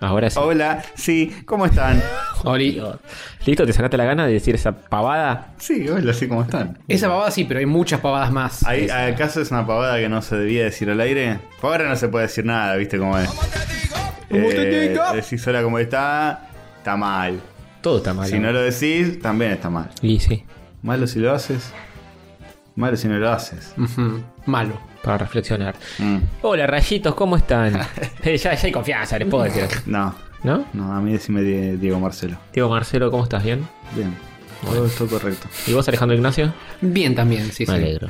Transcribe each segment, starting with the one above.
Ahora sí. Hola, sí, ¿cómo están? Oli. ¿Listo? ¿Te sacaste la gana de decir esa pavada? Sí, hola, sí, ¿cómo están? Esa pavada sí, pero hay muchas pavadas más. ¿Hay- ¿Acaso es una pavada que no se debía decir al aire? Por ahora no se puede decir nada, ¿viste cómo es? ¿Cómo te Eh, digo? decís hola como está, está mal. Todo está mal. Si no lo decís, también está mal. Y sí, Malo si lo haces, malo si no lo haces. Ujú, Malo. para reflexionar. Mm, Hola, rayitos, ¿cómo están? Eh, ya, ya hay confianza, les puedo decir. No, ¿No? no, a mí decime Die- Diego Marcelo. Digo, Marcelo, ¿cómo estás? ¿Bien? Bien, todo, todo correcto. ¿Y vos, Alejandro Ignacio? Bien también, sí, Me sí. alegro.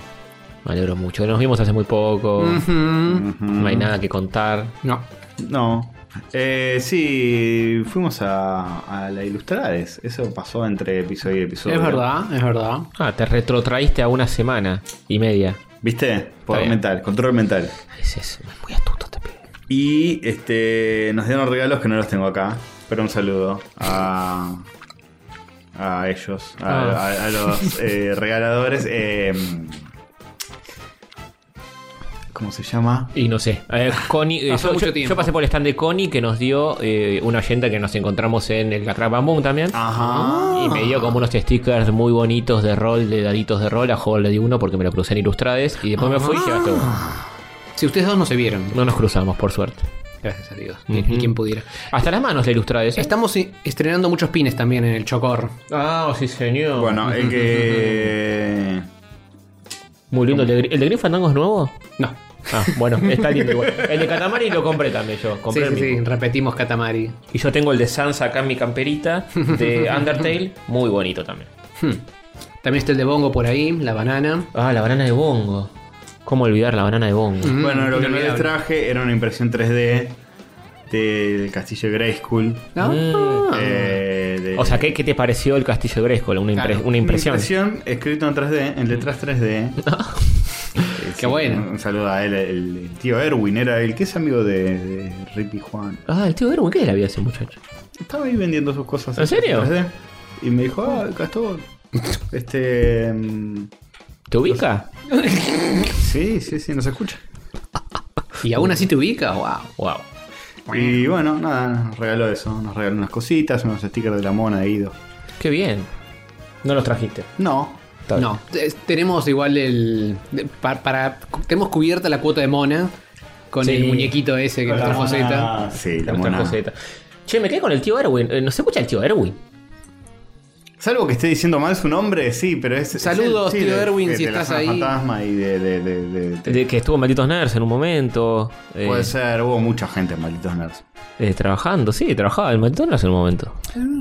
Me alegro mucho. Nos vimos hace muy poco. Mm. Ujú. No hay nada que contar. No. No. Eh, sí, fuimos a, a la Ilustrades. Eso pasó entre episodio y episodio. Es verdad, es verdad. Ah, te retrotraíste a una semana y media. ¿Viste? Poder bien. mental, control mental. Es, es muy astuto este pibe. Y este nos dieron regalos que no los tengo acá. Pero un saludo a, a ellos, a, Ah. a- a los eh, regaladores. eh, ¿Cómo se llama? Y no sé. Eh, Connie, eh, Hace yo, mucho yo- tiempo. yo pasé por el stand de Connie que nos dio eh, una oyenta que nos encontramos en el Catrapam Boom también. Ajá. Y me dio como unos stickers muy bonitos de rol, de daditos de rol. A juego le di uno porque me lo crucé en Ilustrades. Y después me fui y llevaste uno. Si ustedes dos no se vieron, No nos cruzamos, por suerte. gracias a Dios, Ujú. ni quien pudiera. Hasta las manos la Ilustrades. Estamos eh, estrenando muchos pines también en el Chocor. Ah, sí, señor. Bueno, el que. Muy lindo. ¿El de, el de Green Fandango es nuevo? No. Ah, bueno, está lindo igual. El de Katamari lo compré también yo. Compré Sí, el sí, sí, mismo. repetimos Katamari. Y yo tengo el de Sansa acá en mi camperita de Undertale. Muy bonito también. Hmm. También está el de Bongo por ahí, la banana. Ah, la banana de bongo. ¿Cómo olvidar la banana de bongo? Mm, Bueno, lo que no inolvidable. les traje era una impresión 3D del castillo de Grayskull. ¿No? Mm. eh, de- O sea, ¿qué, qué te pareció el castillo de Grayskull? Una, impre- Claro, una impresión. impresión escrito en 3D, en letras 3D. Eh, Qué sí, bueno. Un saludo a él, el, el tío Erwin, era el que es amigo de, de Rippy Juan. Ah, el tío Erwin, ¿qué es la vida de ese muchacho? Estaba ahí vendiendo sus cosas. ¿En serio? 3D. y me dijo, ah, Castor. Este. mm, ¿Te ubica? Sí, sí, sí, nos escucha. Y aún así te ubica, wow. Wow. Y bueno, nada, nos regaló eso. Nos regaló unas cositas, unos stickers de la mona de Guido. Qué bien. No los trajiste. No, Está bien. No, te- tenemos igual el. de- pa- para, tenemos cubierta la cuota de mona con Sí. el muñequito ese que Con la trajo mona- Zeta. Ah, Sí, la Otra mona. coseta. Che, me quedé con el tío Erwin. Eh, ¿No se escucha el tío Erwin? Salvo que esté diciendo mal su nombre, sí, pero es. es Saludos, el- sí, tío de- Erwin, de- si de la estás zona ahí. Fantasma y de. de- de- de- de- De que estuvo en Malditos Nerds en un momento. eh, Puede ser, hubo mucha gente en Malditos Nerds. eh, trabajando, sí, trabajaba en Malditos Nerds en un momento.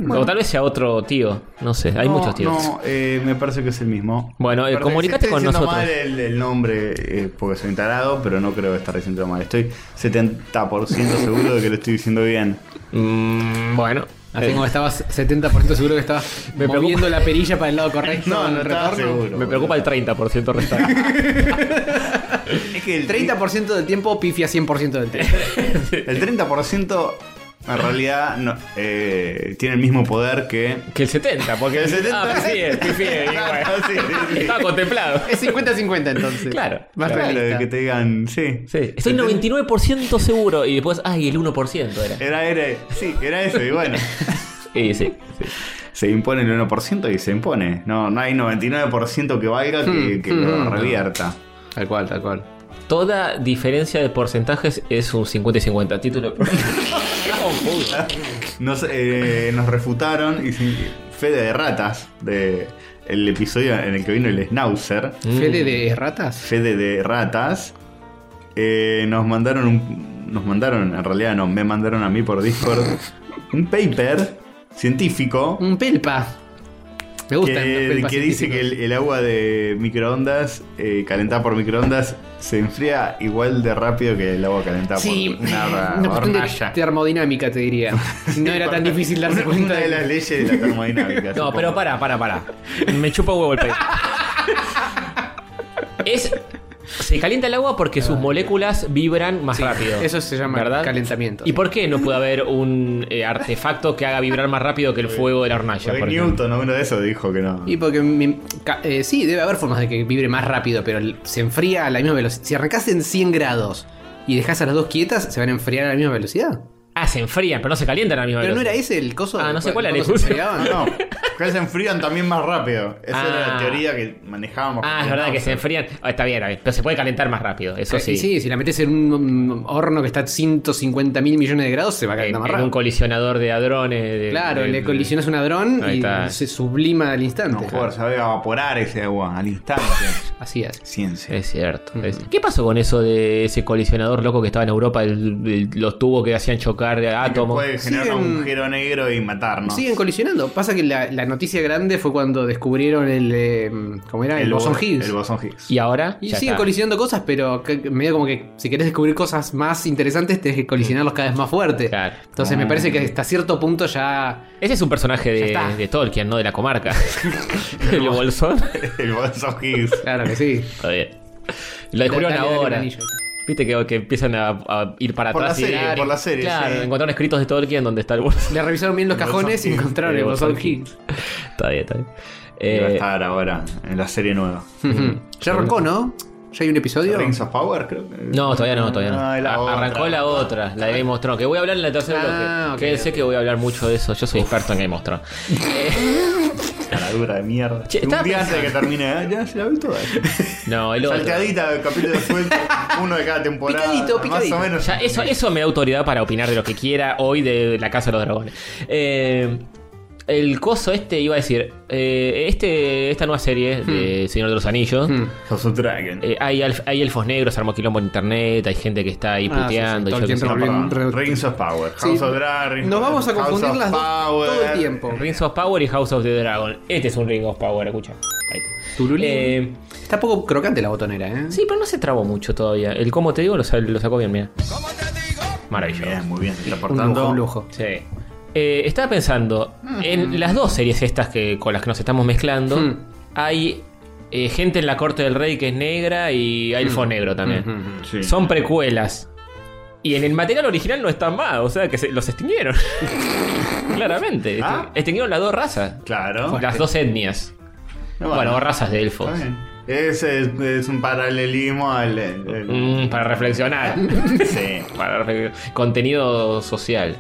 O tal vez sea otro tío. No sé, hay No, muchos tíos. No, eh, me parece que es el mismo. Bueno, eh, Perdón, comunicate si estoy con diciendo nosotros. mal el, el nombre eh, porque soy un tarado, pero no creo estar diciendo mal. Estoy 70% seguro de que lo estoy diciendo bien. Mm, bueno. Así Eh, como estabas 70% seguro que estabas Me preocupa- moviendo la perilla para el lado correcto. en el estaba retorno. me preocupa el 30% restante. Es que el 30% del tiempo pifia 100% del tiempo. El 30% en realidad no, eh, tiene el mismo poder que. Que el 70, porque el 70. Ah, sí, es, sí, sí, Claro, sí, sí, sí. Estaba contemplado. Es 50-50 entonces. Claro, Más Claro, de realista. que te digan, sí. Sí, estoy 99% seguro y después, ay, el 1% era. Era, era, sí, era eso, y bueno. Eh, Y sí, sí. Se impone el 1% y se impone. No, no hay 99% que valga que, que lo revierta. Tal cual, tal cual. Toda diferencia de porcentajes es un 50 y 50. Título. Qué confuso. Nos, eh, nos refutaron y sin- Fede de ratas de el episodio en el que vino el Schnauzer. Mm. ¿Fede Mm. de ratas? Fede de ratas. eh, nos mandaron un. Nos mandaron, en realidad no, me mandaron a mí por Discord un paper científico Un pelpa. que, Me gustan los pelpas que dice que científicos. el, el agua de microondas, eh, calentada por microondas, se enfría igual de rápido que el agua calentada Sí, por una, una cuestión de hornalla. termodinámica, te diría. No era tan difícil darse Una- cuenta una de de las leyes de la termodinámica. No, supongo. pero para, para, para. Me chupa huevo el pez. Es. Se calienta el agua porque sus moléculas vibran más Ah, Sí, rápido. eso se llama calentamiento. ¿Y por qué no puede haber un eh, artefacto que haga vibrar más rápido que el fuego de la hornalla? Porque por ejemplo? Newton, uno de esos, dijo que no. Y porque mi- ca- eh, sí, debe haber formas de que vibre más rápido, pero el- se enfría a la misma velocidad. Si arrancas en 100 grados y dejas a las dos quietas, se van a enfriar a la misma velocidad. Ah, se enfrían, pero no se calientan a la misma Pero no velocidad. era ese el coso. Ah, no sé cuál era el ¿Cuándo se coso. enfriaban? No, no, que se enfrían también más rápido. Esa era la Ah. teoría que manejábamos. Ah, es con verdad que Knauser. se enfrían. Ah, está bien, está bien, pero se puede calentar más rápido, eso Y sí. Eh, sí, si la metes en un um, horno que está a 150 mil millones de grados, se va a Eh, en, calentar más en un rápido. colisionador de hadrones. de- Claro, de- le colisionas un hadrón Ahí y está. se sublima al No, instante. joder, se va a evaporar ese agua al instante. Así es. Ciencia. Es cierto. es- ¿Qué pasó con eso de ese colisionador loco que estaba en Europa, el- el- los tubos que hacían chocar de Y que átomos? Puede generar un Siguen- agujero negro y matarnos. Siguen colisionando. Pasa que la, la noticia grande fue cuando descubrieron el. eh, ¿Cómo era? El, bosón bo- Higgs. El bosón Higgs. Y ahora. Y ya siguen está. colisionando cosas, pero que- medio como que si querés descubrir cosas más interesantes, tenés que colisionarlos cada vez más fuerte. Claro. Ah. Entonces me parece que hasta cierto punto ya. Ese es un personaje Ya de, está. de Tolkien, no de la comarca. el bolsón. el bosón Higgs. Claro que sí. Está bien. Lo descubrieron Dale, dale, dale, ahora. anillo. Viste que, que empiezan a, a ir para Por la atrás y serie, dar y- por la serie, Claro, sí. encontraron escritos de Tolkien donde está el bolsón. Le revisaron bien los El cajones y bosón Higgs. encontraron el El bosón bosón Higgs. Está bien, está bien. Y va a Eh, estar ahora en la serie nueva. Ujú. Ya arrancó, ¿no? Ya hay un episodio. Rings of Power, creo. que- No, todavía no, todavía no. Ah, y la A- otra. Arrancó la otra, la de Game of Thrones, que voy a hablar en la tercera Ah, bloque. ok, que sé ok. que voy a hablar mucho de eso, yo soy experto en Game of Thrones. Caradura de mierda. Che, un estaba día antes de que termine, ¿eh? ya se la vi toda. No, el otro. Salteadita del capítulo suelto, uno de cada temporada. Picadito, picadito. Más o menos. Ya, eso, eso me da autoridad para opinar de lo que quiera hoy de la Casa de los Dragones. Eh, el coso este iba a decir, eh, este, esta nueva serie Hmm. de Señor de los Anillos, Mm. House of Dragon. eh, hay, alf- hay elfos negros, armó quilombo en internet, hay gente que está ahí Ah, sí, puteando. y sí, yo Tolkien qué sé. No, perdón. Re- Rings of Power. Sí. House of Dragon. Nos vamos a House confundir of las dos Power. todo el tiempo. Rings of Power y House of the Dragon. Este es un Ring of Power, escucha. Ahí está. Turulín. Eh, Está poco crocante la botonera, ¿eh? Sí, pero no se trabó mucho todavía. El cómo te digo lo, sa- lo sacó bien, mira. Maravilloso. Bien, muy bien. Está un lujo, portando. un lujo. Sí. Eh, estaba pensando, Mm. en las dos series estas que, con las que nos estamos mezclando, Hmm. Mm. hay eh, gente en la corte del rey que es negra y hay Mm. elfo negro también. Ujú. Sí. Son precuelas. Y en el material original no están más, o sea que se- los extinguieron. Claramente. Ah. Extinguieron las dos razas. Claro. Las dos etnias. No, Bueno, razas de elfos. está bien. Es, es, es un paralelismo al. al- al- Mm, para reflexionar. Sí. para refle- contenido social.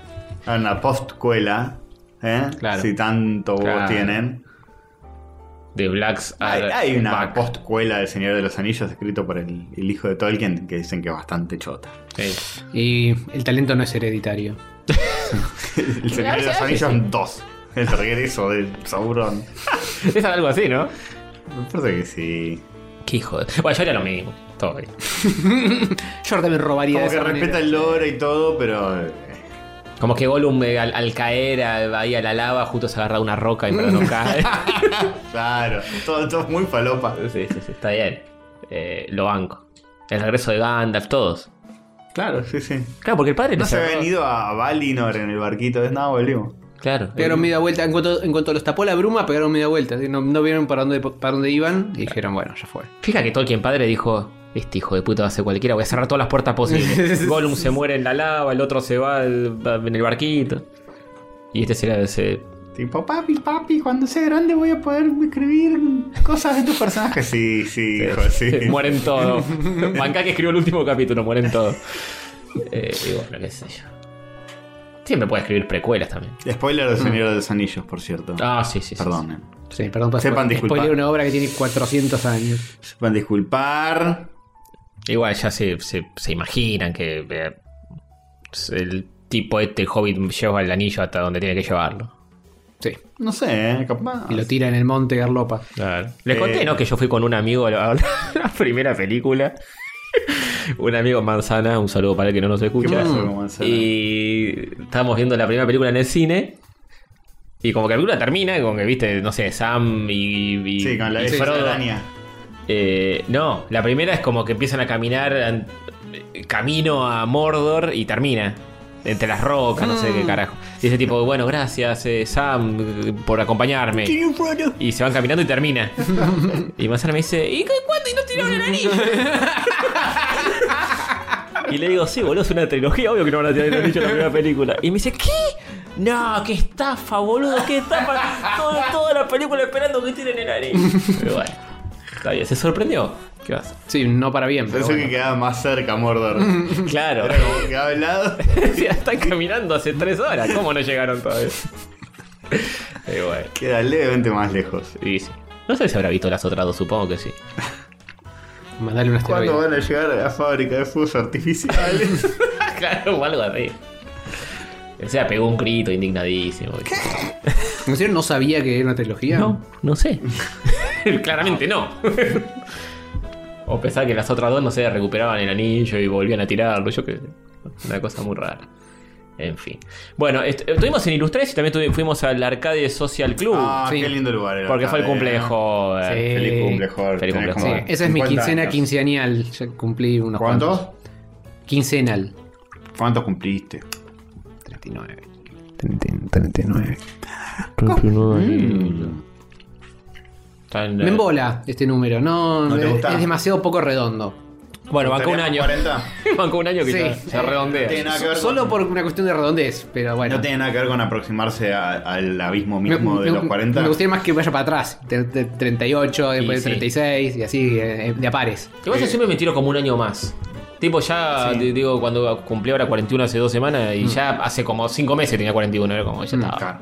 A una postcuela. ¿eh? Claro. Si tanto Claro. vos tienen. De Blacks Hay, are hay una back. postcuela del Señor de los Anillos escrito por el, el hijo de Tolkien que dicen que es bastante chota. Sí. Y el talento no es hereditario. El Señor de los sí, sí. Anillos 2. El regreso del Sauron. Es algo así, ¿no? Me parece que sí. Qué hijo de... Bueno, yo haría lo mismo. Todo bien. Yo también robaría Como de que esa respeta manera. el lore y todo, pero. eh, Como que Gollum eh, al, al caer al- ahí a la lava justo se agarra una roca y para no caer. Claro, todo, todo muy falopa. sí, sí, sí, está bien. Eh, lo banco. El regreso de Gandalf, todos. Claro, sí, sí. Claro, porque el padre No le se cerró- había ido a Valinor en el barquito, es nada, volvimos. Claro. Eh, Pegaron media vuelta. En cuanto, en cuanto los tapó la bruma, pegaron media vuelta. No, no vieron para dónde, para dónde iban y dijeron, bueno, ya fue. Fija que Tolkien padre dijo, este hijo de puta va a ser cualquiera, voy a cerrar todas las puertas posibles. Gollum se muere en la lava, el otro se va al- en el barquito. Y este será ese... Tipo, papi, papi, cuando sea grande voy a poder escribir cosas de tus personajes. Sí, sí, hijo, sí. mueren todos. Banca que escribió el último capítulo, mueren todos. Eh, y bueno, qué sé yo. Siempre puede escribir precuelas también. Spoiler del Señor de los Anillos, por cierto. Ah, sí, sí. sí, sí. Perdonen. Sí, perdón por Sepan spo- disculpar. spoilear una obra que tiene 400 años. Sepan disculpar. Igual ya se, se, se imaginan que eh, el tipo este, el hobbit, lleva el anillo hasta donde tiene que llevarlo. Sí. No sé, ¿eh? capaz. Y lo tira en el monte Garlopa. Les Eh, conté, ¿no? Que yo fui con un amigo a la, a la primera película. un amigo Manzana, un saludo para el que no nos ¿Qué escucha. pasó con Manzana? Y estábamos viendo la primera película en el cine. Y como que la película termina, como que viste, no sé, Sam y, y- Sí, con la y de Frodo. araña. Eh, no, la primera es como que empiezan a caminar an- eh, camino a Mordor y termina. Entre las rocas, no Ah. sé qué carajo. Y ese tipo, bueno, gracias eh, Sam eh, por acompañarme. Y se van caminando y termina. Y Manzana me dice, ¿y qué- cuándo? ¿Y no tiraron el anillo? Y le digo, sí, boludo, es una trilogía, obvio que no van a tirar el anillo en la primera película. Y me dice, ¿qué? No, qué estafa, boludo, qué estafa. Todo- toda la película esperando que tiren el anillo. Pero bueno, está bien, se sorprendió. ¿Qué vas? Sí, no para bien. Pero Pensé que bueno. quedaba más cerca Mordor. Claro. Era como que quedaba al lado. Sí, están caminando hace tres horas. ¿Cómo no llegaron todavía? Y bueno. Queda levemente más lejos. y sí. No sé si habrá visto las otras dos, supongo que sí. Mandale un ¿Cuándo asteroide. van a llegar a la fábrica de fuegos artificiales? claro, o algo así. O sea, pegó un grito indignadísimo. ¿En serio no sabía que era una trilogía? No, no sé. Claramente no. o pensaba que las otras dos, no sé, recuperaban el anillo y volvían a tirarlo. Yo que Una cosa muy rara. En fin. Bueno, est- estuvimos en Ilustres y también tuvi- fuimos al Arcade Social Club. Ah, sí. qué lindo lugar era. eh. porque fue el Arcade, cumple de ¿no? Jover. Sí. Feliz cumple, Jorge. Feliz Tenés cumple, Sí, como Jorge. esa es mi 50 quincena años. quinceañal. Ya cumplí unos cuantos. ¿Cuántos? Quincenal. ¿Cuántos cumpliste? 39. 39. Mm. Tan, eh, Me embola este número. No, ¿No te es, gusta? es demasiado poco redondo. Bueno, bancó un año. 40? bancó un año que Sí. ya se redondea. No tiene nada que ver Solo con- por una cuestión de redondez, pero bueno. No tiene nada que ver con aproximarse a- al abismo Me- mismo de me- los 40. Me gustaría más que vaya para atrás. De- de 38, después sí. de 36 y así, eh, de a pares. Igual yo Eh. siempre me tiro como un año más. Tipo, ya, Sí. Mm. di- digo, cuando cumplí ahora 41 hace dos semanas y ya hace como cinco meses tenía 41, era como, ya estaba. Ah, Claro.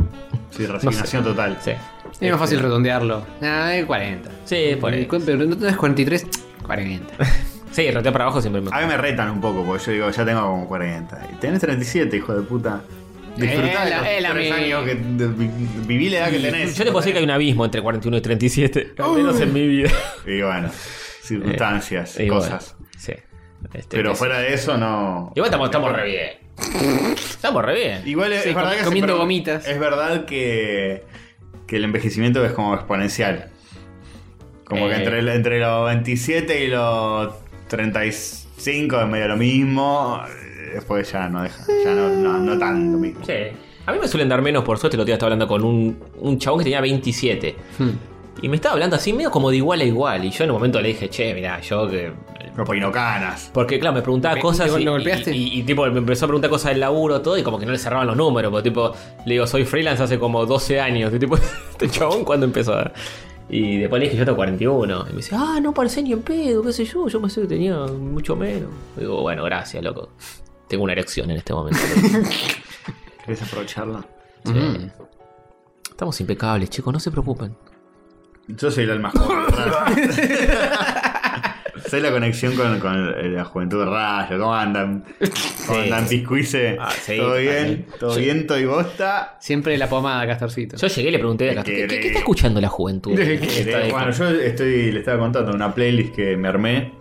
Sí, resignación total. Sí. Es más Este. fácil redondearlo. Ah, eh, 40. Sí, por ahí. Eh, cu- Pero no tenés 43, 40. Sí, rotear para abajo siempre me. A mí me retan un poco, porque yo digo, ya tengo como 40. Y Tenés 37, hijo de puta. Disfrutá Eh, la- de eh, la los tres mi- Mm, años que de- vi- viví la edad que tenés. Yo te puedo decir que hay un abismo entre 41 y 37, al menos en mi vida. Y Eh, bueno, circunstancias, Y bueno, cosas. sí. Este, Pero que- fuera de eso, no. Igual estamos, estamos re bien. Estamos re bien. Igual es Sí, verdad com- que. comiendo pero gomitas. Es verdad que. Que el envejecimiento es como exponencial. Como Eh. que entre, el- entre los 27 y los 35 es medio lo mismo. eh, Después ya no deja. Ya no, no, no tan lo mismo. Sí. A mí me suelen dar menos por suerte. El otro día estaba hablando con un, un chabón que tenía 27. Hmm. Y me estaba hablando así, medio como de igual a igual. Y yo en un momento le dije, che, mirá, yo que. Los pinocanas. Porque, claro, me preguntaba ¿Te- cosas. te- y, lo golpeaste? Y, y, tipo, me empezó a preguntar cosas del laburo, todo. Y como que no le cerraban los números. Porque, tipo, le digo, soy freelance hace como 12 años. Y tipo, este chabón, ¿cuándo empezó? Y después le dije, yo tengo 41. Y me dice, ah, no parece ni en pedo, qué sé yo. Yo pensé que tenía mucho menos. Y digo, bueno, gracias, loco. Tengo una erección en este momento. ¿Querés aprovecharla? Sí. Estamos impecables, chicos, no se preocupen. Yo soy el alma joven. ¿verdad? soy la conexión con, con la juventud de rayo. ¿Cómo andan? ¿Cómo andan, piscuice? Ah, sí, ¿Todo bien? totalmente. ¿Todo Sí. bien, Toy Bosta? Siempre la pomada, Castorcito. Yo llegué y le pregunté a Castor, ¿qué, qué- qué está escuchando la juventud? Eh, Está ahí bueno, con- yo estoy, le estaba contando una playlist que me armé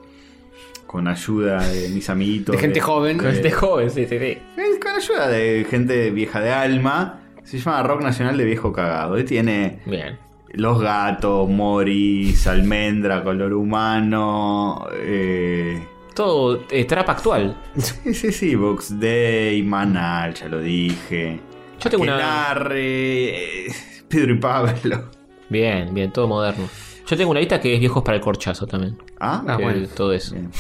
con ayuda de mis amiguitos. De gente joven. con este joven, sí, sí, sí. Eh, Con ayuda de gente vieja de alma. Se llama Rock Nacional de Viejo Cagado. Y tiene Bien. Los Gatos, Moris, Almendra, Color Humano. Eh, Todo eh, trap actual. sí, sí, sí. Box Day, Manal, ya lo dije. Yo tengo una- Aquelarre, eh, Pedro y Pablo. Bien, bien, todo moderno. Yo tengo una lista que es viejos para el corchazo también. ¿Ah? Ah, Que bueno. Todo eso. Bien.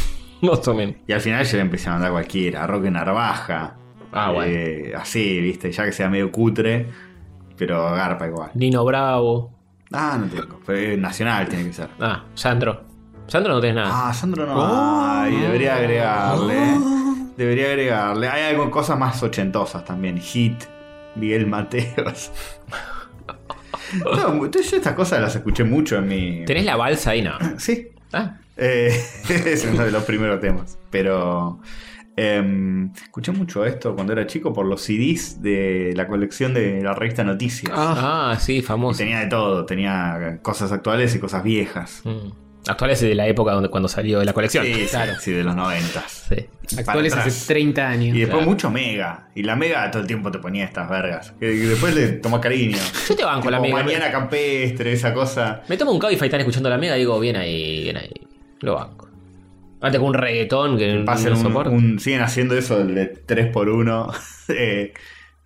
No tomen. Y al final yo le empecé a mandar cualquiera, Roque Narvaja. Ah, bueno. Eh, así, viste, ya que sea medio cutre, pero garpa igual. Nino Bravo. Ah, no tengo. Fue nacional tiene que ser. Ah, Sandro. Sandro no tenés nada. Ah, Sandro no. Oh. Ay, debería agregarle. Debería agregarle. Hay algo, cosas más ochentosas también. Hit, Miguel Mateos. No, mu- yo estas cosas las escuché mucho en mi. ¿Tenés la balsa ahí? No. Sí, Ah, Eh, es uno de los primeros temas. Pero em, escuché mucho esto cuando era chico por los CDs de la colección de la revista Noticias. ah, sí, Y famoso. Tenía de todo, tenía cosas actuales y cosas viejas. Mm. Actual es de la época donde, cuando salió de la colección. Sí, sí, claro. sí, de los noventas. Sí. Actuales Para atrás. hace 30 años. Y después Claro. mucho Mega. Y la Mega todo el tiempo te ponía estas vergas. Que que después le tomás cariño. Yo te banco la Tipo, mega. Mañana campestre, esa cosa. Me tomo un Cabify y están escuchando la mega y digo, bien ahí, bien ahí. Lo banco. Antes con un reggaetón que Pasen no un- soporto. un- siguen haciendo eso de 3 por 1 eh,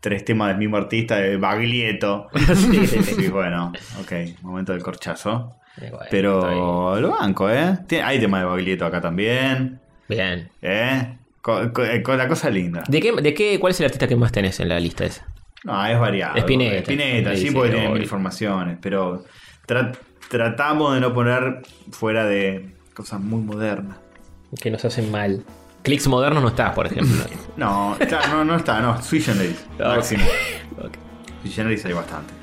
tres temas del mismo artista de Baglietto. Sí, sí, sí. Sí, bueno, ok, momento del corchazo. Eh, bueno, está bien. Pero lo banco, ¿eh? Tiene- hay tema de Baglietto acá también, Bien. ¿eh? Con, la cosa linda. ¿De qué, de qué, ¿Cuál es el artista que más tenés en la lista esa? No, es variado. Spinetta. Spinetta, Sí, sí, sí, porque tiene obvio. mil formaciones, pero tra- tratamos de no poner fuera de Cosa muy moderna. Que nos hacen mal. Clics modernos no está, por ejemplo. No, claro, no, no está, no. Sui Generis. Ah, Máximo. Ok. Sui Generis hay bastante.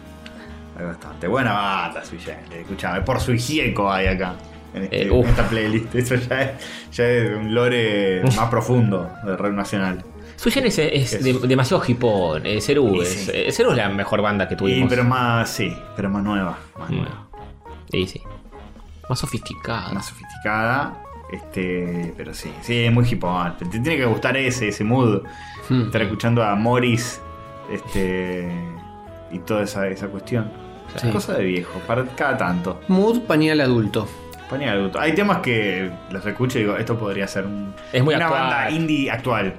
Hay bastante. Buena banda, Sui Generis. Escuchame, por su hieco hay acá. En, este- Eh, uf. en esta playlist. Eso ya es, ya es un lore más profundo del rock nacional. Sui Generis es, es de- demasiado hipón. Eh, Cerú es, sí. eh, Cerú es la mejor banda que Y, tuvimos. pero más, sí, pero más nueva. Más Mm. nueva. Sí, sí. Más sofisticada. Más sofisticada. Este, pero sí, sí, es muy hip hop. Te tiene que gustar ese, ese mood. Hmm. Estar escuchando a Morris este, y toda esa, esa cuestión. O sea, Sí. Cosa de viejo, para cada tanto. Mood pañal adulto. Ponía algo. Hay temas que los escucho y digo, esto podría ser un- Es muy una actual. banda indie actual.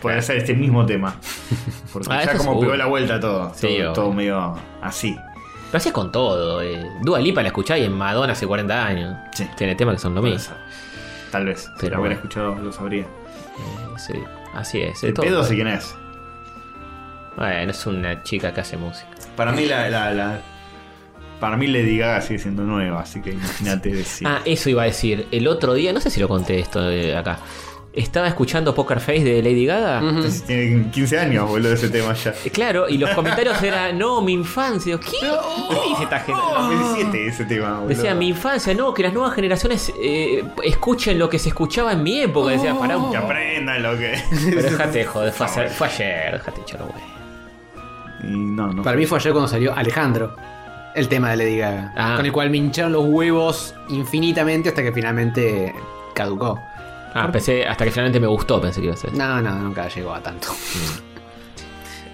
Podría Claro. ser este mismo tema. Porque Ah, ya eso como seguro. pegó la vuelta todo. Sí, todo, obvio. todo medio así. Pero así es con todo. Eh. Dua Lipa la escucháis en Madonna hace 40 años. Sí. Tiene temas que son lo Puede mismo. ser. Tal vez. si Pero lo hubiera bueno. escuchado, lo sabría. Eh, sí. Así es. El es todo. pedo sí quién es. Bueno, es una chica que hace música. Para mí la, la- la- Para mí Lady Gaga sigue siendo nueva, así que imagínate decir. Ah, eso iba a decir. El otro día, no sé si lo conté esto de acá. Estaba escuchando Poker Face de Lady Gaga. Ujú. Entonces tiene 15 años, boludo, ese tema ya. Eh, Claro, y los comentarios eran, no, mi infancia. ¿Qué, ¿Qué dice esta gente? Oh. 2007 ese tema, boludo. Decía, mi infancia, no, que las nuevas generaciones eh, escuchen lo que se escuchaba en mi época. Decía, pará un Que poco. aprendan lo que. Pero déjate, joder, fue, ayer- fue ayer, déjate echarlo, güey. Y no, no. Para mí fue ayer cuando salió Alejandro, el tema de Lady Gaga. Ah. Con el cual me hincharon los huevos infinitamente hasta que finalmente caducó. Ah, pensé, hasta que finalmente me gustó, pensé que iba a ser. No, no, nunca llegó a tanto.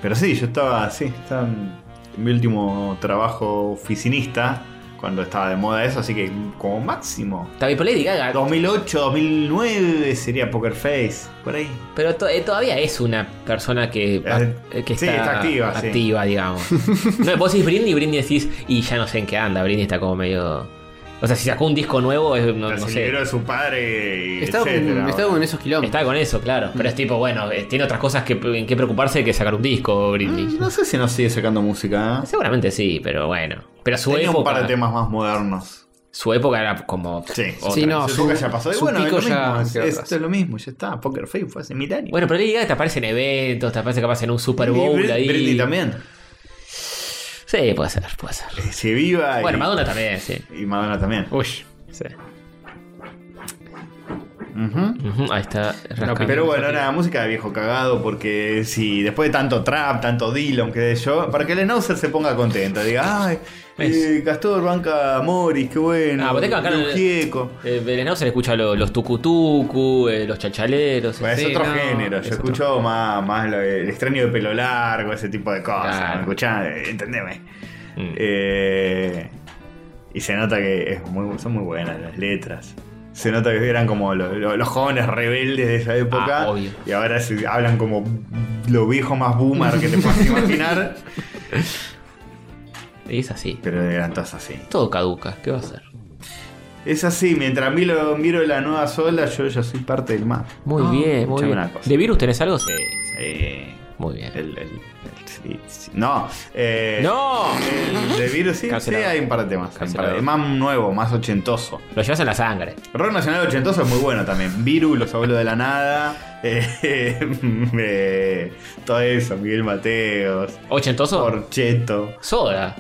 Pero sí, yo estaba, sí, estaba en en mi último trabajo oficinista, cuando estaba de moda eso, así que como máximo. Está bien, pero Lady Gaga, 2008, 2009 sería Poker Face, por ahí. pero to- eh, todavía es una persona que, Eh, que sí, está activa, sí. activa, digamos. no, vos decís Britney, Britney decís, y ya no sé en qué anda, Britney está como medio... O sea, si sacó un disco nuevo, es- no, Pero no se sé. libró de su padre y Estaba, etcétera. con, estaba con esos kilómetros. Está con eso, claro. Pero es tipo, bueno, eh, tiene otras cosas que, en que preocuparse que sacar un disco, Britney. No sé si nos sigue sacando música. ¿eh? Seguramente sí, pero bueno. Pero su Tenía época. un par de temas más modernos. Su época era como. Sí. otra. Sí, no. Su su- época ya pasó. Y su bueno, es pico lo mismo. ya Es, quedó es- atrás. es lo mismo, ya está. Poker Face fue hace mil años. Bueno, pero Lady Gaga te aparece en eventos, te aparece capaz en un Super Y Bowl Brit- ahí. Britney también. Sí, puede ser, puede ser. Que se viva. y- Bueno, Madonna también, sí. Y Madonna también. Uy, sí. Ujú. Ujú, ahí está. rascando. Pero bueno, era música de viejo cagado, porque si después de tanto trap, tanto Dillon, qué sé yo, para que el Snauzer se ponga contento, diga, ay, eh, Castor banca a Morris, qué bueno, Ah, vos tenés que bancar el- Luis Gieco. Eh, Belén no se le escucha lo- los tucutucu, eh, los chachaleros. Bueno, Pues es Sí, otro no, género, yo es otro. escucho más, más lo- el extraño de pelo largo, ese tipo de cosas, Claro. ¿me escuchás? Eh, Entendeme. Mm. Eh, y se nota que es muy- son muy buenas las letras. Se nota que eran como lo- lo- los jóvenes rebeldes de esa época. Ah, obvio. Y ahora se hablan como lo viejo más boomer que te puedas imaginar. Y es así. Pero eran todas así. Todo caduca, ¿qué va a hacer? Es así, mientras miro, miro la nueva sola, yo ya soy parte del mar. Muy bien, muy Ah, escuchame bien. una cosa. ¿De virus tenés algo? Sí. Sí. Muy bien. El- el- el- sí, sí. No. eh, ¡No! el de virus sí, sí, Cancelado. hay un par de temas. hay un par de- Cancelado. más nuevo, más ochentoso. Lo llevas en la sangre. Rock Nacional ochentoso es muy bueno también. Viru, Los Abuelos de la Nada. eh, eh, todo eso, Miguel Mateos. ¿Ochentoso? Porcheto. Soda.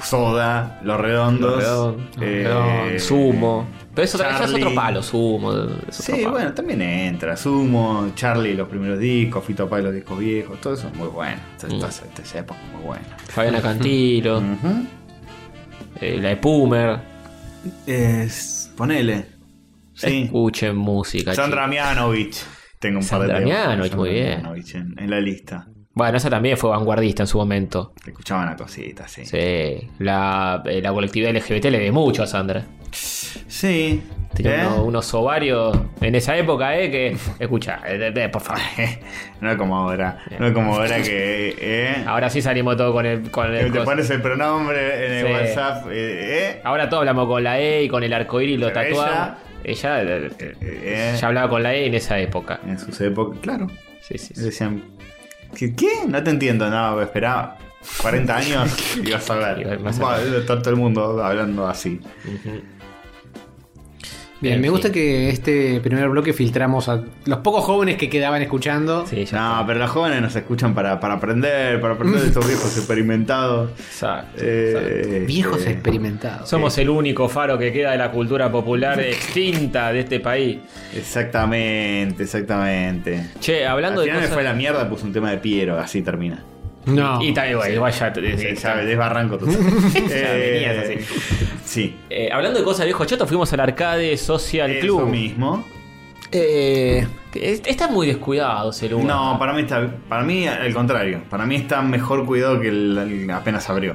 Soda. Los Redondos. Redón, eh, Redón, Sumo. Pero eso, Charlie. eso es otro palo, Sumo. es otro Sí, palo. bueno, también entra. Sumo, Charlie, los primeros discos, Fito Páez, los discos viejos. Todo eso es muy bueno. Mm. Toda toda esa- toda esa época es muy buena. Fabiana Cantilo, Ujú. eh, la de Pumer. Es- ponele. Sí. Escuchen música. Sandra chicos. Mianovich. Tengo un par de Sandra temas de Mianovich, muy bien. Mianovich en, en la lista. Bueno, esa también fue vanguardista en su momento. Te escuchaban la cosita, sí. Sí. Sí. La, eh, la colectividad LGBT le ve mucho a Sandra. Tenía ¿Eh? uno- unos ovarios en esa época, ¿eh? Que. Escucha, eh, eh, por favor. no es como ahora. No es como ahora que. eh, Ahora sí salimos todos con el. Con el te cos- pones el pronombre en el Sí. WhatsApp. eh, eh, Ahora todos hablamos con la E y con el arcoíris y lo Pero tatuados. Ella. eh, eh, eh, ya hablaba con la E en esa época. En sus épocas, claro. Sí, sí, sí. Decían. ¿Qué? qué? No te entiendo, no, esperaba 40 años y vas a ver. Y vas a Va, debe estar todo el mundo hablando así. Bien, En me fin. gusta que este primer bloque filtramos a los pocos jóvenes que quedaban escuchando. Sí, ya No, pero los jóvenes nos escuchan para, para aprender, para aprender de estos viejos experimentados. está. Exacto, exacto. Eh, Viejos este, experimentados. Somos el único faro que queda de la cultura popular extinta de este país. Exactamente, exactamente. Che, hablando Al final de me cosas... fue la mierda, puse un tema de Piero, así termina. No. Y tal, igual, igual ya... te- Sí, ya desbarranco todo. Eh, venías sí. Eh, hablando de cosas viejo choto, fuimos al arcade Social Eso Club. mismo. Eh, es- está muy descuidado ese lugar. No, para mí está. Para mí, al contrario. Para mí está mejor cuidado que el, el apenas abrió.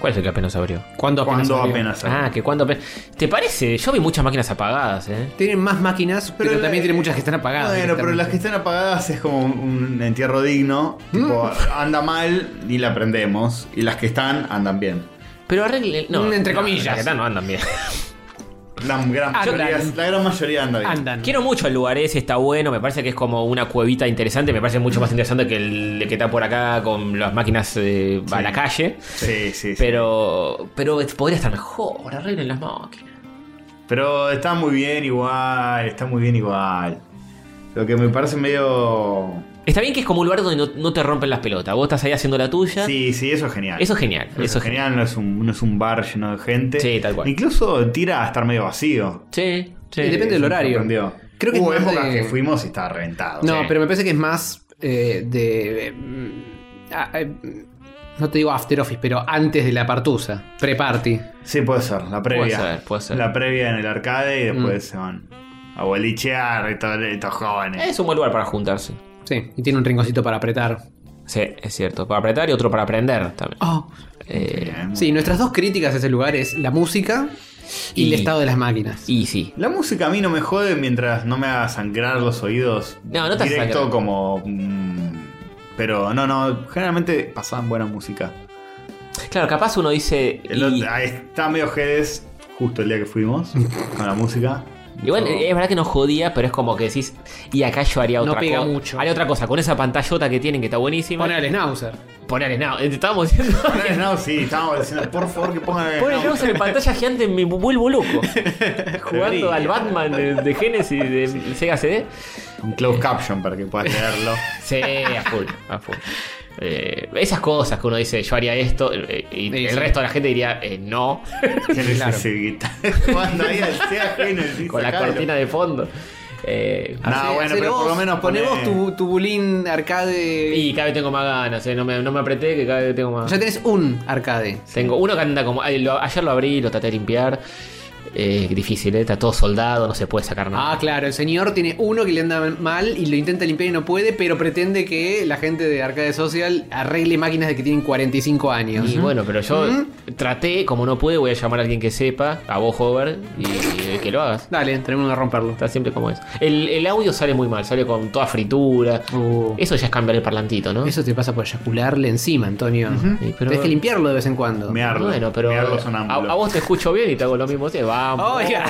¿Cuál es el que apenas abrió? ¿Cuándo apenas Cuando salió? apenas abrió. Ah, que cuando apenas- ¿Te parece? Yo vi muchas máquinas apagadas, ¿eh? Tienen más máquinas, pero, la- también tienen muchas que están apagadas. Bueno, pero directamente. las que están apagadas es como un entierro digno. Tipo, anda mal y la prendemos. Y las que están, andan bien. Pero arreglen. No, Mm, entre no, comillas. las que están no andan bien. La gran, Andan. mayoría, la gran mayoría anda bien. andan. Quiero mucho el lugar ese, está bueno. Me parece que es como una cuevita interesante. Me parece mucho más interesante que el que está por acá con las máquinas eh, a la calle. Sí, sí, sí. Pero, pero podría estar mejor. Arreglen las máquinas. Pero está muy bien igual, está muy bien igual. Lo que me parece medio... Está bien que es como un lugar donde no, no te rompen las pelotas. Vos estás ahí haciendo la tuya. Sí, sí, eso es genial. Eso es genial. Eso es genial, no es, un, no es un bar lleno de gente. Sí, tal cual. Incluso tira a estar medio vacío. Sí, sí. Y depende Eso del me horario. sorprendió. Creo que es Hubo más épocas de- que fuimos y estaba reventado. No, Sí. pero me parece que es más eh, de. eh, mm, ah, eh, no te digo after office, pero antes de la partusa, pre-party. Sí, puede ser, la previa. Puede ser, puede ser. Mm. La previa en el arcade y después se van a bolichear y todo- y todos jóvenes. Es un buen lugar para juntarse. Sí, y tiene un rinconcito para apretar. Sí, es cierto. Para apretar y otro para aprender también. Oh. Eh, Bien. Sí, nuestras dos críticas a ese lugar es la música y, Y- el estado de las máquinas. y sí. La música a mí no me jode mientras no me haga sangrar los oídos. No, no te hace Directo sangrar. como. mm, pero no, no. Generalmente pasaban buena música. Claro, capaz uno dice. El y- otro- ah, está medio Jedes justo el día que fuimos con la música. Igual eh, Mucho- es verdad que no jodía, pero es como que decís, y acá yo haría No otra pega cosa. mucho. Haría otra cosa, con esa pantallota que tienen que está buenísima. Poner al schnauzer. Ponerle nada. Te estábamos diciendo. Ponele Now, sí, estábamos diciendo, por favor que pongan el Poner Now. el en pantalla gigante, me vuelvo loco. Jugando al Batman de, de Genesis de Sega CD. Un closed caption para que puedas leerlo. Sí, a full, a full. Eh, esas cosas que uno dice, yo haría esto, eh, y Sí, el sí. resto de la gente diría, eh, no, Genesis Claro. Evita. Cuando ahí sea Genesis. con la sacalo. cortina de fondo. Eh, No, Hacé- Ah, bueno, hacelo pero por vos, lo menos poné poné- vos tu, tu bulín arcade. y cada vez tengo más ganas, eh, no, me, no me apreté, que cada vez tengo más. Ya tenés un arcade. Tengo uno que anda como. ay, lo- ayer lo abrí, lo traté de limpiar. Eh, difícil, eh, está todo soldado, no se puede sacar nada. Ah, claro, el señor tiene uno que le anda mal y lo intenta limpiar y no puede, pero pretende que la gente de Arcade Social arregle máquinas de que tienen 45 años. y bueno, pero yo Mm. traté, como no pude, voy a llamar a alguien que sepa, a vos, Hover, y, y que lo hagas. Dale, tenemos que romperlo. Está siempre como es. El, el audio sale muy mal, sale con toda fritura. Uh. Eso ya es cambiar el parlantito, ¿no? Eso te pasa por eyacularle encima, Antonio. Sí, pero- Tenés que limpiarlo de vez en cuando. Mearlo. Bueno, pero mearlo a, sonámbulo. a vos te escucho bien y te hago lo mismo. sí, Vamos. Oiga.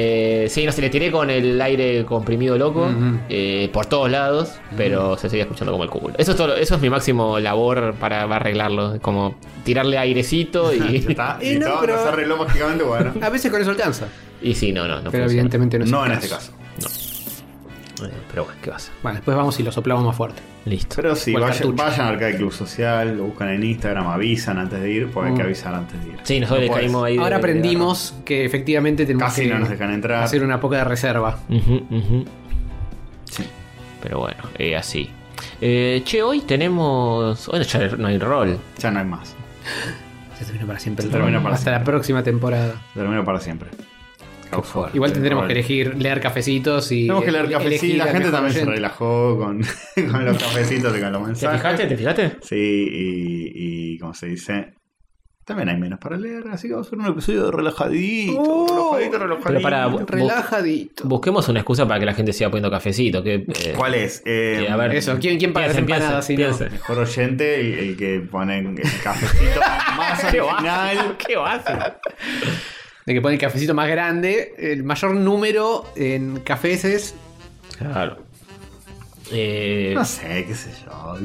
Eh, sí, no se le tiré con el aire comprimido loco Ujú. eh, por todos lados, pero se seguía escuchando como el culo. Eso es, todo, eso es mi máximo labor para arreglarlo, como tirarle airecito Ya y, está. Eh, Y no, todo pero- nos arregló mágicamente, bueno. A veces con eso alcanza. y sí, no, no, no. pero funciona. evidentemente no es No el en este caso. Eh, pero bueno, ¿qué pasa? Bueno, después vamos y lo soplamos más fuerte. Listo. Pero sí, O el vayan, cartucho. vayan al Arcade Club Social, lo buscan en Instagram, avisan antes de ir, porque hay que Mm. avisar antes de ir. sí, nosotros No le podés. caímos ahí. de- Ahora de- de- aprendimos que efectivamente tenemos Casi que no nos dejan entrar. hacer una poca de reserva. Ujú, ujú. Sí. Pero bueno, eh, así. Eh, che, hoy tenemos. Bueno, ya no hay rol. Ya no hay más. Se termina para siempre el Se termina rol. para Hasta siempre. la próxima temporada. Termino para siempre. Qué fuerte. Igual tendremos Rol. que elegir leer cafecitos y. Tenemos que leer el- cafecitos. elegir la al gente mejor también se oyente. relajó con, con los cafecitos y con los ¿Te mensajes. fijaste? ¿Te fijaste? Sí, y, y como se dice, también hay menos para leer, así que vamos a hacer un episodio relajadito, Oh. relajadito, relajadito. Pero para- bu- Relajadito. Busquemos una excusa para que la gente siga poniendo cafecito. Que, eh, ¿Cuál es? Eh, que, a ver, Eso, ¿quién, quién paga las Piensen, empanadas? si no? piensen, piensen. Mejor oyente, el, el que pone el cafecito más ¿Qué va? original. ¿Qué va a hacer? De que pone el cafecito más grande, el mayor número en cafeses. Claro. Eh, No sé, qué sé yo.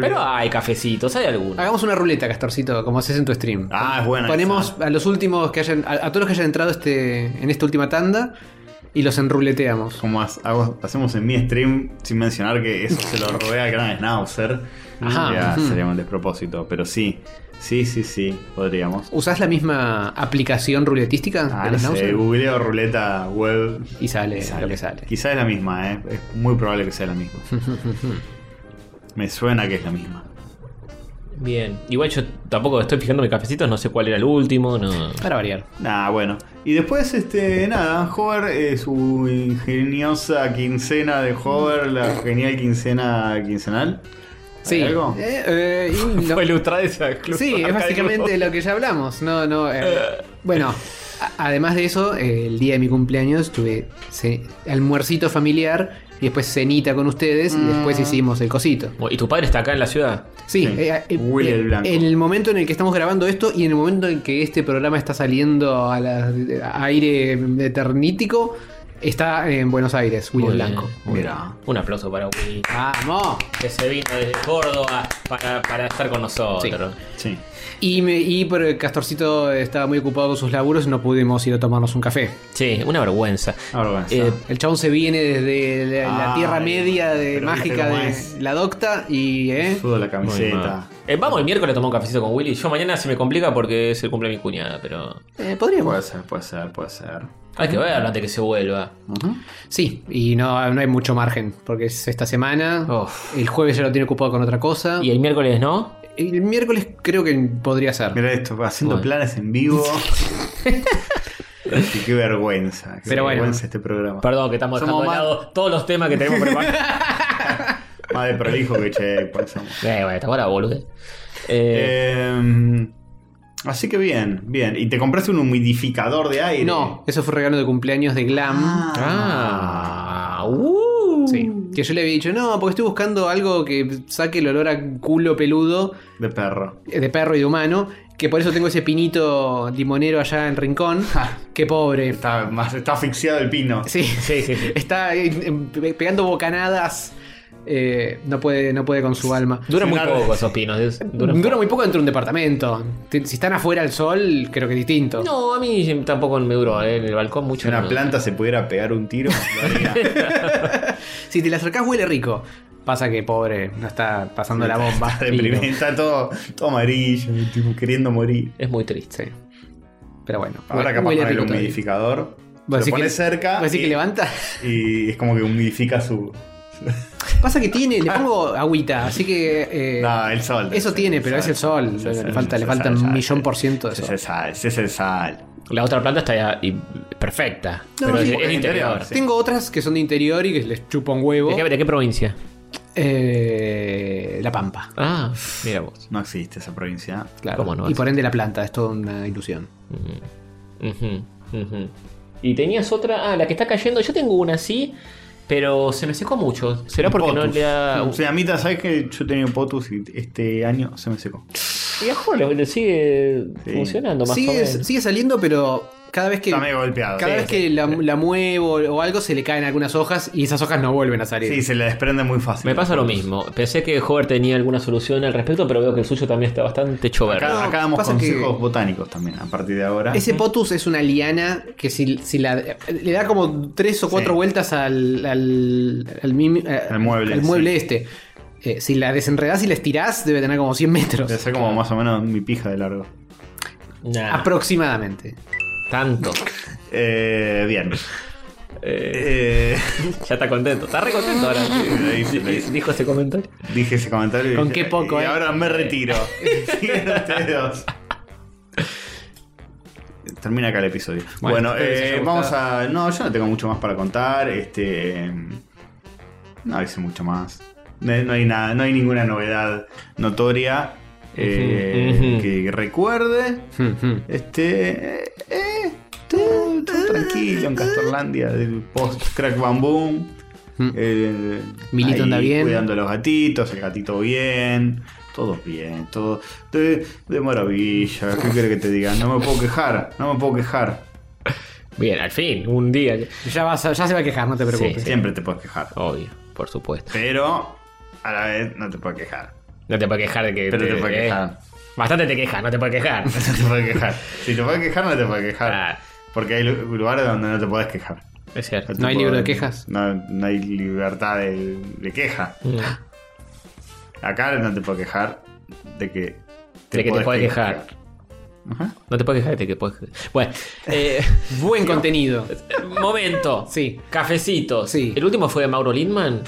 pero hay cafecitos, hay algunos. Hagamos una ruleta, Castorcito, como haces en tu stream. Ah, es buena Ponemos esa. a los últimos que hayan. A, a todos los que hayan entrado este, en esta última tanda y los enruleteamos. Como ha- hago- hacemos en mi stream, sin mencionar que eso se lo robé al gran Schnauzer. Ajá, Ya ujú. sería un despropósito. Pero sí, sí, sí, sí, podríamos. ¿Usás la misma aplicación ruletística Ah, del no Schnauzer? sé, googleo ruleta web. Y sale, y lo que sale. Quizá es la misma, ¿eh? Es muy probable que sea la misma. Me suena que es la misma. Bien. Igual yo tampoco estoy fijándome en cafecitos, no sé cuál era el último. No. Para variar. Nah, bueno. Y después, este, nada, Hover, eh, su ingeniosa quincena de Hover, la genial quincena quincenal. ¿Hay Sí. algo? Eh, eh, y lo- Fue ilustrada esa Club sí, es Arcade básicamente Club. lo que ya hablamos. No, no. eh, bueno, a- además de eso, eh, el día de mi cumpleaños tuve ce- almuercito familiar y después cenita con ustedes y después hicimos el cosito. ¿Y tu padre está acá en la ciudad? Sí, Sí. eh, eh, Willy eh, el Blanco. en el momento en el que estamos grabando esto y en el momento en que este programa está saliendo a, la- a aire eternítico, está en Buenos Aires, Willy el Muy bien, Blanco. muy Mirá. bien. Un aplauso para Willy. ¡Vamos! Que se vino desde Córdoba para, para estar con nosotros. Sí. Y, me, y por el Castorcito estaba muy ocupado con sus laburos y no pudimos ir a tomarnos un café. Sí, una vergüenza. Una vergüenza. Eh, El chabón se viene desde la, la Ay, Tierra Media de Ah, pero viste mágica cómo de es. la docta y... ¿eh? Sudo muy la mal. camiseta. Eh, vamos el miércoles a tomar un cafecito con Willy. Yo mañana se me complica porque es el cumple de mi cuñada, pero. eh, podríamos. Puede ser, puede ser, puede ser. Hay que verlo antes que se vuelva. Ujú. Sí, y no, no hay mucho margen, porque es esta semana. Uf. El jueves ya lo tiene ocupado con otra cosa. ¿Y el miércoles no? El miércoles creo que podría ser. Mira esto, haciendo Bueno. planes en vivo. Sí, qué vergüenza. Qué Pero bueno. vergüenza este programa. Perdón, que estamos dejando Somos de lado todos los temas que tenemos preparados. Más de prolijo que che, por eso. eh, bueno, está para boludo. Eh, Eh, así que bien, bien. ¿Y te compraste un humidificador de aire? No, eso fue regalo de cumpleaños de Glam. Ah, uh. Sí. Que yo le había dicho, no, porque estoy buscando algo que saque el olor a culo peludo De perro. eh, de perro y de humano. Que por eso tengo ese pinito limonero allá en el rincón. Qué pobre. Está, más, está asfixiado el pino. Sí. Sí, sí, sí. Está eh, eh, pe- pegando bocanadas. Eh, no, puede, no puede con su alma. Dura muy Cenar de- poco esos pinos. es- Dura, Dura, poco. muy poco dentro de un departamento. Te- Si están afuera al sol, creo que es distinto. No, a mí tampoco me duró. eh, En el balcón mucho. Si una no. planta se pudiera pegar un tiro, lo haría. Si te la acercás huele rico. Pasa que pobre, no está pasando la bomba. Está deprimente, está todo, todo amarillo, tipo, queriendo morir. Es muy triste. Sí. Pero bueno. Ahora hue- capaz huele con el rico todavía. humidificador. Vos Lo decís pone que- cerca. vos decís que y- levanta. Y es como que humidifica su. Pasa que tiene, le pongo agüita, así que. eh, No, el sol. Eso Sí, tiene, sí, pero es el sol. Sí, Le- sí, le sí, falta, sí, le sí, falta sí, un sí, millón sí. por ciento de Ese eso. Es el sal, ese es el sal. La otra planta está ya- y- perfecta. No, pero sí. es, es Porque el interior, interior. sí. Tengo otras que son de interior y que les chupa un huevo. ¿De, qué, de qué provincia? Eh, la pampa. Ah, mira vos. No existe esa provincia. Claro. ¿Cómo no? y por ende la planta, es toda una ilusión. Ujú, ujú. Y tenías otra. Ah, la que está cayendo. Yo tengo una así, pero se me secó mucho. ¿Será porque no Potus. le ha. O sea, a mí, ¿sabes que yo tenía un potus y este año se me secó? Viajó, le, le sigue Sí. funcionando más o Sigue, menos. sigue saliendo, pero cada vez que. Está medio golpeado. Eh, Cada Sí, vez sí. que la, la muevo o algo se le caen algunas hojas y esas hojas no vuelven a salir. Sí, se le desprende muy fácil. Me pasa lo mismo. Pensé que Hover tenía alguna solución al respecto, pero veo que el suyo también está bastante chover. Acá, No, acá damos pasa que- consejos botánicos también a partir de ahora. Ese potus es una liana que si, si la, le da como tres o cuatro Sí. vueltas al, al, al mim- eh, Al mueble, al este. Eh, si la desenredás y la estirás, debe tener como 100 metros. Debe ser como más o menos mi pija de largo. Nah, Aproximadamente. tanto. Eh, bien. Eh, Eh, ya está contento. Está re contento ahora. Lo hice, lo hice. Dijo ese comentario. dije ese comentario. y Con dije, qué poco, y eh. ahora me retiro. Siguen ustedes dos. Termina acá el episodio. Bueno, Bueno, espero que les eh, haya vamos gustado. a. No, yo no tengo mucho más para contar. Este. em, No hice mucho más. No, no hay nada, no hay ninguna novedad notoria eh, Ujú, ujú. que recuerde. Hmm, Este. eh, eh, todo, todo tranquilo en Castorlandia, del post crack bam boom. Mm. Eh, Milito ahí anda bien. Cuidando a los gatitos, el gatito bien. Todo bien, todo de, de maravilla. ¿Qué quiere que te diga? No me puedo quejar, no me puedo quejar. Bien, al fin, un día. Ya, vas a- ya se va a quejar, no te preocupes. Sí. Siempre te puedes quejar. Obvio, por supuesto. Pero a la vez no te puedes quejar. No te puedes quejar de que. Pero te puedes eh, quejar. Bastante te quejas, no te puedes quejar. No te puedes quejar. Si te puedes quejar, no te puedes quejar. Claro. Porque hay lu- lugares donde no te puedes quejar. es cierto. te ¿No hay puedo- libro de quejas? No, no hay libertad de, de queja. Mm. Acá no te puedes quejar de que De que te podés puedes quejar. Ajá. No te puedes quejar de que puedes. Bueno, eh, Buen contenido. momento. Sí. Cafecito. Sí. ¿El último fue de Mauro Lindman?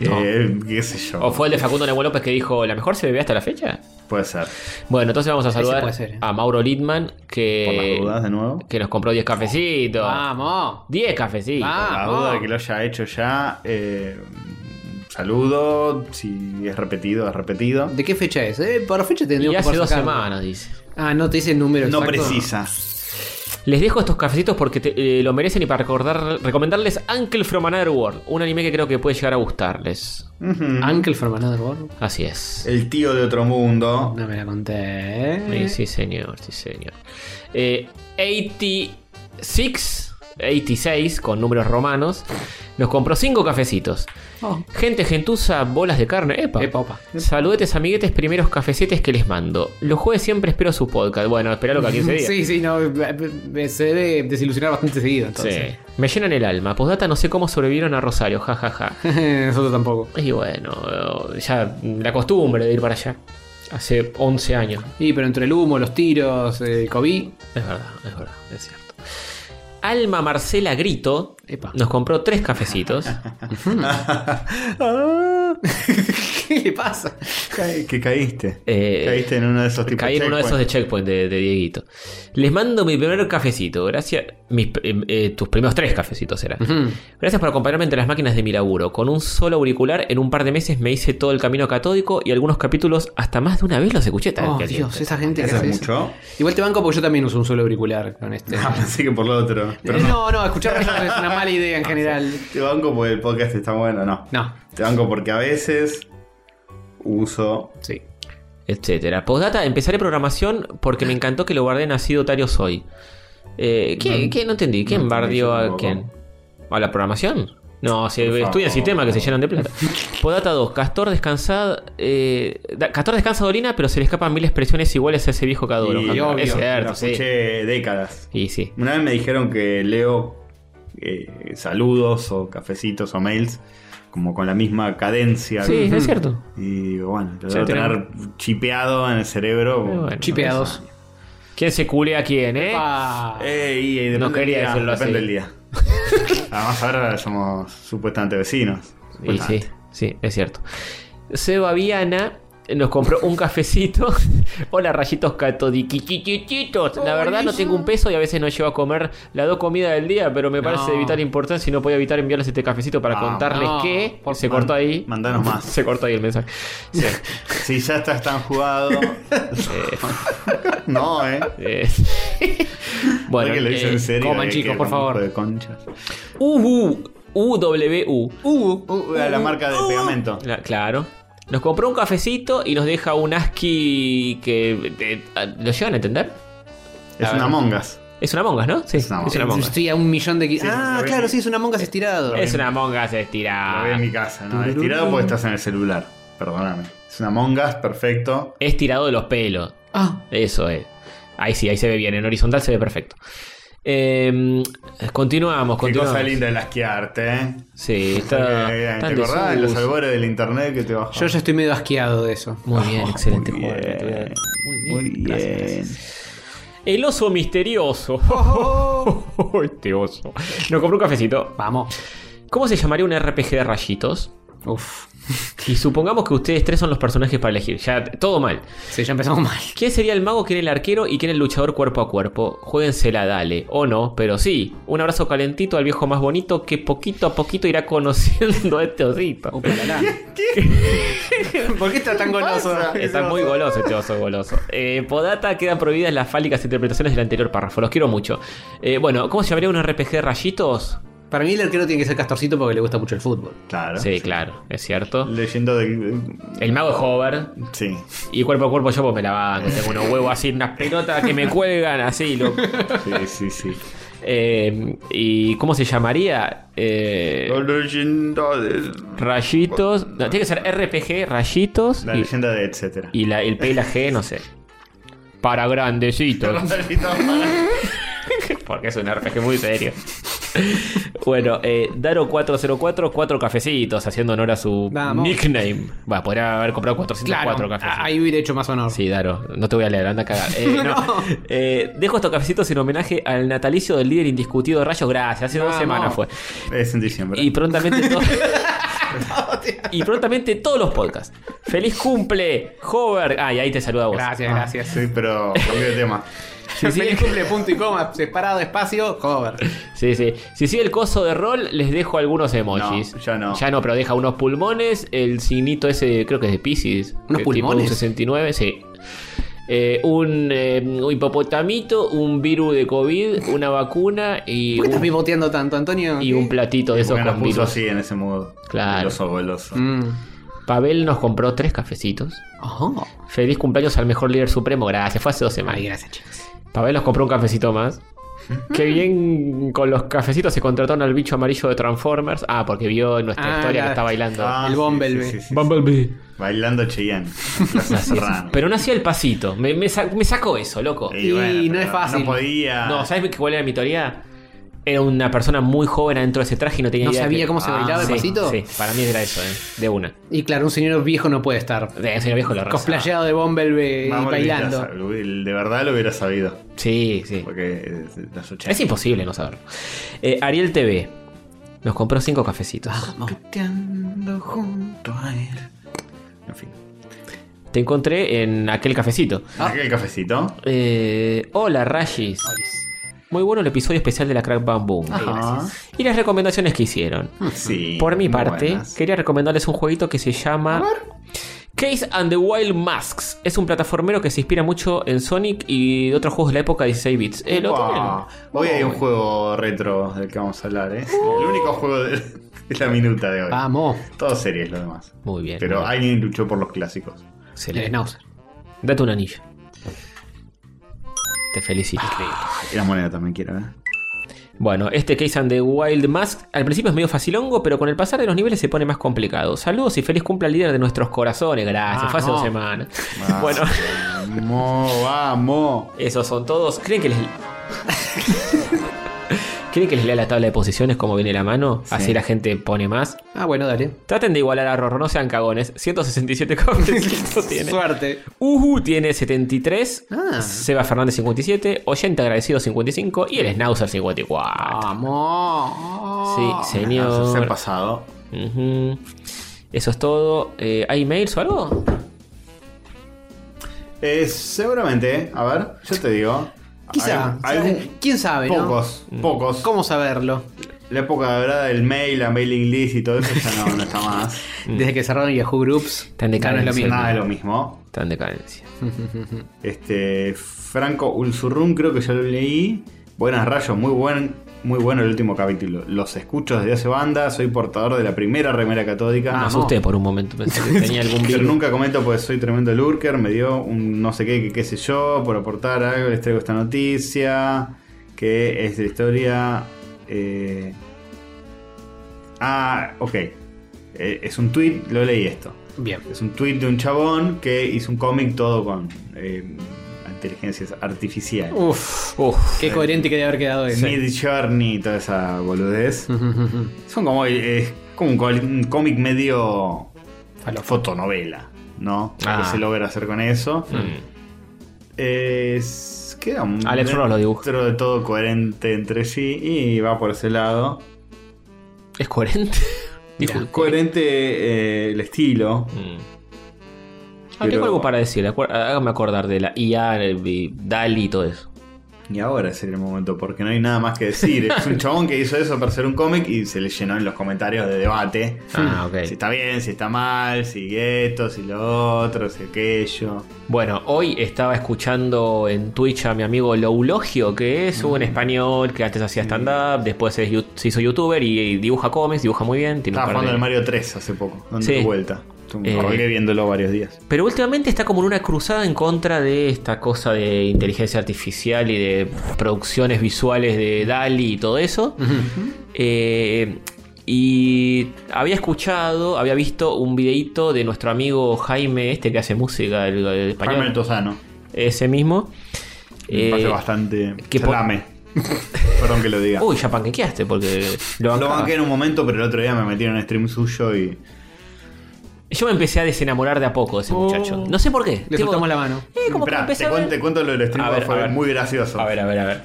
No. Eh, qué sé yo. ¿O fue el de Facundo Nemo López que dijo la mejor se bebía hasta la fecha? Puede ser. Bueno, entonces vamos a saludar puede ser, eh. a Mauro Lindman Por las que, dudas, de nuevo. que nos compró 10 cafecitos. Vamos. 10 cafecitos. Ah, Por la no. duda de que lo haya hecho ya. eh, un saludo. Si es repetido, es repetido. ¿De qué fecha es? Eh, por fecha y tendríamos que hace poder dos sacarlo. semanas, dice. Ah, no te dice el número No exacto. precisa. Les dejo estos cafecitos porque te- eh, lo merecen y para recordar, recomendarles Uncle from Another World, un anime que creo que puede llegar a gustarles. Ujú. Uncle from another world. Así es. El tío de otro mundo. No me la conté. ¿eh? Sí, sí, señor, sí, señor. Eh, 86, 86, con números romanos, nos compró cinco cafecitos. Oh. Gente gentuza, bolas de carne. Epa. Epa, opa. Saludetes, amiguetes, primeros cafecetes que les mando. Los jueves siempre espero su podcast. Bueno, esperalo cada 15 días. Sí, sí, no, me- me- se debe desilusionar bastante seguido entonces. Sí. Me llenan el alma. Postdata, no sé cómo sobrevivieron a Rosario. jajaja Nosotros tampoco. Y bueno, eh, ya la costumbre de ir para allá. Hace 11 años. Y pero entre el humo, los tiros, eh, el COVID. Es verdad, es verdad, es cierto. Alma Marcela Grito Epa. nos compró tres cafecitos. ¿Qué le pasa? Ca- Que caíste. Eh, caíste en uno de esos tipos Caí en uno de esos de checkpoint de, de Dieguito. Les mando mi primer cafecito. Gracias. mis pr- eh, eh, tus primeros tres cafecitos eran. Ujú. Gracias por acompañarme entre las máquinas de mi laburo. Con un solo auricular, en un par de meses me hice todo el camino catódico y algunos capítulos hasta más de una vez los escuché. Tan Oh, caliente. Dios, esa gente que Eso hace es eso. mucho. Igual te banco porque yo también uso un solo auricular con este. Ah, pensé que por lo otro. Pero Eh, no. Ah, no, no, escuchar radio es una mala idea en general. Te banco porque el podcast está bueno, no. No, Te banco porque a veces uso. sí. etcétera. Postdata, empezaré programación porque me encantó que lo guardé nacido Tario Soy. Eh, ¿qué, Mm. No, qué? No entendí. ¿Quién entendí bardió yo a tampoco. quién? ¿A la programación? No, se Por estudian favor. sistema que se llenan de plata. Podata 2. Castor descansada. eh, da- Castor descansa de orina, pero se le escapan mil expresiones iguales a ese viejo caduro. Y Jaca. obvio, es lo cierto, sí. escuché décadas. Y sí. Una vez me dijeron que leo eh, saludos o cafecitos o mails como con la misma cadencia. Sí, es cierto. Y digo, bueno, lo Sí, debo tener tenemos- chipeado en el cerebro. Eh, bueno. Chipeados. ¿Quién se culea a quién, eh? Pa. Eh, y, eh, depende No quería del día, decirlo Depende así. del día. Además, ahora somos supuestamente vecinos. Y sí, sí, es cierto. Seba Viana eh, nos compró un cafecito. Hola, rayitos catodiquichichichitos. La verdad, no tengo un peso y a veces no llevo a comer la dos comida del día, pero me parece No. de vital importancia y no podía evitar enviarles este cafecito para Vamos. contarles No, que por se Ah, Man- cortó ahí. mandanos más. Se cortó ahí el mensaje. Sí. si ya estás tan jugado. no, eh. Eh, bueno, Porque lo hice en eh, serio. coman, eh, chicos, que por era un favor. poco de conchas. UW, UWU. Uh, Uh, la marca de pegamento. La- claro. Nos compró un cafecito y nos deja un ASCII que... eh, ¿Lo llegan a entender? Es una mongas. Es una mongas, ¿no? Sí, Es una Among Us. Among Us. Estoy a un millón de... Sí, ah, lo vi. claro, sí, es una monga estirado. Es una mongas Ah. Lo vi en mi estirada. casa, ¿no? Estirado porque estás en el celular. Perdóname. Es una mongas, perfecto. Es tirado de los pelos. Ah, Eso es. Ahí sí, ahí se ve bien. En horizontal se ve perfecto. Em, continuamos, Qué continuamos. cosa linda el asquearte, eh. Sí, está. Eh, está ¿Te en acordás de los desuso. albores del internet que te bajó? yo ya estoy medio asqueado de eso. Muy bien, Oh, excelente muy juego. bien. Muy bien. Muy bien. gracias, gracias. El oso misterioso. este oso. Nos compró un cafecito. Vamos. ¿Cómo se llamaría un RPG de rayitos? Uf. Y supongamos que ustedes tres son los personajes para elegir. Ya, todo mal. Sí, ya empezamos mal. ¿Quién sería el mago, quién el arquero y quién el luchador cuerpo a cuerpo? Juéguensela, dale. O no, pero sí. Un abrazo calentito al viejo más bonito que poquito a poquito irá conociendo a este osito. Ojalá. ¿Por qué está tan goloso? pasa? Está muy goloso este oso goloso. Eh, podata, quedan prohibidas las fálicas interpretaciones del anterior párrafo. Los quiero mucho. Eh, bueno, ¿cómo se llamaría un RPG de rayitos? Para mí el arquero tiene que ser Castorcito porque le gusta mucho el fútbol. Claro. Sí, claro, es cierto. Leyendo del. El mago es Hover. Sí. Y cuerpo a cuerpo yo pues me la banco. Tengo unos huevos así, unas pelotas que me cuelgan así. Lo... Sí, sí, sí. Eh, ¿Y cómo se llamaría? Eh, La leyenda de. rayitos. No, tiene que ser RPG, rayitos. La y- leyenda de etcétera. Y la- el P y la G, no sé. Para grandecitos. Porque es un RPG muy serio. Bueno, eh, Daro404, cuatro cafecitos, haciendo honor a su Vamos. nickname. Va, podría haber comprado 404 Claro, cafés. ahí hubiera hecho más honor. Sí, Daro, no te voy a leer, anda a cagar. Eh, no. Eh, dejo estos cafecitos en homenaje al natalicio del líder indiscutido de Rayos. Gracias, hace dos Vamos. semanas fue. Es en diciembre. Y prontamente, to- y prontamente todos los podcasts. ¡Feliz cumple, Hover! Ah, y ahí te saluda vos. Gracias, Ah, gracias. Sí, pero cambio de tema. Sí, sí. Feliz cumple, punto y coma, separado, espacio, cover. Sí, sí. Si sigue el coso de rol, les dejo algunos emojis. No, ya no. Ya no, pero deja unos pulmones. El signito ese, creo que es de Pisces. ¿Unos que es tipo pulmones? un 69, sí. Eh, un, eh, un hipopotamito, un virus de COVID, una vacuna y ¿Por qué estás un, pivoteando tanto, Antonio? y un platito de esos Porque nos con puso virus. así en ese modo. Claro. Goloso, goloso. Mm. Pavel nos compró tres cafecitos. Ojo. Feliz cumpleaños al mejor líder supremo. Gracias, fue hace dos semanas. Ay, gracias, chicos. Pavel nos compró un cafecito más. Qué bien con los cafecitos se contrataron al bicho amarillo de Transformers. Ah, porque vio en nuestra Ah, historia la- que está bailando. Ah, El sí, Bumblebee. sí, sí, sí. Bumblebee. Bailando Cheyenne. Plaza Serrano. Pero no hacía el pasito. Me, me sa- me sacó eso, loco. Y, bueno, Y no pero es fácil. No podía. No, ¿sabes qué- cuál era mi teoría? Era una persona muy joven adentro de ese traje y no tenía ¿No idea. sabía que- cómo se Ah, bailaba el sí, pasito? Sí, para mí era eso, ¿eh? De una. Y claro, un señor viejo no puede estar. De ese viejo lo reza. Cosplayado de Bumblebee y Vamos, lo hubiera bailando. sabido, De verdad lo hubiera sabido. Sí, sí. Porque eh, es de los 80. Es imposible no saberlo. Eh, Ariel TV nos compró cinco cafecitos. Ah. Coqueteando junto a él. En fin. Te encontré en aquel cafecito. Ah. Aquel cafecito. Eh, hola, Rayis. Muy bueno el episodio especial de la Crack Bam Boom. Ajá. Y las recomendaciones que hicieron. Ah. Sí. Por mi muy parte, buenas. quería recomendarles un jueguito que se llama Case and the Wild Masks. Es un plataformero que se inspira mucho en Sonic y de otros juegos de la época 16 bits. Eh, lo Upa. tienen. Hoy hay un juego retro del que vamos a hablar, ¿eh? El único juego de, de la minuta de hoy. Vamos, Todo series lo demás. Muy bien. Pero muy bien. alguien luchó por los clásicos. el Excelente. Schnauzer. Date un anillo. Te felicito. Y la moneda también quiero, ¿eh? Bueno, este Case and the Wild Mask al principio es medio facilongo, pero con el pasar de los niveles se pone más complicado. Saludos y feliz cumple al líder de nuestros corazones. Gracias, Ah, fue hace no. dos semanas. Ah, Bueno, Vamos, vamos. esos son todos. ¿Creen que les... ¿Creen que les lea la tabla de posiciones como viene la mano? Así Sí. la gente pone más. Ah, bueno, dale. Traten de igualar a Rorro, no sean cagones. 167 cafecitos tiene. Suerte. Uhu tiene 73. Ah. Seba Fernández 57. Oyente agradecido 55. Y el Snauzer 54. Ah. Vamos. Sí, señor. Ah, Se ha pasado. Ujú. Eso es todo. Eh, ¿Hay mails o algo? Eh, seguramente, a ver, yo te digo. Quizá. Hay- hay ¿sabe? ¿Quién sabe? no? pocos, pocos. ¿Cómo saberlo? La época de verdad del mail, la mailing list y todo eso ya no, no está más. Desde que cerraron Yahoo Groups. Tan Mm. de ya no es lo carencia. Ah, mismo. Nada de lo mismo. Están de cadencia. Este, Franco Ulzurrum, creo que ya lo leí. Buenas rayos, muy buen, muy bueno el último capítulo. Los escucho desde hace banda, soy portador de la primera remera catódica. Me Ah, asusté por un momento. Pensé que tenía algún Pero virus. nunca comento porque soy tremendo lurker, me dio un no sé qué, que qué sé yo, por aportar algo, les traigo esta noticia, que es de historia... eh, Ah, ok. Eh, es un tweet, lo leí esto. Bien. Es un tweet de un chabón que hizo un cómic todo con eh, inteligencias artificiales. Uf, Uf. qué coherente que debe haber quedado eso. Mid Journey, toda esa boludez. Son como, eh, es como un col- un cómic medio Falopa. fotonovela, ¿no? Ah. Que se logra hacer con eso. Mm. Es, queda un Alex Ross lo dibuja. dentro de todo coherente entre sí y va por ese lado. ¿Es coherente? Dijo- Coherente eh, el estilo. Mm. Ah, Pero- Tengo algo para decir. acuer- Hágame acordar de la IA, el- el Dali y todo eso. Y ahora es el momento, porque no hay nada más que decir. es un chabón que hizo eso para hacer un cómic y se le llenó en los comentarios de debate. Ah, ok. Si está bien, si está mal, si esto, si lo otro, si aquello. Bueno, hoy estaba escuchando en Twitch a mi amigo Loulogio, que es Mm. un español que antes hacía stand-up, después es yu- se hizo youtuber y, y dibuja cómics, dibuja muy bien. Tiene un Estaba par jugando de- al Mario 3 hace poco, dando Sí. vuelta. Eh, Colgué viéndolo varios días. Pero últimamente está como en una cruzada en contra de esta cosa de inteligencia artificial y de producciones visuales de Dali y todo eso. Eh, y había escuchado, había visto un videito de nuestro amigo Jaime, este que hace música, el, el español. Jaime Tosano. Ese mismo. Me parece Eh, bastante. que po- salame. Perdón que lo diga. Uy, ya panquequeaste porque lo lo bancaba. banqué en un momento, pero el otro día me metí en un stream suyo y. Yo me empecé a desenamorar de a poco de ese Oh. muchacho. No sé por qué. Le Tipo, soltamos la mano. eh, como que Esperá, empecé te, a ver- cuento, te cuento lo del stream A ver, porque fue a ver. muy gracioso. A ver, a ver, a ver.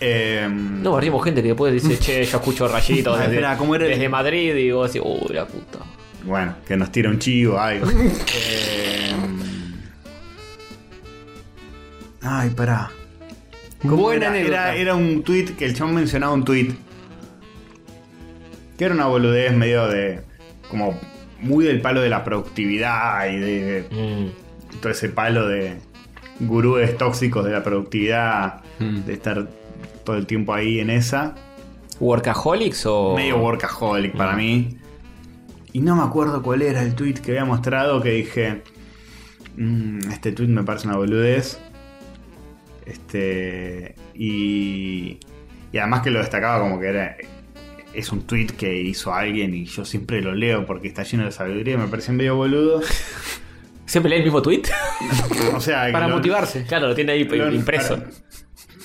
Eh, No, perdimos gente que después dice, che, yo escucho rayitos Ah, desde, espera, ¿cómo era el- desde Madrid y vos decís, uy, la puta. Bueno, que nos tira un chivo, algo. Eh, ay, pará. ¿Cómo Buena era? anécdota. Era, era un tweet que el chabón mencionaba un tweet. Que era una boludez medio de. como muy del palo de la productividad y de. Mm. todo ese palo de gurúes tóxicos de la productividad, Mm. de estar todo el tiempo ahí en esa. ¿Workaholics o.? Medio workaholic para Mm. mí. Y no me acuerdo cuál era el tweet que había mostrado que dije. "Mm, este tweet me parece una boludez. Este. Y. Y además que lo destacaba como que era. Es un tweet que hizo alguien y yo siempre lo leo porque está lleno de sabiduría y me pareció medio boludo. ¿Siempre lee el mismo tweet? O sea, que Para lo- motivarse. claro, lo tiene ahí lo- impreso.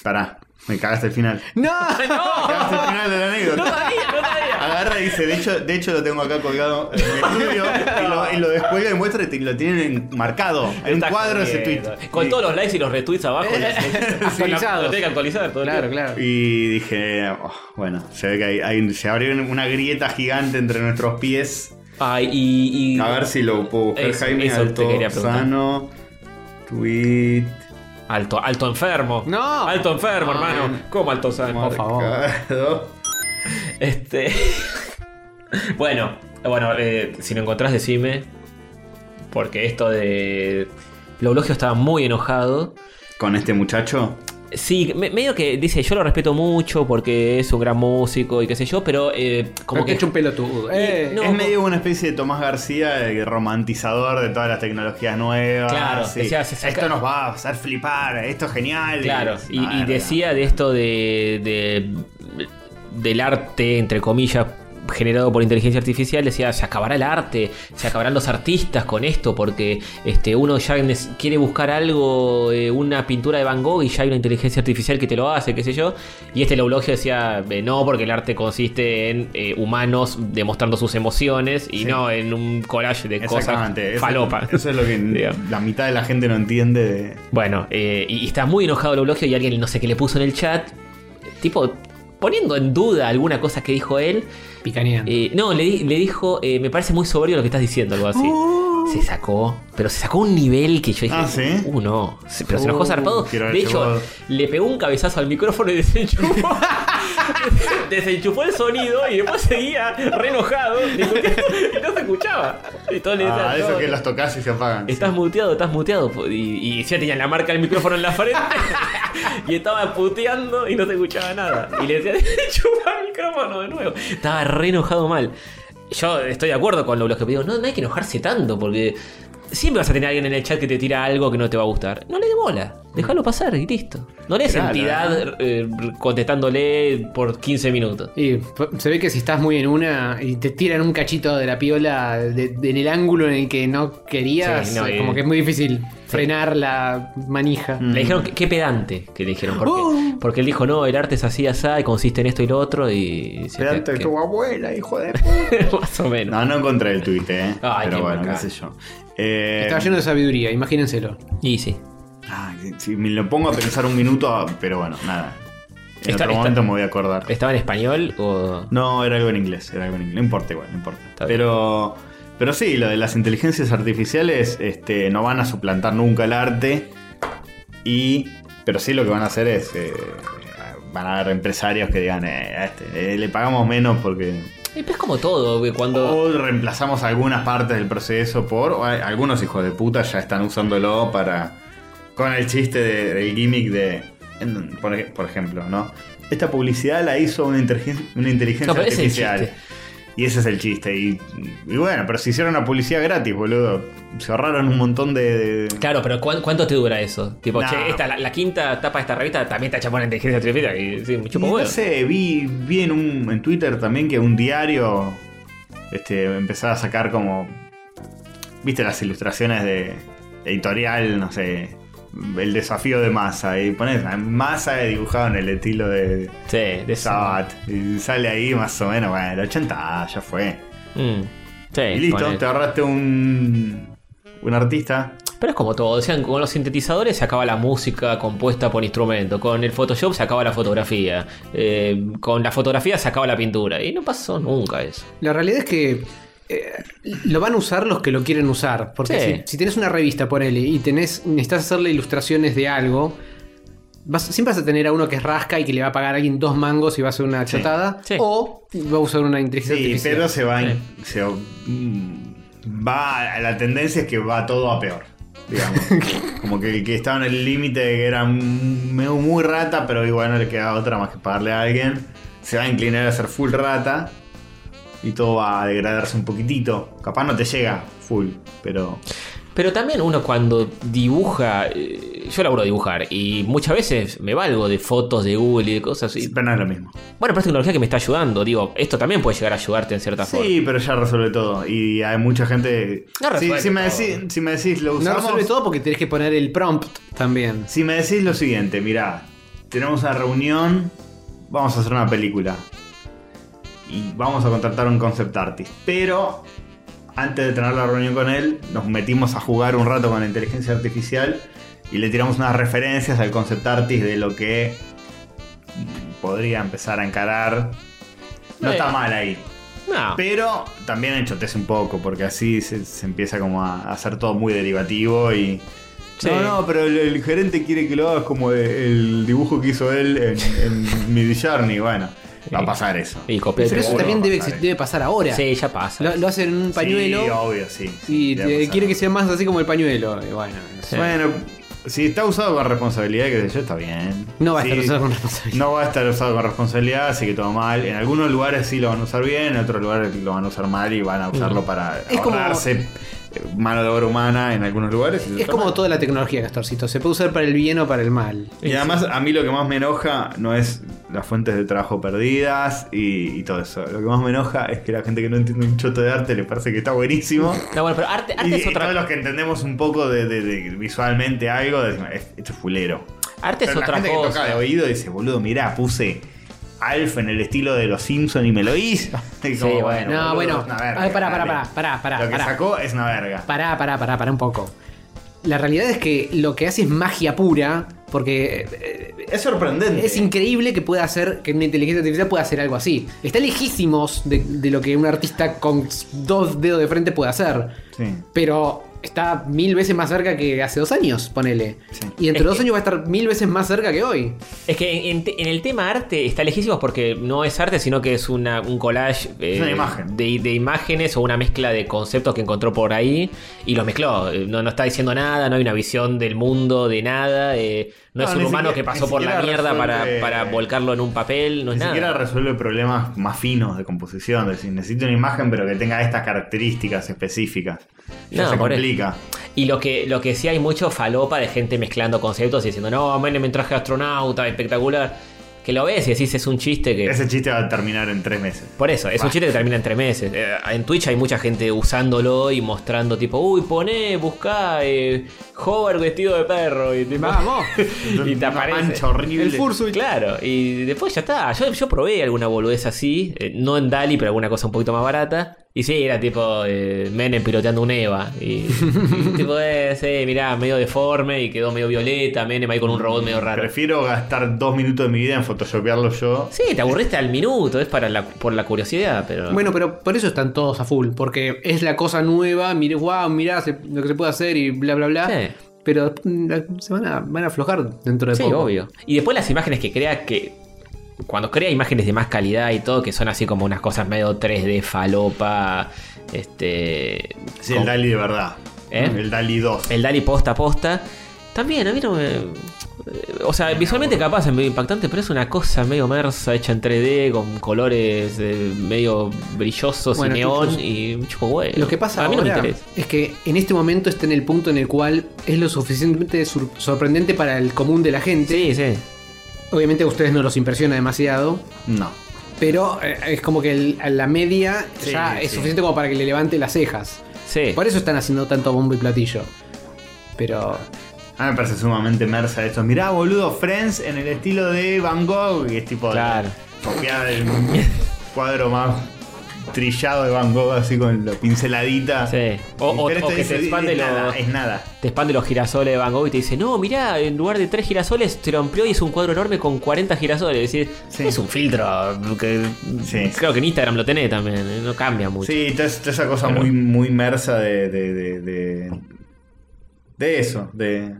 Pará, me cagaste el final. ¡No! ¡No! Cagaste el final de la ¡No anécdota. sabía, no sabía! Agarra y dice, de hecho, de hecho lo tengo acá colgado en mi estudio y lo, y lo descuelga y muestra y te- lo tienen marcado en un Está cuadro ese tweet. jodiendo. Con todos los likes y los retweets abajo. Eh, y así. Actualizados. Lo tiene que actualizar todo el Claro, tiempo. claro. Y dije, "Oh, bueno, se ve que hay, hay- se abrió una grieta gigante entre nuestros pies. Ay, y. y- A ver si lo puedo buscar Eso- Jaime eso te quería Alto preguntar. Sano. Tweet. Alto, alto enfermo. No. Alto enfermo, Ah. hermano. ¿Cómo alto sano? favor. marcado. Este. bueno, bueno, eh, si lo encontrás, decime. Porque esto de. Blaublogio estaba muy enojado. Con este muchacho. Sí, me- medio que dice, yo lo respeto mucho porque es un gran músico y qué sé yo, pero eh, como que... hecho un pelotudo. Eh, No, es co- medio una especie de Tomás García, el romantizador de todas las tecnologías nuevas. Claro, sí. decía, se saca- Esto nos va a hacer flipar, esto es genial. Claro, y, Ah, y era- decía de esto de, de- del arte, entre comillas, generado por inteligencia artificial, decía, se acabará el arte, se acabarán los artistas con esto, porque este, uno ya nes- quiere buscar algo, eh, una pintura de Van Gogh y ya hay una inteligencia artificial que te lo hace, qué sé yo. Y este Leulogio decía, eh, no, porque el arte consiste en eh, humanos demostrando sus emociones y Sí. no en un collage de cosas Exactamente. eso- falopa. Eso, es lo que Digo. la mitad de la gente no entiende. de- Bueno, eh, y, y está muy enojado el blogio y alguien no sé qué le puso en el chat, tipo poniendo en duda alguna cosa que dijo él. picaneando. Eh, no, le, di- le dijo, eh, me parece muy soberbio lo que estás diciendo, algo así. Se sacó, pero se sacó un nivel que yo dije, Oh. Ah, ¿sí? uh, no, Se- pero se enojó Uh, zarpado. quiero haber De hecho, llevado. le pegó un cabezazo al micrófono y desenchufó. desenchufó el sonido y después seguía re enojado discutiendo, y no se escuchaba. Y todo le decía, Ah, eso "No, que los tocas y se apagan. Estás muteado, estás muteado. po- Y, y ya tenía la marca del micrófono en la frente. y estaba puteando y no te escuchaba nada. Y le decía, chupa el micrófono de nuevo. Estaba re enojado mal. Yo estoy de acuerdo con lo que digo. No, no hay que enojarse tanto porque siempre vas a tener a alguien en el chat que te tira algo que no te va a gustar. No le dé bola. Déjalo pasar y listo. No le des Claro. entidad eh, contestándole por 15 minutos. Y f- se ve que si estás muy en una y te tiran un cachito de la piola de- de- en el ángulo en el que no querías, Sí, Mm. no, eh, y- como que es muy difícil frenar la manija. Le dijeron que, qué pedante que le dijeron. Porque, Oh. porque él dijo, no, el arte es así, así, y consiste en esto y lo otro. Y se- Esperate, que- tu abuela, hijo de puta. Más o menos. No, no encontré el tweet, eh. Ay, pero qué bueno, qué bacán. sé yo. Eh, Estaba lleno de sabiduría, imagínenselo. Y sí. ah, si me lo pongo a pensar un minuto, pero bueno, nada. Está- En otro está- momento me voy a acordar. ¿Estaba en español o.? No, era algo en inglés, era algo en inglés. No importa igual, no importa. Está bien. Pero, pero sí, lo de las inteligencias artificiales este, no van a suplantar nunca el arte. Y. Pero sí lo que van a hacer es. eh, van a haber empresarios que digan, "Eh, a este, eh, le pagamos menos porque. Eh, pero es como todo, que cuando. O reemplazamos algunas partes del proceso por. o hay- algunos hijos de puta ya están usándolo para. Con el chiste de- del gimmick de. en- por, ej- por ejemplo, ¿no? Esta publicidad la hizo una, intergen- una inteligencia No, pero ese es el artificial. chiste. Y ese es el chiste. Y, y bueno, pero se hicieron una publicidad gratis, boludo. Se ahorraron un montón de. de- Claro, pero ¿cuán- ¿cuánto te dura eso? Tipo, No. che, esta, la, la quinta tapa de esta revista también está hecha por una inteligencia artificial. Y, sí, me Y chupa un no huevo. sé, vi, vi en, un, en Twitter también que un diario este, empezaba a sacar como. ¿Viste las ilustraciones de editorial? No sé. El desafío de masa. Y pones a masa dibujado en el estilo de Sí, de eso. Sabat. Y sale ahí más o menos, bueno, 80, ah, ya fue. Mm. Sí, Y listo, ponele. te ahorraste un. Un artista. Pero es como todo, decían, con los sintetizadores se acaba la música compuesta por instrumento, con el Photoshop se acaba la fotografía, eh, con la fotografía se acaba la pintura, y no pasó nunca eso. La realidad es que eh, lo van a usar los que lo quieren usar. Porque Sí. si, si tenés una revista, ponele, y tenés, necesitas hacerle ilustraciones de algo, vas- siempre vas a tener a uno que rasca y que le va a pagar a alguien dos mangos y va a hacer una Sí. chotada. Sí. O va a usar una inteligencia Sí, artificial. pero se va. Sí. se- mm, va. La tendencia es que va todo a peor. Digamos. Como que el que estaba en el límite de que era un- medio muy rata, pero igual no le queda otra más que pagarle a alguien. Se va a inclinar a ser full rata. Y todo va a degradarse un poquitito. Capaz no te llega full, pero. Pero también uno cuando dibuja, eh, yo laburo a dibujar, y muchas veces me valgo de fotos de Google y de cosas así. Pero no es lo mismo. Bueno, pero es tecnología que me está ayudando, digo, esto también puede llegar a ayudarte en cierta forma. Sí, pero ya resuelve todo. Y hay mucha gente. No Sí, resuelve si, me todo. decís, si me decís, lo No usamos. resuelve todo porque tenés que poner el prompt también. Si me decís lo siguiente, mirá, tenemos una reunión, vamos a hacer una película. Y vamos a contratar a un concept artist. Pero antes de tener la reunión con él, nos metimos a jugar un rato con la inteligencia artificial y le tiramos unas referencias al concept artist de lo que podría empezar a encarar. No Eh. está mal ahí. No. Pero también enchotece un poco, porque así se, se empieza como a hacer todo muy derivativo y. Sí. No, no, pero el, el gerente quiere que lo hagas como el, el dibujo que hizo él en, en Mid Journey. Bueno, va a pasar eso. Y copié Pero eso seguro también va a debe, pasar, eh. debe pasar ahora. Sí, ya pasa. Lo, lo hacen en un pañuelo Sí, obvio, sí. sí, y debe te- pasar. quiere que sea más así como el pañuelo. Y bueno, Sí. Bueno, si está usado con responsabilidad, que yo, está bien. no va a Sí, estar usado con responsabilidad. No va a estar usado con responsabilidad, así que todo mal. En algunos lugares sí lo van a usar bien, en otros lugares lo van a usar mal y van a usarlo para Mm. Es como- ahorrarse eh, mano de obra humana en algunos lugares. y Es está como mal. toda la tecnología, Castorcito. Se puede usar para el bien o para el mal. Y además a mí lo que más me enoja no es las fuentes de trabajo perdidas y, y todo eso. Lo que más me enoja es que la gente que no entiende un choto de arte le parece que está buenísimo. No, bueno, pero arte, arte Y, es y otra todos los que entendemos un poco de, de- de visualmente algo, decimos, "Es- esto es fulero. Arte es Pero otra la gente que cosa. toca de oído dice, boludo, mirá, puse Alf en el estilo de los Simpson y me lo hizo. Y como, bueno. boludo, No, bueno. es una verga, A ver, pará, dale. pará, pará, pará, pará, Lo que pará. sacó es una verga. Pará, pará, pará, pará un poco. La realidad es que lo que hace es magia pura, porque eh, Es sorprendente. es increíble que pueda hacer, que una inteligencia artificial pueda hacer algo así. Está lejísimos de, de lo que un artista con dos dedos de frente puede hacer. Sí. Pero está mil veces más cerca que hace dos años, ponele. Sí. Y entre Es dos que- años va a estar mil veces más cerca que hoy. Es que en, en te- en el tema arte está lejísimo porque no es arte, sino que es una, un collage eh, Es una imagen. De, de imágenes o una mezcla de conceptos que encontró por ahí y los mezcló. Eh, No, no está diciendo nada, no hay una visión del mundo, de nada. eh, no, No, es un ni humano siquiera- que pasó ni por la siquiera mierda para, resuelve- para volcarlo en un papel, no es Ni nada. siquiera resuelve problemas más finos de composición. Es decir, necesito una imagen, pero que tenga estas características específicas. Ya No, se por eso. complica. Y lo que, lo que sí hay mucho falopa de gente mezclando conceptos y diciendo, no, Menem me traje astronauta, espectacular. Que lo ves y decís, es un chiste que... Ese chiste va a terminar en tres meses. Por eso, es un Bah. chiste que termina en tres meses. Eh, en Twitch hay mucha gente usándolo y mostrando tipo, uy, poné, buscá, eh, hover vestido de perro. Y tipo, Vamos. y te Una aparece. mancha horrible. El fursuit. Claro, y después ya está. Yo, yo probé alguna boludez así, eh, no en Dali, pero alguna cosa un poquito más barata. Y sí, era tipo eh, Menem piloteando un Eva. Y, y tipo, eh, sí, mirá, medio deforme y quedó medio violeta. Menem ahí con un robot medio raro. Prefiero gastar dos minutos de mi vida en photoshopearlo yo. Sí, te aburriste al minuto, es para la, por la curiosidad, pero. Bueno, pero por eso están todos a full, porque es la cosa nueva, mire, wow, mirá se- lo que se puede hacer y bla, bla, bla. Sí. Pero mm, la- se van a, van a aflojar dentro de Sí, poco. obvio. Y después las imágenes que crea que. Cuando crea imágenes de más calidad y todo, que son así como unas cosas medio 3D, falopa. Este. Sí, con- el Dali de verdad. ¿Eh? El Dali 2. el Dali posta a posta. También, a mí no me. eh, o sea, visualmente capaz es medio impactante, pero es una cosa medio mersa, hecha en 3D, con colores eh, medio brillosos Bueno, y neón. incluso- Y chupo huevo. Lo que pasa A mí no me ahora interesa. es que en este momento está en el punto en el cual es lo suficientemente sur- sorprendente para el común de la gente. Sí, sí. Obviamente a ustedes no los impresiona demasiado, No. pero eh, es como que el- a la media Sí, ya sí. es suficiente como para que le levante las cejas. Sí. Por eso están haciendo tanto bombo y platillo. Pero A mí me parece sumamente mersa esto. Mirá, boludo, Friends en el estilo de Van Gogh, que es tipo Claro. copiar el cuadro más trillado de Van Gogh, así con la pinceladita. Sí. O- o- Pero o este que dice, te expande es lo- nada, es nada. Te expande los girasoles de Van Gogh y te dice, no, mirá, en lugar de tres girasoles te lo amplió y es un cuadro enorme con 40 girasoles. Es decir, Sí. es un filtro que Sí. creo que en Instagram lo tenés también, eh, no cambia mucho. Sí, toda esa- toda esa cosa Pero- muy, muy mersa de de, de, de. de eso, de.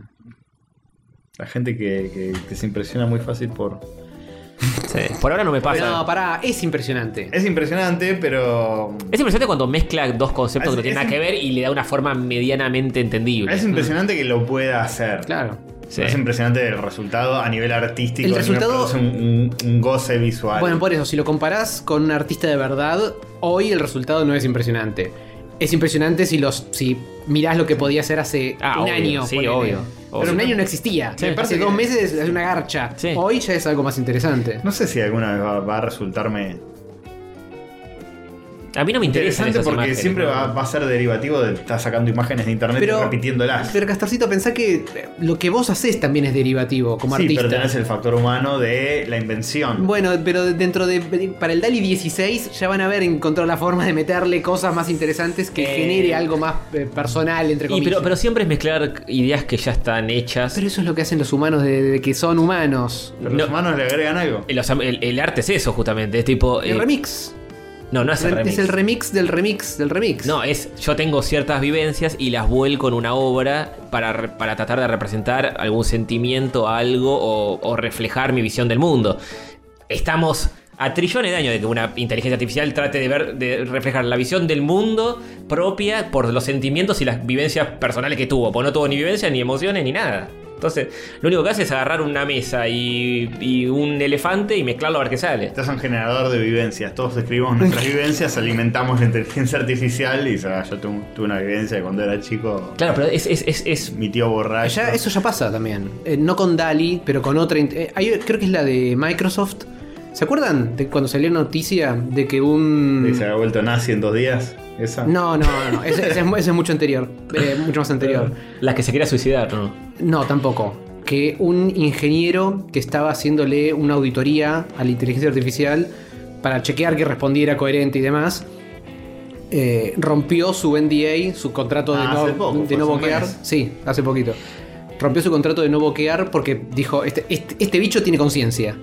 La gente que, que- que se impresiona muy fácil por. Sí. Por ahora no me pasa. no, pará, es impresionante. Es impresionante, pero. Es impresionante cuando mezcla dos conceptos Es- que no tienen es nada que im- ver y le da una forma medianamente entendible. Es impresionante que lo pueda hacer. Claro. Sí. Es impresionante el resultado a nivel artístico. El a nivel resultado- produce un, un- un goce visual. Bueno, por eso, si lo comparás con un artista de verdad, hoy el resultado no es impresionante. Es impresionante si los si mirás lo que podía hacer hace Ah, un obvio, año. sí, ponele. obvio, Pero obvio. un año no existía. Sí, hace aparte dos que- meses es una garcha. Sí. Hoy ya es algo más interesante. No sé si alguna vez va, va a resultarme A mí no me interesa. interesante porque siempre va, va a ser derivativo de estar sacando imágenes de internet y repitiéndolas. pero Castorcito, pensá que lo que vos haces también es derivativo como sí, pero artista. tenés el factor humano de la invención. Bueno, pero dentro de. Para el DALI 16 ya van a ver encontrar la forma de meterle cosas más interesantes que Eh. genere algo más eh, personal, entre comillas. pero, pero siempre es mezclar ideas que ya están hechas. Pero eso es lo que hacen los humanos desde que son humanos. Pero no. los humanos le agregan algo. El, el- el arte es eso, justamente. Es tipo. eh, El remix. No, no es el Re- remix. Es el remix del remix del remix. No, es yo tengo ciertas vivencias y las vuelco en una obra para, re- para tratar de representar algún sentimiento, algo o, o reflejar mi visión del mundo. Estamos a trillones de años de que una inteligencia artificial trate de ver de reflejar la visión del mundo propia por los sentimientos y las vivencias personales que tuvo, pues no tuvo ni vivencias ni emociones ni nada. Entonces, lo único que hace es agarrar una mesa y, y un elefante y mezclarlo a ver qué sale. Estás un generador de vivencias. Todos escribimos nuestras vivencias, alimentamos la inteligencia artificial y ah, yo tu- tuve una vivencia de cuando era chico. Claro, pero es, es, es, es Mi tío borracho. Ya- eso ya pasa también. Eh, no con Dali, pero con otra. int- eh, hay- creo que es la de Microsoft. ¿Se acuerdan de cuando salió noticia de que un. Y se había vuelto nazi en dos días. Esa. No, no, no. no. Ese, ese es, mu- ese es mucho anterior. eh, mucho más anterior. la que se quiera suicidar, ¿no? No, tampoco. Que un ingeniero que estaba haciéndole una auditoría a la inteligencia artificial para chequear que respondiera coherente y demás, eh, rompió su NDA, su contrato de Ah, no, hace poco, de no fue hace un boquear. mes. Sí, hace poquito. Rompió su contrato de no boquear porque dijo, este, este, este bicho tiene conciencia.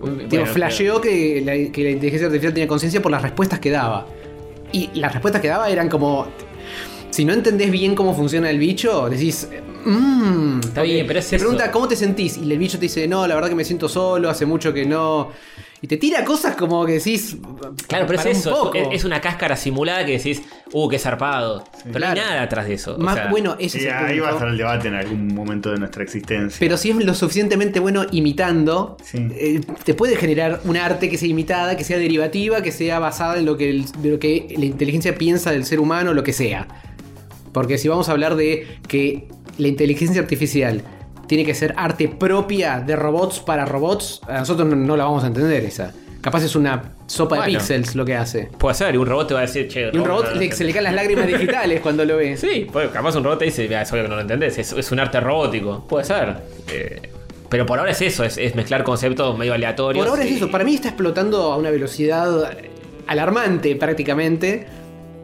Tipo, Bueno, flasheó que la, que la inteligencia artificial tenía conciencia por las respuestas que daba. Y las respuestas que daba eran como. Si no entendés bien cómo funciona el bicho, decís. Mmm. Está bien, pero es Te eso. pregunta cómo te sentís. Y el bicho te dice, no, la verdad que me siento solo, hace mucho que no. Y te tira cosas como que decís. Claro, pero "Para es un eso. poco". Es, es una cáscara simulada que decís, uh, qué zarpado. Pero no hay Claro. nada atrás de eso. o Más sea, bueno, ese Sí, es el ahí va a punto. estar el debate en algún momento de nuestra existencia. Pero si es lo suficientemente bueno imitando, Sí. eh, te puede generar un arte que sea imitada, que sea derivativa, que sea basada en lo que, el- de lo que la inteligencia piensa del ser humano, lo que sea. Porque si vamos a hablar de que la inteligencia artificial tiene que ser arte propia de robots para robots, a nosotros no, no la vamos a entender esa. Capaz es una sopa de Bueno. píxeles lo que hace. Puede ser, y un robot te va a decir, che, Y un robot, robot no, le- no, se le caen las lágrimas digitales cuando lo ve. Sí, pues, capaz un robot te dice, "Ah, es obvio que no lo entendés, es, es un arte robótico. Puede ser. Eh, pero por ahora es eso, es, es mezclar conceptos medio aleatorios. Por ahora es y- eso. Para mí está explotando a una velocidad eh, alarmante prácticamente.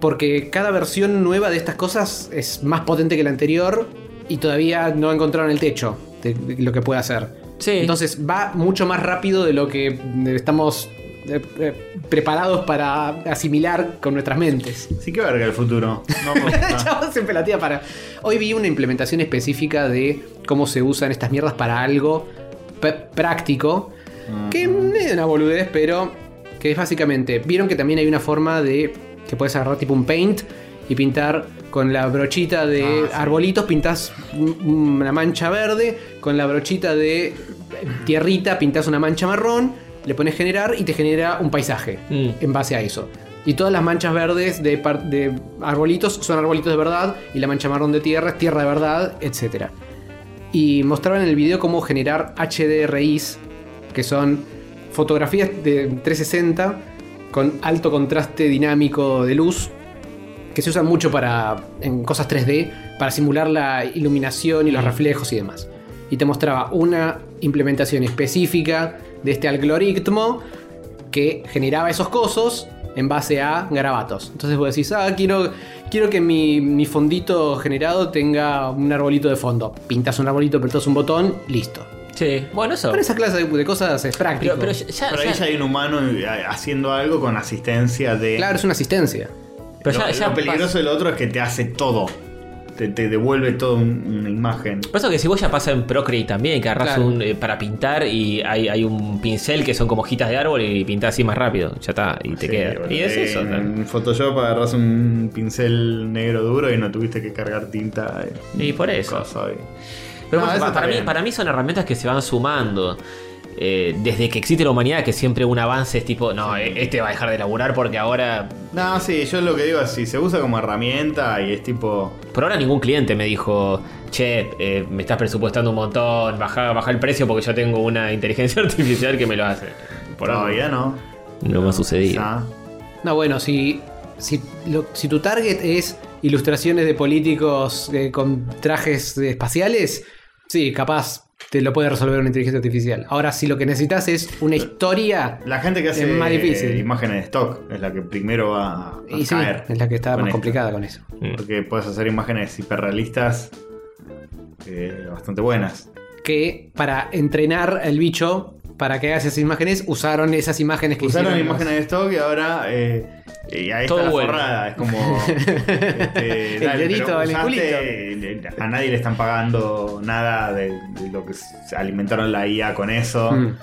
Porque cada versión nueva de estas cosas es más potente que la anterior. Y todavía no encontraron el techo de, de lo que puede hacer. Sí. Entonces va mucho más rápido de lo que eh, estamos eh, eh, preparados para asimilar con nuestras mentes. Sí, que verga el futuro. No me gusta. Chabón siempre la tira para. Hoy vi una implementación específica de cómo se usan estas mierdas para algo pr- práctico. Que es una boludez, pero que es básicamente. Vieron que también hay una forma de que puedes agarrar tipo un paint y pintar con la brochita de Ah, sí. arbolitos, pintás un- una mancha verde, con la brochita de tierrita pintás una mancha marrón, le pones generar y te genera un paisaje Mm. en base a eso. Y todas las manchas verdes de, par- de arbolitos son arbolitos de verdad y la mancha marrón de tierra es tierra de verdad, etc. Y mostraban en el video cómo generar HDRIs, que son fotografías de 360 con alto contraste dinámico de luz que se usan mucho para en cosas 3D para simular la iluminación y los reflejos y demás. Y te mostraba una implementación específica de este algoritmo que generaba esos cosos en base a garabatos. Entonces vos decís, ah, quiero, quiero que mi, mi fondito generado tenga un arbolito de fondo. Pintas un arbolito, apretas un botón, listo. Sí, bueno, eso. Para esa clase de, de cosas es práctico. Pero, pero ya, ya- Pero ahí ya- ya hay un humano eh, haciendo algo con asistencia de. claro, es una asistencia. pero lo, ya- ya lo peligroso pasa- del otro es que te hace todo. Te, te devuelve toda un- una imagen. Por eso que si vos ya pasa en Procreate también, que agarras Claro. un, eh, para pintar y hay, hay un pincel que son como hojitas de árbol y pintas así más rápido. Ya está, y te Sí, queda. bueno, y es eh, eso. también. En Photoshop agarras un pincel negro duro y no tuviste que cargar tinta. eh, Y por eso. cosa, eh. Pero No, por eso, eso pa- está para, mí, bien. para mí son herramientas que se van sumando. Eh, desde que existe la humanidad, que siempre un avance es tipo, no, eh, este va a dejar de laburar porque ahora. No, sí, yo lo que digo es si se usa como herramienta y es tipo. Por ahora ningún cliente me dijo, che, eh, me estás presupuestando un montón, baja, baja el precio porque yo tengo una inteligencia artificial que me lo hace. Por ahora todavía no. no me ha sucedido. Ya. No, bueno, si, si, lo- si tu target es ilustraciones de políticos eh, con trajes eh, espaciales, sí, capaz te lo puede resolver una inteligencia artificial. Ahora, si lo que necesitas es una historia, La gente que hace Es más difícil. eh, imágenes de stock es la que primero va a, a y sí, caer. es la que está con más esto. complicada con eso. Mm. Porque puedes hacer imágenes hiperrealistas eh, bastante buenas. Que para entrenar el bicho, para que haga esas imágenes, usaron esas imágenes que Usaron hicieron los- imágenes de stock y ahora. eh, y ahí Todo está la bueno. forrada. Es como. este, El dale, dedito pero en el usaste- culito. A nadie le están pagando nada de, de lo que se alimentaron la IA con eso. Mm.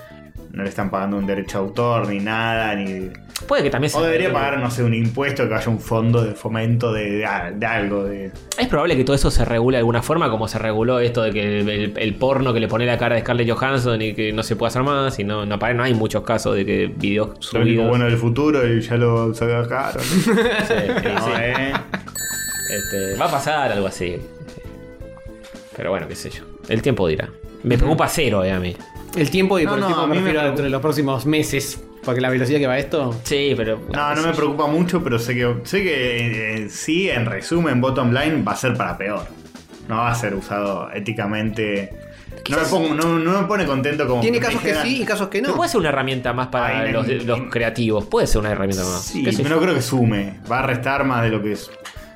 No le están pagando un derecho de autor ni nada. ni Puede que también O se- debería pagar, no sé, un impuesto que haya un fondo de fomento de, de- de algo. De, Es probable que todo eso se regule de alguna forma, como se reguló esto de que el, el- el porno que le pone la cara de Scarlett Johansson y que no se puede hacer más, y no, no, apare- no hay muchos casos de que videos lo único subidos. bueno del futuro y ya lo sacaron. Sí, sí, No, sí. eh. Este, va a pasar algo así. Pero bueno, qué sé yo. El tiempo dirá. Me preocupa cero, eh, a mí. El tiempo, y No, por el no, tiempo a me mí me refiero a preocupa. dentro de los próximos meses, porque la velocidad que va esto. Sí, pero. No, no me preocupa mucho, pero sé que sé que eh, sí, en resumen, bottom line va a ser para peor. No va a ser usado éticamente. No me, pongo- no, no me pone contento como. Tiene me casos que dijeran- sí y casos que Pero no. puede ser una herramienta más para Ay, me- los, me- los creativos. Puede ser una herramienta más. Sí, Qué sé yo. pero no creo que sume. Va a restar más de lo que es.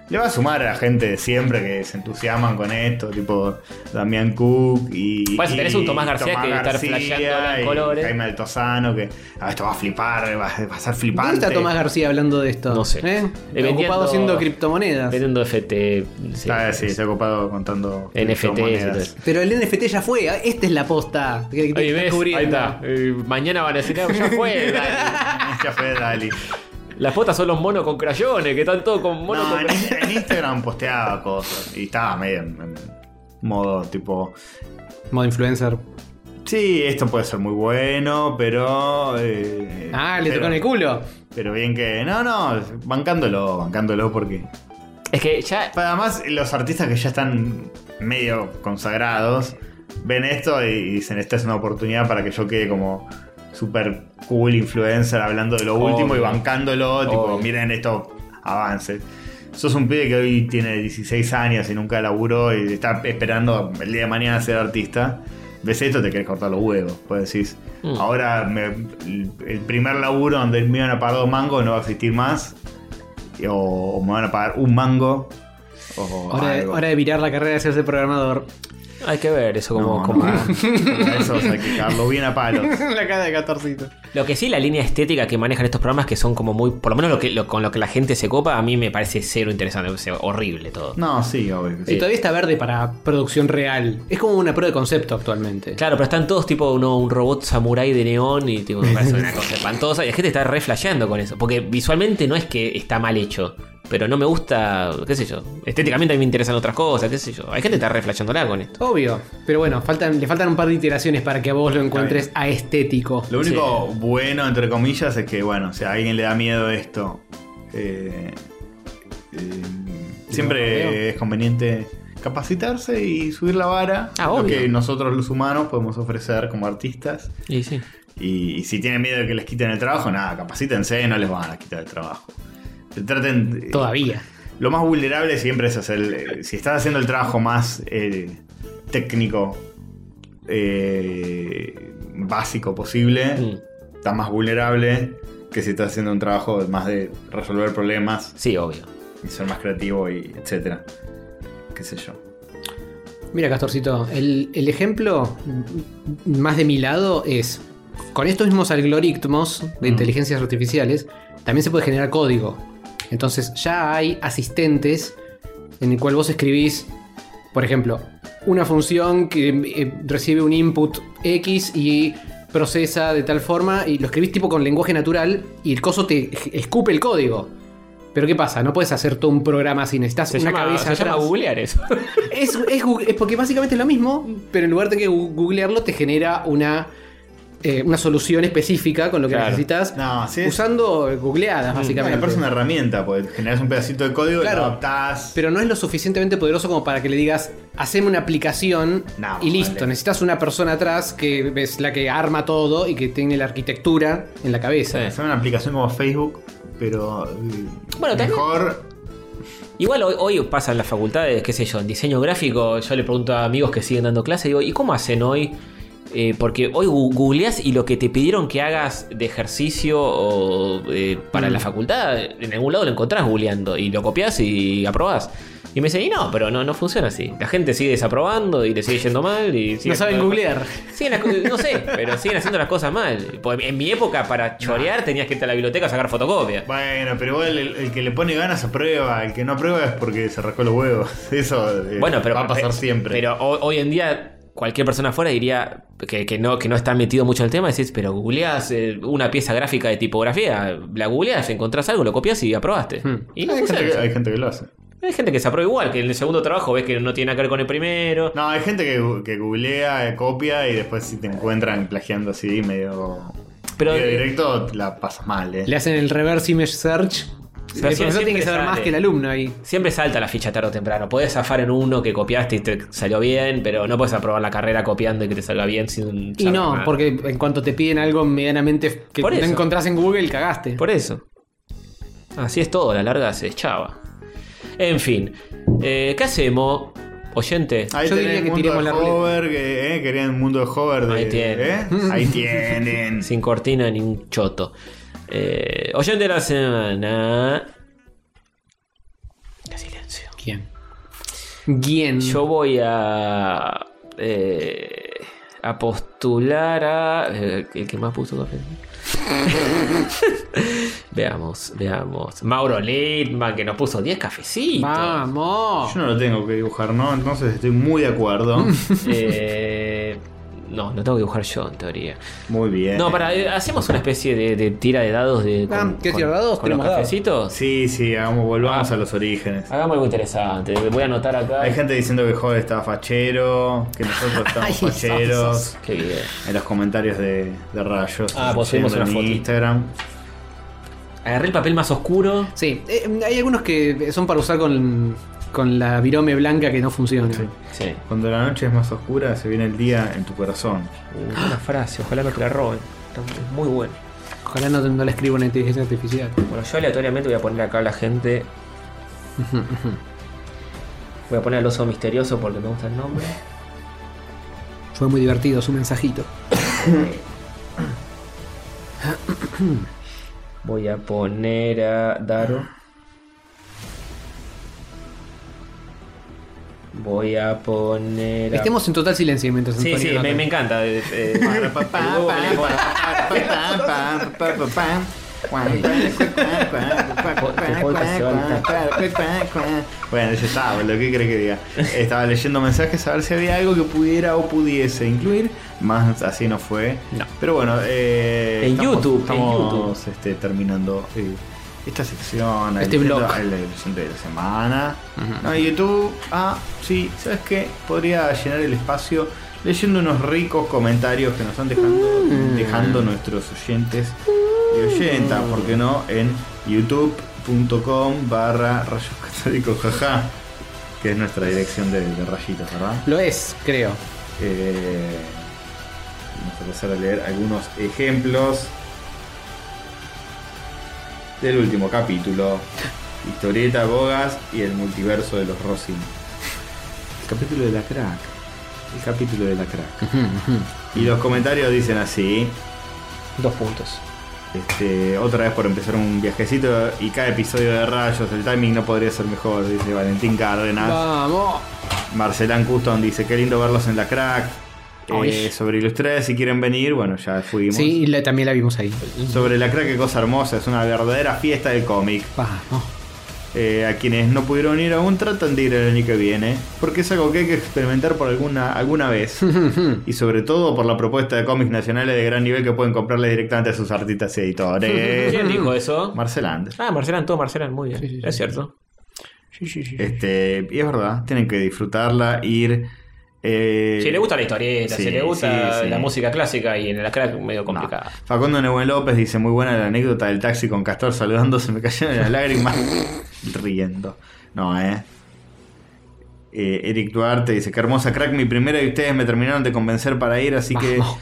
Le va a sumar a la gente de siempre que se entusiasman con esto, tipo Damián Cook y. Bueno, si y tenés un Tomás García que estar flasheándola en y colores. Jaime Altozano, que "Ah, esto va a flipar, va, a- va a ser flipante. ¿Dónde está Tomás García hablando de esto? No sé. ¿Eh? Eh, vendiendo- Ocupado haciendo criptomonedas. Vendiendo FT. sí. Ah, sí, se ha ocupado contando. NFTs y todo criptomonedas. eso. Pero el NFT ya fue, ah, esta es la posta. que- que Ahí está ves, cubriendo. ahí está. Eh, mañana van a decir, "Ah, ya fue. dale". Ya fue, Dali. Las fotos son los monos con crayones, que están todos con monos No, con en, en Instagram posteaba cosas y estaba medio en, en modo tipo. Modo influencer. Sí, esto puede ser muy bueno, pero. eh, Ah, le pero- tocaron el culo. Pero bien que. No, no, bancándolo, bancándolo porque. Es que ya. Pero Además, los artistas que ya están medio consagrados ven esto y dicen: Esta es una oportunidad para que yo quede como super cool influencer hablando de lo último y Obvio. bancándolo. Obvio. Tipo, miren estos avances. Sos un pibe que hoy tiene 16 años y nunca laburó y está esperando el día de mañana ser artista. Ves esto, te querés cortar los huevos. Pues decís, Mm. ahora me- el el primer laburo donde me iban a pagar dos mangos no va a existir más o, o me van a pagar un mango. O Hora de, algo. hora de virar la carrera de hacerse programador. Hay que ver eso como. No, no, como- no. Eso, o sea, que Carlos bien a palos. la cara de catorcito. Lo que sí, la línea estética que manejan estos programas que son como muy. Por lo menos lo que, lo- con lo que la gente se copa, a mí me parece cero interesante. o sea, horrible todo. No, sí, obvio. que Y sí. todavía está verde para producción real. Es como una prueba de concepto actualmente. Claro, pero están todos tipo uno, un robot samurái de neón y tipo, me parece una cosa espantosa. Y la gente está re flasheando con eso. Porque visualmente no es que está mal hecho. pero no me gusta, qué sé yo. Estéticamente a mí me interesan otras cosas, qué sé yo. Hay gente que está reflexionándola con esto. Obvio. Pero bueno, faltan, le faltan un par de iteraciones para que a vos lo encuentres aestético. Lo único bueno, entre comillas, es que, bueno, si a alguien le da miedo esto, eh, eh, Lo siempre veo. es conveniente capacitarse y subir la vara. Ah, lo obvio. que nosotros los humanos podemos ofrecer como artistas. Y sí. Y, y si tienen miedo de que les quiten el trabajo, nada, capacítense, no les van a quitar el trabajo. Traten. Todavía. Lo más vulnerable siempre es hacer. el- Si estás haciendo el trabajo más eh, técnico, eh, básico posible, Mm, estás más vulnerable que si estás haciendo un trabajo más de resolver problemas Sí, obvio. y ser más creativo y etcétera. Qué sé yo. Mira, Castorcito, el, el ejemplo m- más de mi lado es. Con estos mismos algoritmos de Mm. inteligencias artificiales, también se puede generar código. Entonces, ya hay asistentes en el cual vos escribís, por ejemplo, una función que eh, recibe un input X y procesa de tal forma y lo escribís tipo con lenguaje natural y el coso te escupe el código. Pero ¿qué pasa? No puedes hacer todo un programa si necesitas Se una llama, se cabeza llama atrás. googlear eso. Es, es gu- es porque básicamente es lo mismo, pero en lugar de que gu- googlearlo te genera una, eh, una solución específica con lo que Claro. necesitas. No, sí es- Usando eh, googleadas, Bueno, básicamente. pero es una herramienta, porque generas un pedacito de código y Claro. lo adaptás. Pero no es lo suficientemente poderoso como para que le digas, haceme una aplicación No, y listo. vale. Necesitas una persona atrás que es la que arma todo y que tiene la arquitectura en la cabeza. Sí. Es una aplicación como Facebook, pero eh, Bueno, también- mejor. Igual hoy, hoy pasa en las facultades, qué sé yo, en diseño gráfico, yo le pregunto a amigos que siguen dando clases, digo, ¿y cómo hacen hoy? Eh, porque hoy gu- googleás y lo que te pidieron que hagas de ejercicio o, eh, para Mm. la facultad, en algún lado lo encontrás googleando y lo copias y aprobás. Y me dicen, y no, pero no, no funciona así. La gente sigue desaprobando y le sigue yendo mal. Y sigue no saben haciendo- googlear. Siguen las co- no sé, pero siguen haciendo las cosas mal. Porque En mi época, para chorear, tenías que irte a la biblioteca a sacar fotocopia. Bueno, pero igual el, el que le pone ganas aprueba, el que no aprueba es porque se rascó los huevos. Eso eh, Bueno, pero va a pasar pe- siempre. Pero ho- hoy en día cualquier persona afuera diría que, que no que no está metido mucho en el tema, decís, pero googleás eh, una pieza gráfica de tipografía, la googleás, encontrás algo, lo copias y aprobaste. Hmm. Y no hay, gente funciona. que, hay gente que lo hace. Hay gente que se aprueba igual, que en el segundo trabajo ves que no tiene nada que ver con el primero. No, hay gente que, que googlea, eh, copia y después si te encuentran plagiando así medio, Pero- medio directo la pasas mal. eh. Le hacen el reverse image search. El Pero profesor siempre tiene que saber más sale. que el alumno ahí. Siempre salta la ficha tarde o temprano. Podés zafar en uno que copiaste y te salió bien, pero no puedes aprobar la carrera copiando y que te salga bien sin Y saber no, nada. porque en cuanto te piden algo medianamente que no Por eso. encontrás en Google, cagaste. Por eso. Así es todo, a la larga se echaba. En fin, eh, ¿qué hacemos, oyente? Ahí Yo tenés diría el que mundo tiremos de la ruleta. hover, que, eh, querían un mundo de hover. de- Ahí tienen. ¿eh? Ahí tienen. Sin cortina ni un choto. Eh, oyente de la semana. Silencio. ¿Quién? ¿Quién? Yo voy a. eh, a postular a. eh, el que más puso café. veamos, veamos. Mauro Litman, que nos puso 10 cafecitos. ¡Vamos! Yo no lo tengo que dibujar, ¿no? Entonces estoy muy de acuerdo. Eh, no, no tengo que dibujar yo en teoría. muy bien. No, para, eh, hacemos una especie de, de tira de dados de. Ah, ¿qué tira de dados? Con los Tenemos dados. cafecitos. Sí, sí, hagamos, volvamos a los orígenes. Hagamos algo interesante. Voy a anotar acá. Hay gente diciendo que Hover estaba fachero, que nosotros estamos Ay, facheros. sos- Qué bien. En los comentarios de, de Rayos. Ah, vos subimos Siempre una en foto. Instagram. Agarré el papel más oscuro. Sí, eh, hay algunos que son para usar con, con la virome blanca que no funciona. Sí. Cuando la noche es más oscura, se viene el día en tu corazón. Uh, Una frase, ojalá no te la roben. Está mu- muy bueno. Ojalá no, no la escriba una inteligencia artificial. Bueno, yo aleatoriamente voy a poner acá a la gente. Voy a poner al oso misterioso porque me gusta el nombre. Fue muy divertido su mensajito. Voy a poner a Daro. Voy a poner a. Estemos en total silencio mientras Sí, Antonio sí, anota. me, me encanta. eh, eh, el huevo que le pone. Bueno, ya estaba, lo que cree que diga. Estaba leyendo mensajes a ver si había algo que pudiera o pudiese incluir. Más así no fue. No. Pero bueno, eh, En estamos- YouTube, en estamos YouTube. este, terminando eh, esta sección, Este el- blog. el- la edición de la semana. No, YouTube, ah, sí, ¿sabes qué? Podría llenar el espacio leyendo unos ricos comentarios que nos han dejando, Mm. dejando nuestros oyentes y oyentas, ¿por qué no? En youtube.com barra rayos católicos, jaja, que es nuestra dirección de, de rayitos, ¿verdad? Lo es, creo. Eh, vamos a empezar a leer algunos ejemplos del último capítulo. Historieta, bogas y el multiverso de los Rosin. El capítulo de la crack. El capítulo de la crack. Y los comentarios dicen así. Dos puntos. Este, otra vez por empezar un viajecito y cada episodio de rayos, el timing no podría ser mejor, dice Valentín Cárdenas. Vamos. Marcelán Custon dice, qué lindo verlos en la crack. Eh, Ay. sobre Ilustradas, si quieren venir, bueno, ya fuimos. Sí, y la- también la vimos ahí. Sobre la crack, qué cosa hermosa, es una verdadera fiesta del cómic. Vamos. Eh, a quienes no pudieron ir aún, tratan de ir el año que viene, porque es algo que hay que experimentar por alguna, alguna vez. y sobre todo por la propuesta de cómics nacionales de gran nivel que pueden comprarles directamente a sus artistas y editores. ¿Quién dijo eso? Marceland. Ah, Marcelán, todo Marcelán, muy bien. Sí, sí, sí. Es cierto. Sí, sí, sí. Este, y es verdad, tienen que disfrutarla, ir... eh, Si le gusta la historieta, sí, si le gusta sí, sí. la música clásica y en la crack medio complicada. No. Facundo Nebuen López dice: Muy buena la anécdota del taxi con Castor saludando, se me cayeron las lágrimas riendo. No, eh. Eh, Eric Duarte dice: Qué hermosa crack, mi primera y ustedes me terminaron de convencer para ir, así que. Vamos.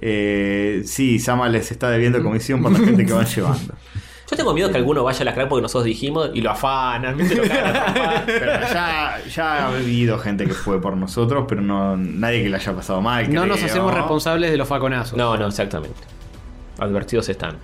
eh, sí, Sama les está debiendo comisión por la gente que van llevando. Yo tengo miedo que alguno vaya a la crack porque nosotros dijimos y lo afanan. ¿viste? Lo cagan a trompadas. Pero ya, ya ha habido gente que fue por nosotros, pero no nadie que le haya pasado mal. No nos creo. hacemos responsables de los faconazos. No, no, exactamente. Advertidos están.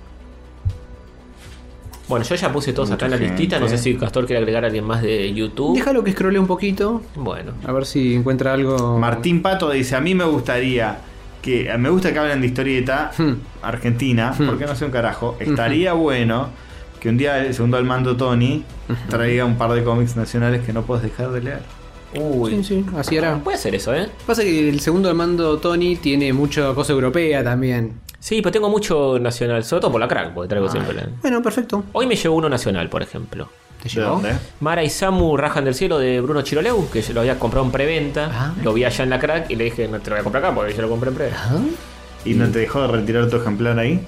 Bueno, yo ya puse todos Mucha acá en la gente. eh. listita. No sé si Castor quiere agregar a alguien más de YouTube. Déjalo que escrole un poquito. Bueno. A ver si encuentra algo. Martín Pato dice, a mí me gustaría que me gusta que hablen de historieta Hmm. argentina, porque no sé un carajo. Estaría bueno que un día el segundo al mando Tony traiga un par de cómics nacionales que no puedes dejar de leer. Uy. Sí, sí, así era. Puede ser eso, ¿eh? Pasa que el segundo al mando Tony tiene mucha cosa europea también. Sí, pero tengo mucho nacional. Sobre todo por la crack, porque traigo Ah. siempre la... Bueno, perfecto. Hoy me llegó uno nacional, por ejemplo. ¿Te ¿De llegó? dónde? Mara y Samu rajan del cielo de Bruno Chiroleu, que yo lo había comprado en preventa. Ah. Lo vi allá en la crack y le dije, no te lo voy a comprar acá porque yo lo compré en preventa. ¿Ah? ¿Y no te dejó de retirar tu ejemplar ahí?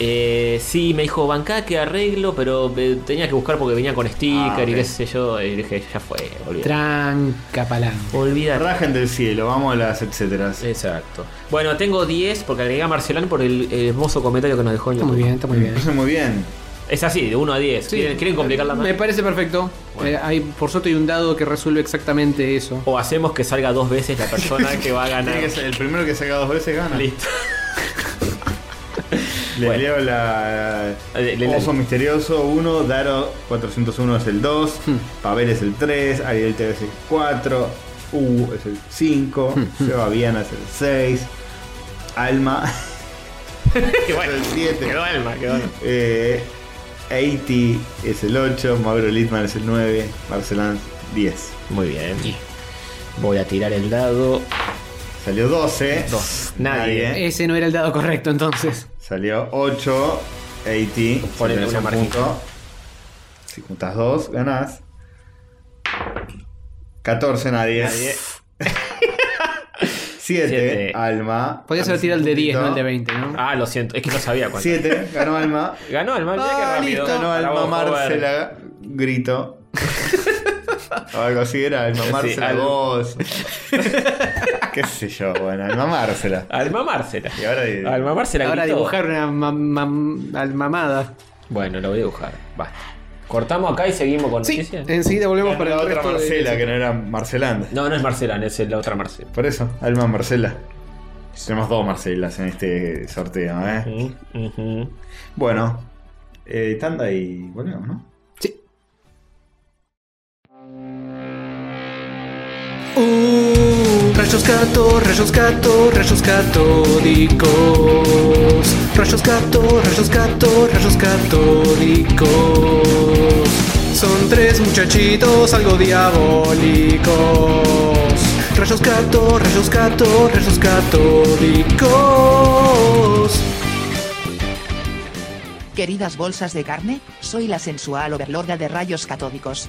Eh, sí, me dijo, bancá que arreglo, pero eh, tenía que buscar porque venía con sticker Ah, ok. y qué sé yo. Y dije, ya fue, olvidate. Tranca palanca. Olvídate. Rajen del cielo, vamos a las etcétera. Eh, Exacto. Bueno, tengo 10 porque agregué a Marcelán por el eh, hermoso comentario que nos dejó en Está muy YouTube. bien, está muy bien. Eso muy bien. Es así, de 1 a 10. Sí. ¿Quieren, quieren complicarla más? Me parece perfecto. Eh, hay, por suerte hay un dado que resuelve exactamente eso. O hacemos que salga dos veces la persona que va a ganar. Tiene que ser- el primero que saca dos veces gana. Listo. Le Bueno. Eh, leo la. Le- le- Oso Misterioso 1, Daro 401 es el 2, Hmm. Pavel es el 3, Ariel TV es el 4, U es el 5, Hmm. Seba Viana es el 6, Alma Que es bueno, el 7, quedó alma, quedó alma. eh, 80 es el 8, Mauro Litman es el 9, Marcelán 10. Muy bien. Voy a tirar el dado. Salió 12, Dos. Nadie. eh. Ese no era el dado correcto entonces. Salió 8, 80. Ponele si tenés una un marquita. punto. Si juntas 2, ganás. 14, nadie. Nadie. 7, Siete. Alma. Podías haber tirado el de 10, no el de 20, ¿no? Ah, lo siento, es que no sabía cuánto. 7, ganó Alma. Ganó alma, mirá qué Ah, rápido. listo, ganó Para Alma vos, joven. Marcela. Grito. O algo así era, Alma Marcela Alma. vos. Qué sé yo, bueno, Alma Marcela. Alma Marcela. Y ahora di- Alma Marcela Ahora gritó. dibujar una ma- ma- al mamada. Bueno, lo voy a dibujar. Basta. Cortamos acá y seguimos con Sí, noticias. enseguida volvemos Ganó para el la otra resto de- Marcela, que no era Marcelanda. No, no es Marcelán, es la otra Marcela. Por eso, Alma Marcela. Tenemos dos Marcelas en este sorteo, ¿eh? Mm, ujú. Bueno, eh, tanda y volvemos, ¿no? Sí. Uh, rayos gato, rayos gato, rayos catódicos. Rayos gato, rayos gato, rayos catódicos. Son tres muchachitos algo diabólicos. Rayos gato, rayos gato, rayos catódicos. Queridas bolsas de carne, soy la sensual overlorda de rayos catódicos.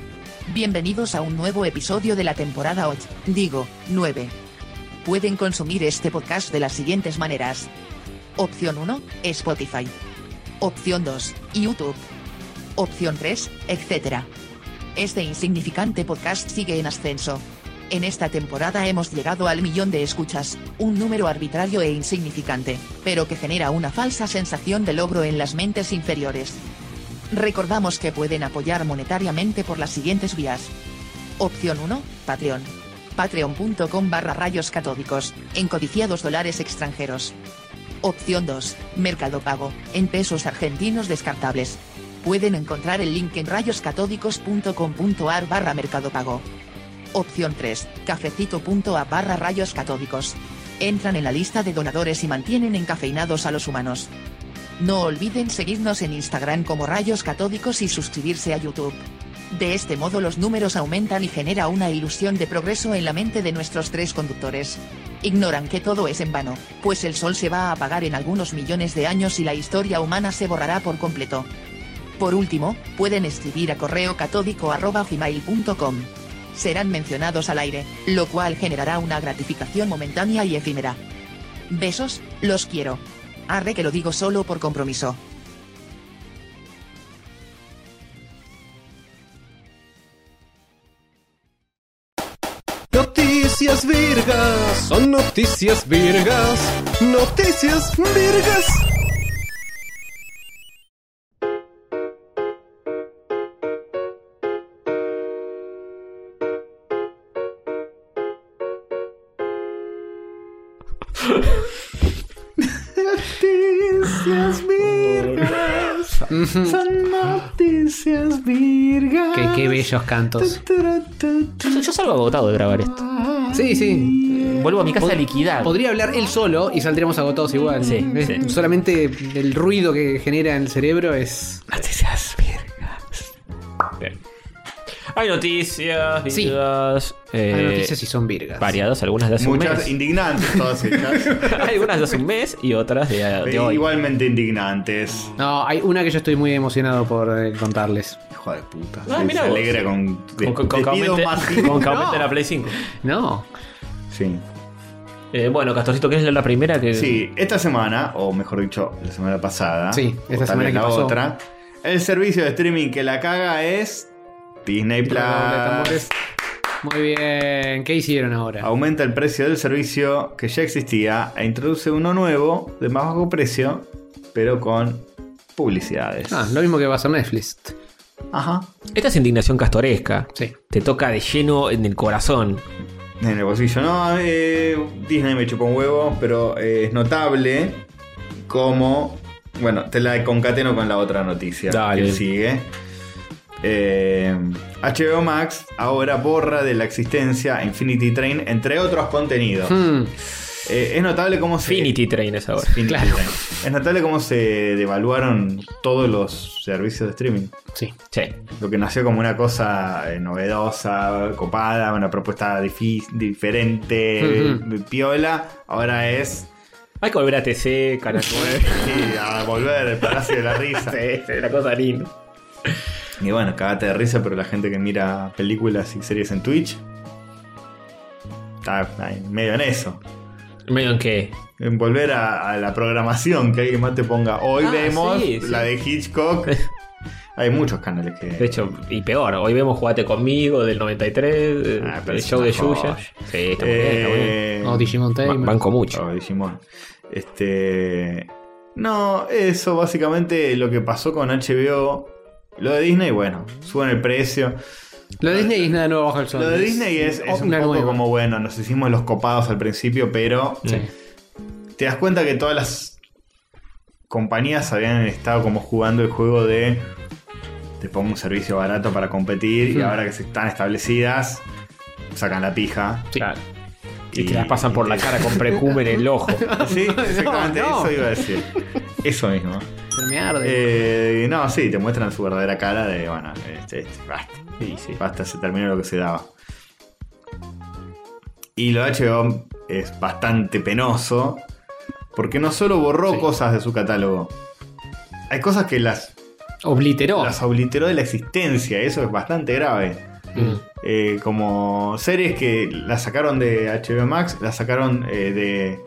Bienvenidos a un nuevo episodio de la temporada 8, digo, 9. Pueden consumir este podcast de las siguientes maneras. Opción 1, Spotify. Opción 2, YouTube. Opción 3, etc. Este insignificante podcast sigue en ascenso. En esta temporada hemos llegado al millón de escuchas, un número arbitrario e insignificante, pero que genera una falsa sensación de logro en las mentes inferiores. Recordamos que pueden apoyar monetariamente por las siguientes vías. Opción 1, Patreon. Patreon.com barra rayos catódicos, en codiciados dólares extranjeros. Opción 2, Mercado Pago, en pesos argentinos descartables. Pueden encontrar el link en rayoscatódicos.com.ar barra Mercado Pago. Opción 3, cafecito.a barra rayos catódicos. Entran en la lista de donadores y mantienen encafeinados a los humanos. No olviden seguirnos en Instagram como Rayos Catódicos y suscribirse a YouTube. De este modo los números aumentan y genera una ilusión de progreso en la mente de nuestros tres conductores. Ignoran que todo es en vano, pues el sol se va a apagar en algunos millones de años y la historia humana se borrará por completo. Por último, pueden escribir a correo catódico arroba gmail.com. Serán mencionados al aire, lo cual generará una gratificación momentánea y efímera. Besos, los quiero. Arre que lo digo solo por compromiso. Noticias virgas, son noticias virgas, noticias virgas. Noticias virgas. Son noticias virgas. Qué, qué bellos cantos. Yo, yo salgo agotado de grabar esto. Sí, sí. Vuelvo a mi casa liquidado. Podría hablar él solo y saldríamos agotados igual. Sí, Es- sí. Solamente el ruido que genera en el cerebro es. Noticias Bien. Hay noticias, Sí. virgas, eh, Hay noticias y son virgas. variadas, algunas de hace un Muchas mes. indignantes todas ellas. Hay algunas de hace un mes y otras de, de Pero hoy. Igualmente indignantes. No, hay una que yo estoy muy emocionado por eh, contarles. Hijo de puta. Ah, Se- mira se vos. alegra con, Con, con- con que despidos aumente, masivos. con que No. aumente la Play 5. No. Sí. Eh, bueno, Castorcito, ¿qué es la primera que.? Sí, esta semana, o mejor dicho, la semana pasada, Sí, o esta tal semana vez que la pasó. otra, el servicio de streaming que la caga es Disney Plus. Redoble de tambores. Muy bien. ¿Qué hicieron Ah, ahora? Aumenta el precio del servicio que ya existía e introduce uno nuevo de más bajo precio, pero con publicidades. Ah, lo mismo que va a hacer Netflix. Ajá. Esta es indignación castoresca. Sí. Te toca de lleno en el corazón. En el bolsillo. No, eh, Disney me chupó un huevo, pero eh, es notable como. Bueno, te la concateno con la otra noticia Dale. que sigue. Eh, HBO Max ahora borra de la existencia Infinity Train, entre otros contenidos. Hmm. Eh, es notable cómo se. Finity Train es ahora. Infinity Claro. Train. Es notable cómo se devaluaron todos los servicios de streaming. Sí. Sí. Lo que nació como una cosa eh, novedosa, copada, una propuesta difí- diferente, Ujú. eh, piola, ahora es Hay que volver a TC, Canal 9. sí, a volver al Palacio de la Risa. es la cosa linda. Y bueno, cagate de risa, pero la gente que mira películas y series en Twitch está ahí, medio en eso. ¿Medio en qué? En volver a, a la programación, que alguien más te ponga. Hoy Ah, vemos sí, sí. la de Hitchcock. Hay muchos canales que. De hecho, y peor, hoy vemos Jugate conmigo del 93, eh, Ah, pero el es show una de joya. Yuya. Sí, está muy bien, está muy bien. Eh, O Digimon Ba- Tamer. Banco mucho. Oh, Digimon. Este. No, eso básicamente lo que pasó con HBO. Lo de Disney, bueno, suben el precio. Lo de Disney es nada nuevo bajo el sol. Lo de Disney es, oh, es un una poco nueva. como, bueno, nos hicimos los copados al principio, Mm. pero Sí. te das cuenta que todas las compañías habían estado como jugando el juego de te pongo un servicio barato para competir y Hmm. ahora que se están establecidas, sacan la pija. Claro. Y, te las pasan por la te- cara con precumen en el ojo. Sí, exactamente, no. eso iba a decir. Eso mismo. Pero me arde. Eh, no, sí, te muestran su verdadera cara de, bueno, este, este, basta, Sí, sí. basta, se terminó lo que se daba. Y lo de HBO es bastante penoso, porque no solo borró Sí. cosas de su catálogo, hay cosas que las, Oh. Obliteró. las obliteró de la existencia, eso es bastante grave. Mm. Eh, como series que las sacaron de HBO Max, las sacaron eh, de.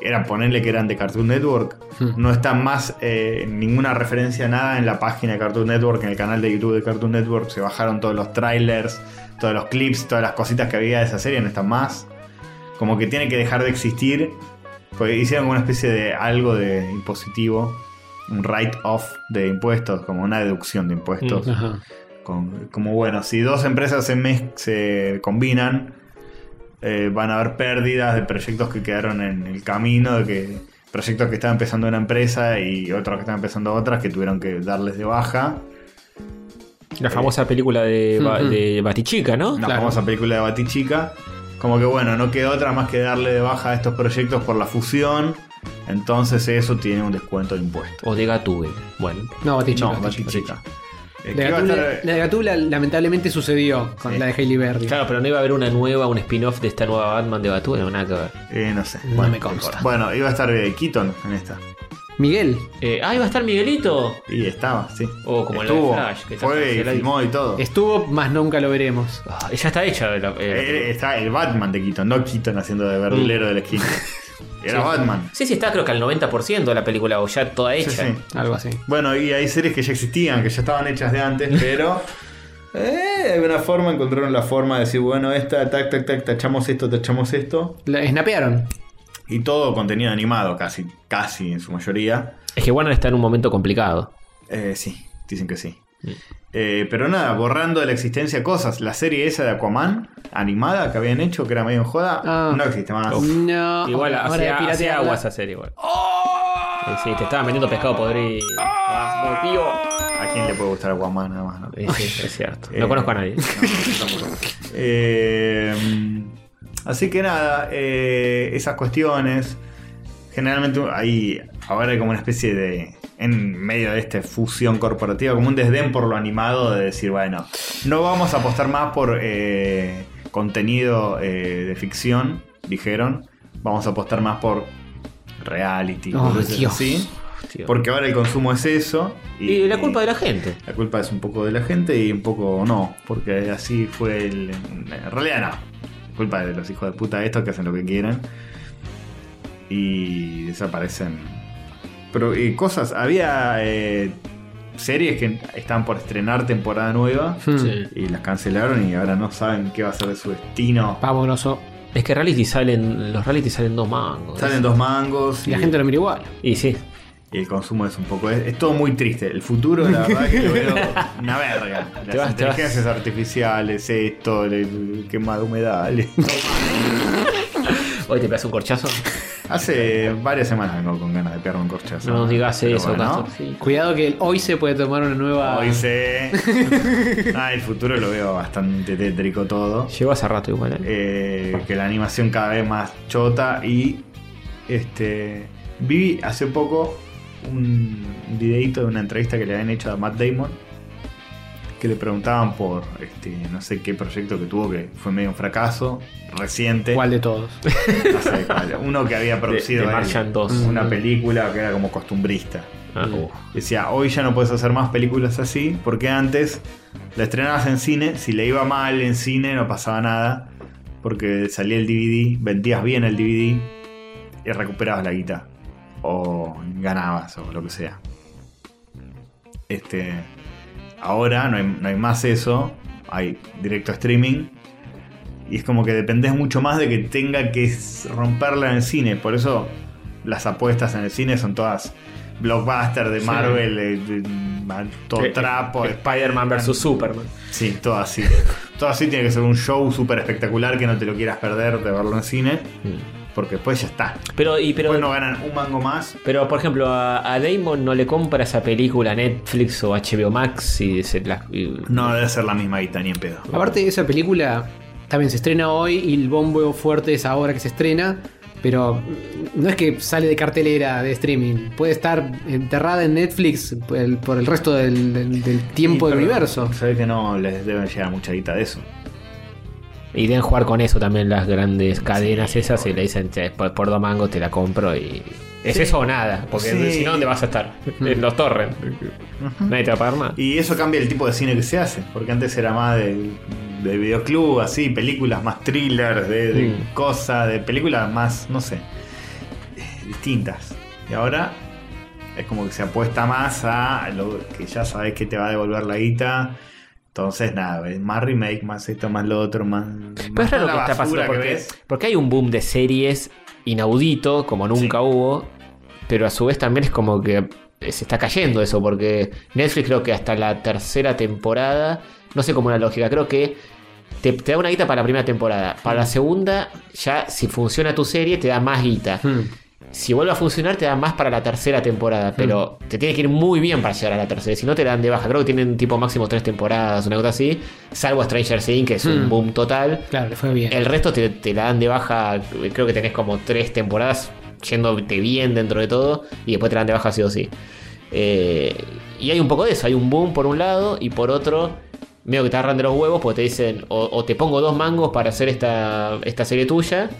Era ponerle que eran de Cartoon Network. Hmm. No está más eh, ninguna referencia a nada en la página de Cartoon Network, en el canal de YouTube de Cartoon Network. Se bajaron todos los trailers, todos los clips, todas las cositas que había de esa serie, no están más. Como que tiene que dejar de existir. Porque hicieron una especie de algo de impositivo, un write-off de impuestos, como una deducción de Mm. impuestos. Ajá. Con- como bueno, si dos empresas se, mez- se combinan, eh, van a haber pérdidas de proyectos que quedaron en el camino, de que proyectos que estaba empezando una empresa y otros que estaban empezando otras que tuvieron que darles de baja. La famosa película de, Ba- Ujú. de Batichica, ¿no? La Claro. famosa película de Batichica. Como que bueno, no queda otra más que darle de baja a estos proyectos por la fusión. Entonces eso tiene un descuento de impuestos. O de Gatúbel. Bueno. No, Batichica. no, Batichica. Batichica. Eh, De que va a Gatula- estar- eh, la de Gatula lamentablemente sucedió con Sí. la de Hailey Berry. Claro, pero no iba a haber una nueva, un spin-off de esta nueva Batman de Gatúbel, no, nada que ver. eh, no sé. No Bueno, me consta. bueno, iba a estar eh, Keaton en esta. Miguel, Eh, ah, iba a estar Miguelito. Y estaba, sí. Oh, como la de Estuvo, Flash, que está fue y cancelada y- filmó y todo. Eh, estuvo, más nunca lo veremos. Ah, ya está hecha. la- eh, la Eh, película. está el Batman de Keaton, no Keaton haciendo de verdulero de la esquina. Era Batman. Sí, sí, está creo que al 90% de la película o ya toda Sí, hecha. sí. Algo así. Bueno, y hay series que ya existían, que ya estaban hechas de antes, pero eh, de alguna forma encontraron la forma de decir, bueno, esta, tac, tac, tac, tachamos esto, tachamos esto. La, snapearon. Y todo contenido animado, casi, casi en su mayoría. Es que Warner está en un momento complicado. Eh, sí, dicen que sí. Mm. Eh, pero nada, borrando de la existencia cosas. La serie esa de Aquaman, animada, que habían hecho, que era medio en joda, Ah. no existe más. No. Igual ahora- ahora de hacia, piratearla. agua esa serie, igual. Eh, Sí, te estaban vendiendo pescado podrido. Ah, por Dios. ¿A quién le puede gustar Aquaman nada más? no? Eh, sí, es cierto. Eh, No conozco a nadie. Eh, así que nada, eh, esas cuestiones. Generalmente hay ahora hay como una especie de. En medio de esta fusión corporativa, como un desdén por lo animado de decir, bueno, no vamos a apostar más por eh, contenido eh, de ficción, dijeron. Vamos a apostar más por reality. Oh, cosas Dios. así. Tío. Porque ahora el consumo es eso. Y la culpa de la gente. La culpa es un poco de la gente y un poco no, porque así fue el. En realidad no. La culpa es de los hijos de puta estos que hacen lo que quieren. Y desaparecen. Pero y cosas, había eh, series que están por estrenar temporada nueva Hmm. Sí. y las cancelaron y ahora no saben qué va a ser de su destino. Vámonos. oh. Es que reality salen, los reality salen dos mangos. Salen dos mangos Y la gente lo mira igual. Y sí. y el consumo es un poco. Es, es todo muy triste. El futuro, la verdad, que lo veo una verga. Las Te vas, te vas. inteligencias artificiales, esto, el quema de humedales. Hoy te pegas un corchazo. Hace varias semanas vengo con ganas de pegarme un corchazo. No nos digas Pero eso, bueno, Castor. Sí. Cuidado que el hoy se puede tomar una nueva. Hoy sé. Ah, el futuro lo veo bastante tétrico todo. Llegó hace rato igual. ¿eh? Eh, que la animación cada vez más chota y este vi hace poco un videito de una entrevista que le habían hecho a Matt Damon que le preguntaban por este no sé qué proyecto que tuvo que fue medio un fracaso reciente ¿Cuál de todos? no sé cuál, uno que había producido de él, Martian Mm. 2. una película que era como costumbrista Ah, uh. Decía, hoy ya no puedes hacer más películas así, porque antes la estrenabas en cine, si le iba mal en cine no pasaba nada, porque salía el DVD, vendías bien el DVD y recuperabas la guita, o ganabas, o lo que sea. Este, ahora no hay, no hay más eso, hay directo streaming, y es como que dependés mucho más de que tenga que s- romperla en el cine. Por eso las apuestas en el cine son todas blockbuster de Marvel, eh, de- de- todo Eh, trapo. eh, Spider-Man vs. Superman. Sí, todo así. todo así tiene que ser un show súper espectacular que no te lo quieras perder de verlo en cine. Porque después ya está. Pero, y, pero, Después no ganan un mango más. pero, por ejemplo, a, a Damon no le compra esa película a Netflix o HBO Max y se la- y- No debe ser la misma guita ni en pedo. Aparte, esa película también se estrena hoy y el bombo fuerte es ahora que se estrena. Pero no es que sale de cartelera de streaming. Puede estar enterrada en Netflix por el, por el resto del, del- del tiempo Y, del pero, universo. Sabés que no les deben llegar mucha guita de eso. Y deben jugar con eso también las grandes cadenas esas y le dicen, "Che, por, por dos mangos te la compro y Es Sí. eso o nada, porque Sí. Mm. si no, ¿dónde vas a estar? En los torrents. Nadie te va a pagar más. Y eso cambia el tipo de cine que se hace, porque antes era más de, de videoclub, así, películas más thrillers, de, de Mm. cosas, de películas más, no sé, distintas. Y ahora es como que se apuesta más a lo que ya sabes que te va a devolver la guita. Entonces, nada, es más remake, más esto, más lo otro, más. Pero más es raro lo que la está pasando basura que porque, ves. porque hay un boom de series inaudito, como nunca hubo, pero a su vez también es como que se está cayendo eso, porque Netflix creo que hasta la tercera temporada, no sé cómo es la lógica, creo que te, te da una guita para la primera temporada, para Mm. la segunda ya si funciona tu serie te da más guita. Mm. Hmm. Si vuelve a funcionar, te da más para la tercera Mm. temporada. Pero te tiene que ir muy bien para llegar a la tercera. Si no, te dan de baja. Creo que tienen tipo máximo tres temporadas, una cosa así. Salvo Stranger Things, que es un Mm. boom total. Claro, le fue bien. El resto te, te la dan de baja. Creo que tenés como tres temporadas yéndote bien dentro de todo. Y después te la dan de baja sí o sí. Eh, y hay un poco de eso. Hay un boom por un lado y por otro. Medio que te agarran de los huevos porque te dicen o, o te pongo dos mangos para hacer esta, esta serie tuya.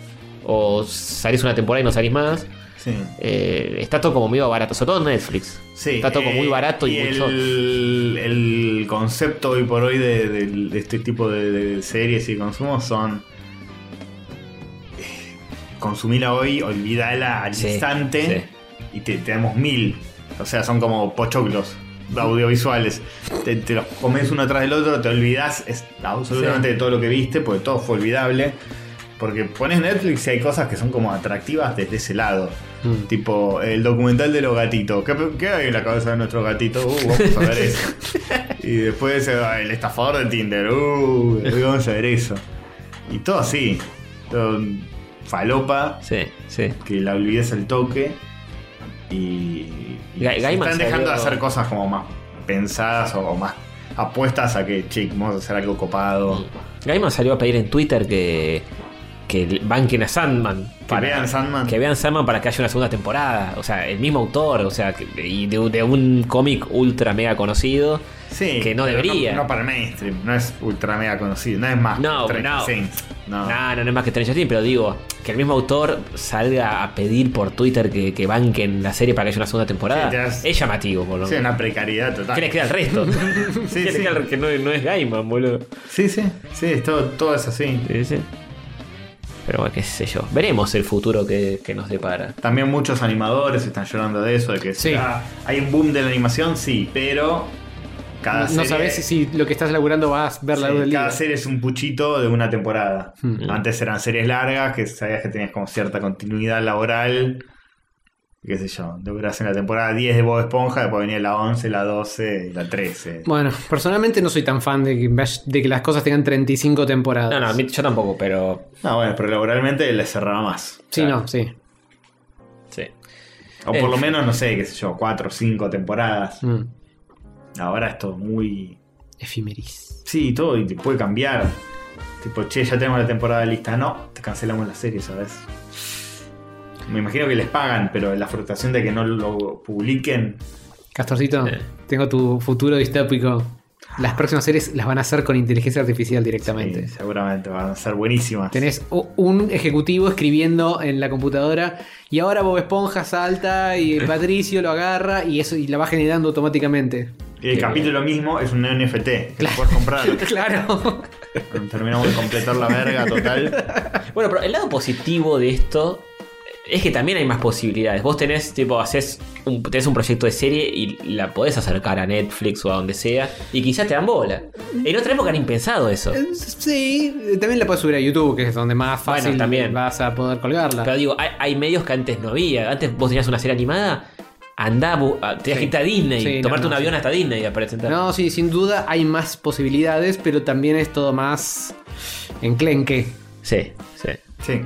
O salís una temporada y no salís más. Sí. Eh, está todo como medio barato, sobre todo en Netflix. Sí, Está todo como eh, muy barato y, mucho. El, el concepto hoy por hoy de, de- de este tipo de, de series y consumos son. eh, Consumila hoy, olvidala al Sí, instante y te, te damos mil. O sea, son como pochoclos audiovisuales. Te, te los comes uno tras del otro, te olvidas absolutamente de todo lo que viste, porque todo fue olvidable. Porque pones Netflix y hay cosas que son como atractivas desde ese lado. Tipo, el documental de los gatitos. ¿Qué, qué hay en la cabeza de nuestros gatitos? Uh, vamos a ver eso. y después eh, el estafador de Tinder. Uh, vamos a ver eso. Y todo así. Todo falopa, Sí, sí. que la olvides al toque. Y, y Ga- se Gaiman están dejando de salió- hacer cosas como más pensadas o, o más apuestas a que, che, vamos a hacer algo copado. Gaiman salió a pedir en Twitter que, que banquen a Sandman. Que vean Sandman. que vean Sandman para que haya una segunda temporada. O sea, el mismo autor, o sea, que- y de, de un cómic ultra mega conocido. Sí, que no pero debería. No, para el mainstream, no es ultra mega conocido, no es más. No, Stranger no. Things, no. No, no, no es más que Stranger Things, pero digo, que el mismo autor salga a pedir por Twitter que, que banquen la serie para que haya una segunda temporada. Sí, te das- es llamativo, por lo Sí, menos. una precariedad total. ¿Qué le queda al resto? Sí, ¿Qué le sí. queda al- que no, no es Gaiman, boludo? Sí, sí, sí, es todo, todo es así. Sí, sí. Pero bueno, qué sé yo. Veremos el futuro que, que nos depara. También muchos animadores están llorando de eso, de que Sí. ah, hay un boom de la animación, sí, pero cada no serie, sabes si, si lo que estás laburando vas a ver la sí, luz del cada día. serie es un puchito de una temporada. Mm. Antes eran series largas que sabías que tenías como cierta continuidad laboral. Qué sé yo, logras en la temporada 10 de Bob Esponja, después venía la 11, la 12, la 13. Bueno, personalmente no soy tan fan de que, vaya- de que las cosas tengan 35 temporadas. No, no, a mí- yo tampoco, pero. No, Ah, bueno, pero laboralmente le cerraba más. Sí, claro. no, sí. Sí. O Eh. por lo menos, no sé, qué sé yo, cuatro o cinco temporadas. Mm. Ahora es todo muy. Efímeris. Sí, todo, y te puede cambiar. Tipo, che, ya tenemos la temporada lista. No, te cancelamos la serie, ¿sabes? Me imagino que les pagan, pero la frustración de que no lo publiquen. Castorcito, Eh. tengo tu futuro distópico. Las próximas series las van a hacer con inteligencia artificial directamente. eh, seguramente van a ser buenísimas. Tenés u- un ejecutivo escribiendo en la computadora y ahora Bob Esponja salta y Patricio lo agarra y eso y la va generando automáticamente. Y el Qué capítulo mismo es un NFT, que lo puedes comprar. Claro. Terminamos de completar la verga total. Bueno, pero el lado positivo de esto es que también hay más posibilidades. Vos tenés, tipo, haces un, tenés un proyecto de serie y la podés acercar a Netflix o a donde sea y quizás te dan bola. En otra época ni pensado eso. Eh, sí, también la puedes subir a YouTube, que es donde más Bueno, fácil también. vas a poder colgarla. Pero digo, hay, hay medios que antes no había. Antes vos tenías una serie animada, andá, bu- a- tenías Sí. que irte a Disney, Sí, no, tomarte no, un avión sí. hasta Disney a presentar. No, sí, sin duda hay más posibilidades, pero también es todo más enclenque. Sí, sí. Sí.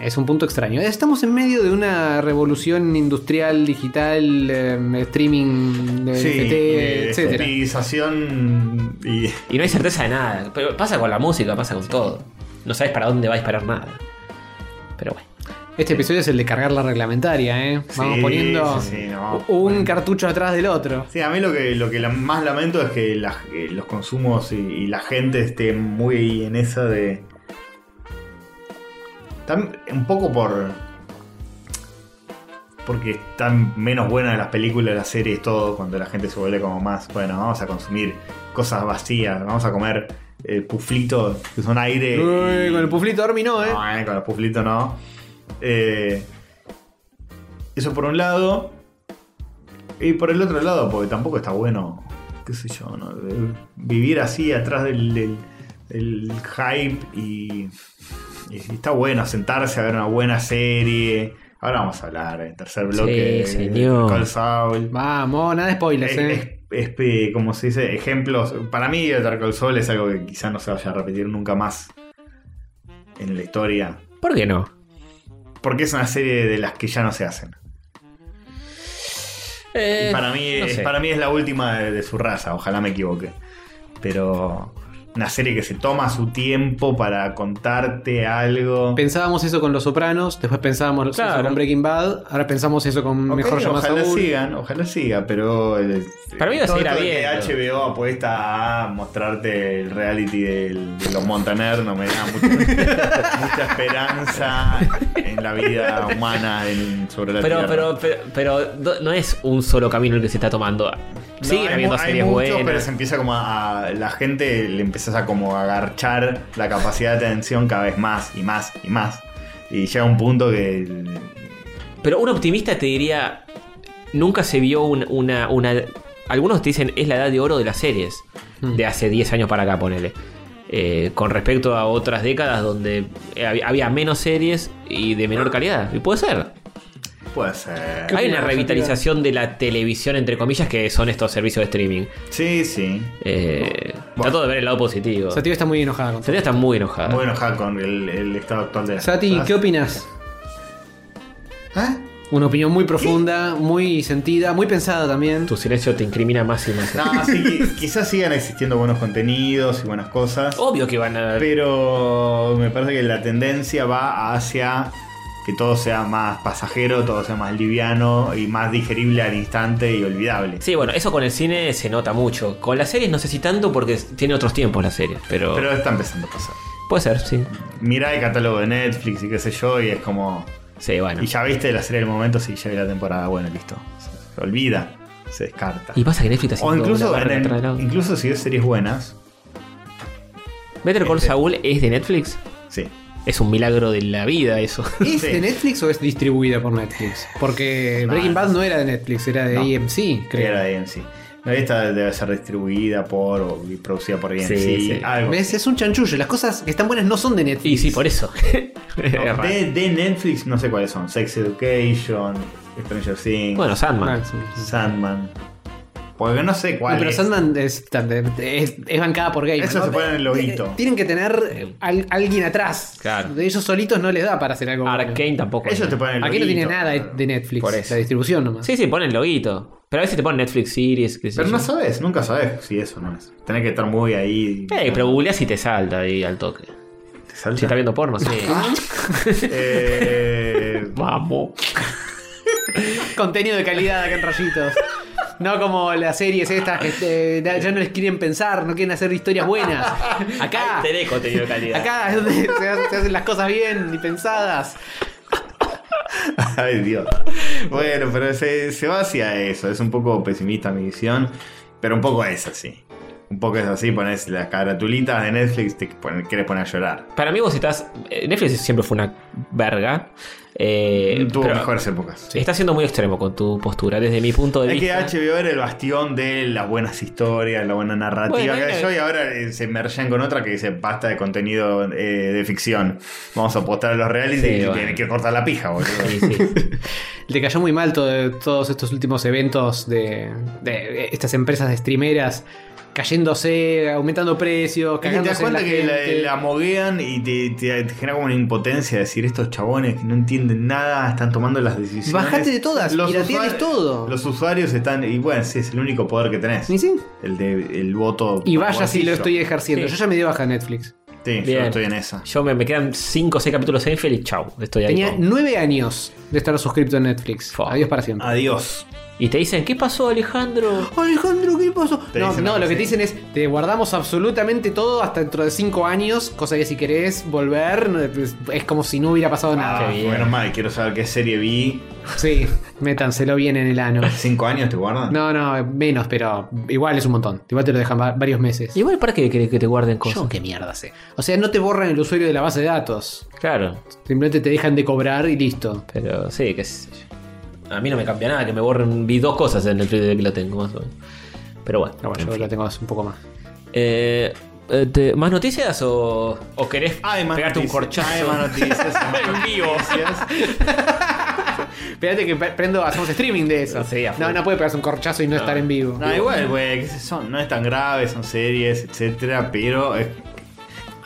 Es un punto extraño. Estamos en medio de una revolución industrial, digital, em, streaming, de Sí. NFT, eh, etcétera. estetización y. Y no hay certeza de nada. Pero pasa con la música, pasa con todo. No sabes para dónde va a disparar nada. Pero bueno. Este episodio es el de cargar la reglamentaria, ¿eh? Vamos Sí, poniendo sí, sí, no. un cartucho atrás del otro. Sí, a mí lo que, lo que la- más lamento es que la- eh, los consumos y, y la gente esté muy en esa de. Tam- un poco por. porque están menos buenas las películas, las series, todo, cuando la gente se vuelve como más, bueno, vamos a consumir cosas vacías, vamos a comer eh, puflitos que son aire. Uy, y- con el puflito Ormi no, eh. no, eh, con el puflito no. Eh, eso por un lado. Y por el otro lado, porque tampoco está bueno, qué sé yo, ¿no? Eh, vivir así atrás del, del- del hype y, y está bueno sentarse a ver una buena serie. Ahora vamos a hablar en tercer bloque Sí, señor. Call Saul. Vamos, nada de spoilers, eh. Eh, es- es- eh, como se dice, ejemplos. Para mí, Dark Souls es algo que quizá no se vaya a repetir nunca más en la historia. ¿Por qué no? Porque es una serie de las que ya no se hacen. Eh, Y para, mí, no es, sé. para mí es la última de, de su raza, ojalá me equivoque. Pero una serie que se toma su tiempo para contarte algo. Pensábamos eso con Los Sopranos, después pensábamos eso Claro. con Breaking Bad, ahora pensamos eso con Ok, Mejor Llama a ojalá Saúl. sigan, ojalá siga, pero el- Para mí va a todo seguir esto de que habiendo. HBO apuesta a mostrarte el reality del- de los Montaner no me da mucho- mucha esperanza en la vida humana en- sobre la Pero, Tierra. pero, pero, pero do- no es un solo camino el que se está tomando. No, Siguen hay habiendo mu- hay series mucho, buenas. pero se empieza como a, a- la gente le empiezas a como agarchar la capacidad de atención cada vez más y más y más y llega un punto que el- Pero un optimista te diría, nunca se vio un- una, una... Algunos te dicen, es la edad de oro de las series, de hace 10 años para acá, ponele. Eh, con respecto a otras décadas donde había, había menos series y de menor calidad. Y puede ser. puede ser. ¿Qué Hay opinas, una revitalización de la televisión, entre comillas, que son estos servicios de streaming. Sí, sí. Eh, Bueno. Trato de ver el lado positivo. Sativa está muy enojada con Sativa está muy enojada. Muy enojada con el, el estado actual de las Sati, cosas. ¿qué opinas? ¿Eh? Una opinión muy profunda, muy sentida, muy pensada también. Tu silencio te incrimina más y más. No, sí, qui- quizás sigan existiendo buenos contenidos y buenas cosas. Oh. Obvio que van a... Pero me parece que la tendencia va hacia que todo sea más pasajero, todo sea más liviano y más digerible al instante y olvidable. Sí, bueno, eso con el cine se nota mucho. Con las series no sé si tanto porque tiene otros tiempos las series, pero, Pero está empezando a pasar. puede ser, sí. Mirá el catálogo de Netflix y qué sé yo, y es como. Sí, bueno. Y ya viste la serie del momento, sí, ya vi la temporada, bueno, listo. Se, se olvida, se descarta. Y pasa que Netflix está o haciendo una incluso, barra en- atrás del lado. incluso si es series buenas, Better Call este- Saul es de Netflix. sí. Es un milagro de la vida eso. ¿Es Sí. de Netflix o es distribuida por Netflix? Porque No, no. Breaking Bad no era de Netflix, era de No. AMC, creo. Era de AMC. No, Esta debe ser distribuida por o y producida por AMC. Sí, sí. Algo. ¿Ves? Es un chanchullo. Las cosas que están buenas no son de Netflix. Y sí, por eso. Es No, raro. de, de Netflix no sé cuáles son. Sex Education, Stranger Things, Bueno, Ah, Sandman. sí. Sandman. Porque no sé No, cuál pero es. Sandman es, es- es bancada por gamers. Eso ¿no? se pone en el loguito. Eh, Tienen que tener eh, al- alguien atrás. Claro. De ellos solitos no les da para hacer algo. bueno. Arkane tampoco. Ellos te ponen el Aquí no tiene loguito. nada de- de Netflix. Por eso. La distribución nomás. Sí, sí, ponen el loguito. Pero a veces te ponen Netflix Series. qué sé Pero no yo. sabes, nunca sabes si eso no es. Tenés que estar muy ahí. Eh, pero googleás y te salta ahí al toque. ¿Te salta? Si estás viendo porno, sí. Eh, Vamos. Contenido de calidad acá en rayitos. No como las series estas que eh, ya no les quieren pensar, no quieren hacer historias buenas. Acá, Te dejo contenido de calidad. acá es donde se, ha- se hacen las cosas bien y pensadas. Ay, Dios. Bueno, pero se, se va hacia eso. Es un poco pesimista mi visión, pero un poco es así. Un poco es así, pones las caratulitas de Netflix, te ponen- querés poner a llorar. Para mí vos estás... eh, Netflix siempre fue una verga. Eh, Tuvo pero mejores épocas. Estás siendo muy extremo con tu postura, desde mi punto de Es que vista. HBO era el bastión de las buenas historias, la buena narrativa. Bueno, que eh. yo, y ahora eh, se mergen con otra que dice basta de contenido eh, de ficción. Vamos a apostar a los reales Sí, y bueno. tienen que cortar la pija, boludo. Sí, sí. Le cayó muy mal todo- todos estos últimos eventos de, de estas empresas de streameras cayéndose, aumentando precios, Es que te cagándose das en cuenta la que gente. la, la moguean y te, te- te genera como una impotencia decir estos chabones que no entienden nada, están tomando las decisiones. Bajate de todas, pirateales usuari- todo. Los usuarios están, y bueno, sí, es el único poder que tenés. ¿Y, sí? El de el voto. Y por vaya si bolsillo. lo estoy ejerciendo. Sí. Yo ya me di baja en Netflix. Sí, yo Bien. estoy en esa. Yo me, me quedan 5 o 6 capítulos en y chau. Estoy ahí. Tenía con- nueve años de estar suscripto en Netflix. Fua. Adiós para siempre. Adiós. Y te dicen, ¿qué pasó Alejandro? Alejandro, ¿qué pasó? Te No, dicen no, algo lo que te así. dicen es, te guardamos absolutamente todo hasta dentro de cinco años, cosa que si querés volver, no, es- es como si no hubiera pasado Ah, nada. bien. menos mal, quiero saber qué serie vi. Sí, métanselo bien en el ano. ¿Cinco años te guardan? No, no, menos, pero igual es un montón. Igual te lo dejan va- varios meses. Igual para qué querés que te guarden cosas. Yo qué mierda sé. O sea, no te borran el usuario de la base de datos. Claro, Simplemente te dejan de cobrar y listo. pero sí, que A mí no me cambia nada que me borren. Vi dos cosas en el Twitter que lo tengo, más o menos. Pero bueno. No, bueno, en yo fin. lo tengo un poco más. Eh, eh, te- ¿Más noticias o, o querés Ay, más pegarte un noticias. corchazo? Ay, más noticias. Ay, más En vivo. noticias. Espérate que pre- prendo, hacemos streaming de eso. Sí, a full. no, no puede pegarse un corchazo y no, estar en vivo. No, igual, güey, qué sé, son, no es tan grave, son series, etcétera, pero es,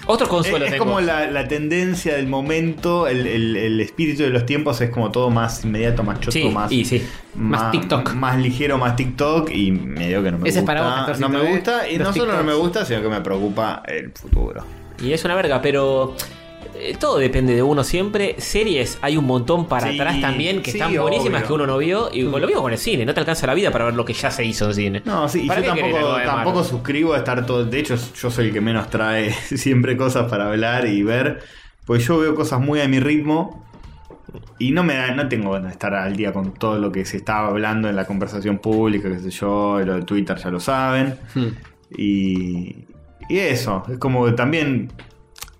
Otro consuelo es- es tengo. como la, la tendencia del momento, el, el- el espíritu de los tiempos es como todo más inmediato, más choto, Sí, más, y sí. Más TikTok. Más ligero, más TikTok y medio que no me Ese es gusta. para vos, Castorcito, no me ¿eh? gusta y Los no solo no TikToks. me gusta, sino que me preocupa el futuro. Y es una verga, pero eh, todo depende de uno siempre. Series hay un montón para Sí, atrás también que sí, están buenísimas obvio. Mm. que uno no vio. Y lo vio con el cine, no te alcanza la vida para ver lo que ya se hizo en cine. No, sí, y ¿Para yo qué querés tampoco, algo de tampoco Marvel? suscribo a estar todo. De hecho, yo soy el que menos trae siempre cosas para hablar y ver. Pues yo veo cosas muy a mi ritmo. Y no me da, no tengo ganas de estar al día con todo lo que se está hablando en la conversación pública, qué sé yo, lo de Twitter ya lo saben. Hmm. Y, y eso, es como que también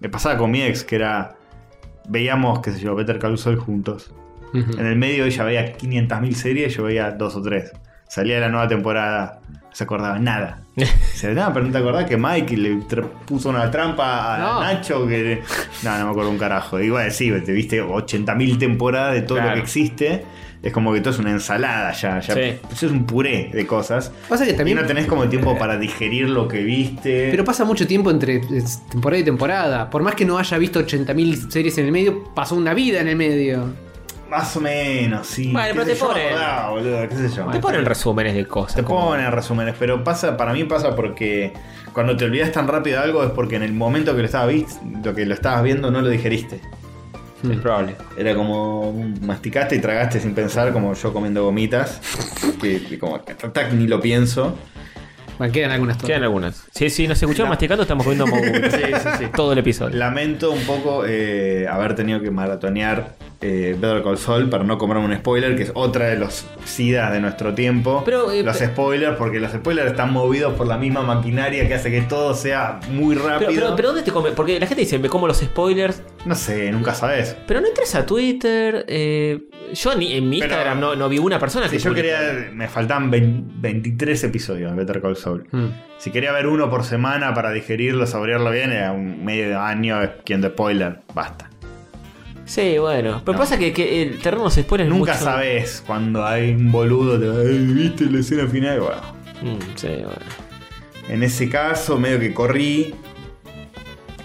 me pasaba con mi ex, que era, veíamos, qué sé yo, Better Call Saul juntos. Ujú. En el medio ella veía 500.000 series, yo veía dos o tres. Salía la nueva temporada, no se acordaba nada. Se nada, pero no te acordás que Mike le tra- puso una trampa a No. Nacho que... le- No, no me acuerdo un carajo. Igual sí, te viste 80.000 temporadas de todo Claro. lo que existe. Es como que todo es una ensalada ya. ya Sí. Eso es un puré de cosas. Pasa que también. Y no tenés como tiempo para digerir lo que viste. Pero pasa mucho tiempo entre eh, temporada y temporada. Por más que no haya visto 80.000 series en el medio, pasó una vida en el medio. Más o menos, sí. Bueno, Qué pero sé te yo, ponen- ah, boludo, qué sé yo. Te ponen resúmenes de cosas. Te como- ponen resúmenes, pero pasa, para mí pasa porque cuando te olvidas tan rápido de algo es porque en el momento que lo estabas, vis- lo que lo estabas viendo no lo digeriste. Es probable. Era como mm, masticaste y tragaste sin pensar, como yo comiendo gomitas, que, que como que tac, tac, ni lo pienso. Bueno, quedan algunas Quedan todavía. algunas. Sí, sí, nos escuchamos masticando, estamos comiendo mogu- todo el episodio. Lamento un poco eh, haber tenido que maratonear eh, Better Call Saul para no comprar un spoiler, que es otra de los sidas de nuestro tiempo. Pero, eh, los pe- spoilers, porque los spoilers están movidos por la misma maquinaria que hace que todo sea muy rápido. Pero, pero, pero ¿dónde te come? Porque la gente dice, me como los spoilers. No sé, nunca sabes. Pero no entres a Twitter. eh, yo ni, en mi Pero- Instagram no, no vi una persona Si que yo publicara. quería. Me faltan 20 23 episodios de Better Call Saul. Mm. Si quería ver uno por semana para digerirlo, saborearlo bien, era un medio año quien de spoiler. Basta. Sí, bueno. Pero No. pasa que, que el terreno de los spoilers Nunca mucho- sabes cuando hay un boludo. Te, "Ay, ¿Viste la escena final? Bueno. Mm, sí, bueno. En ese caso, medio que corrí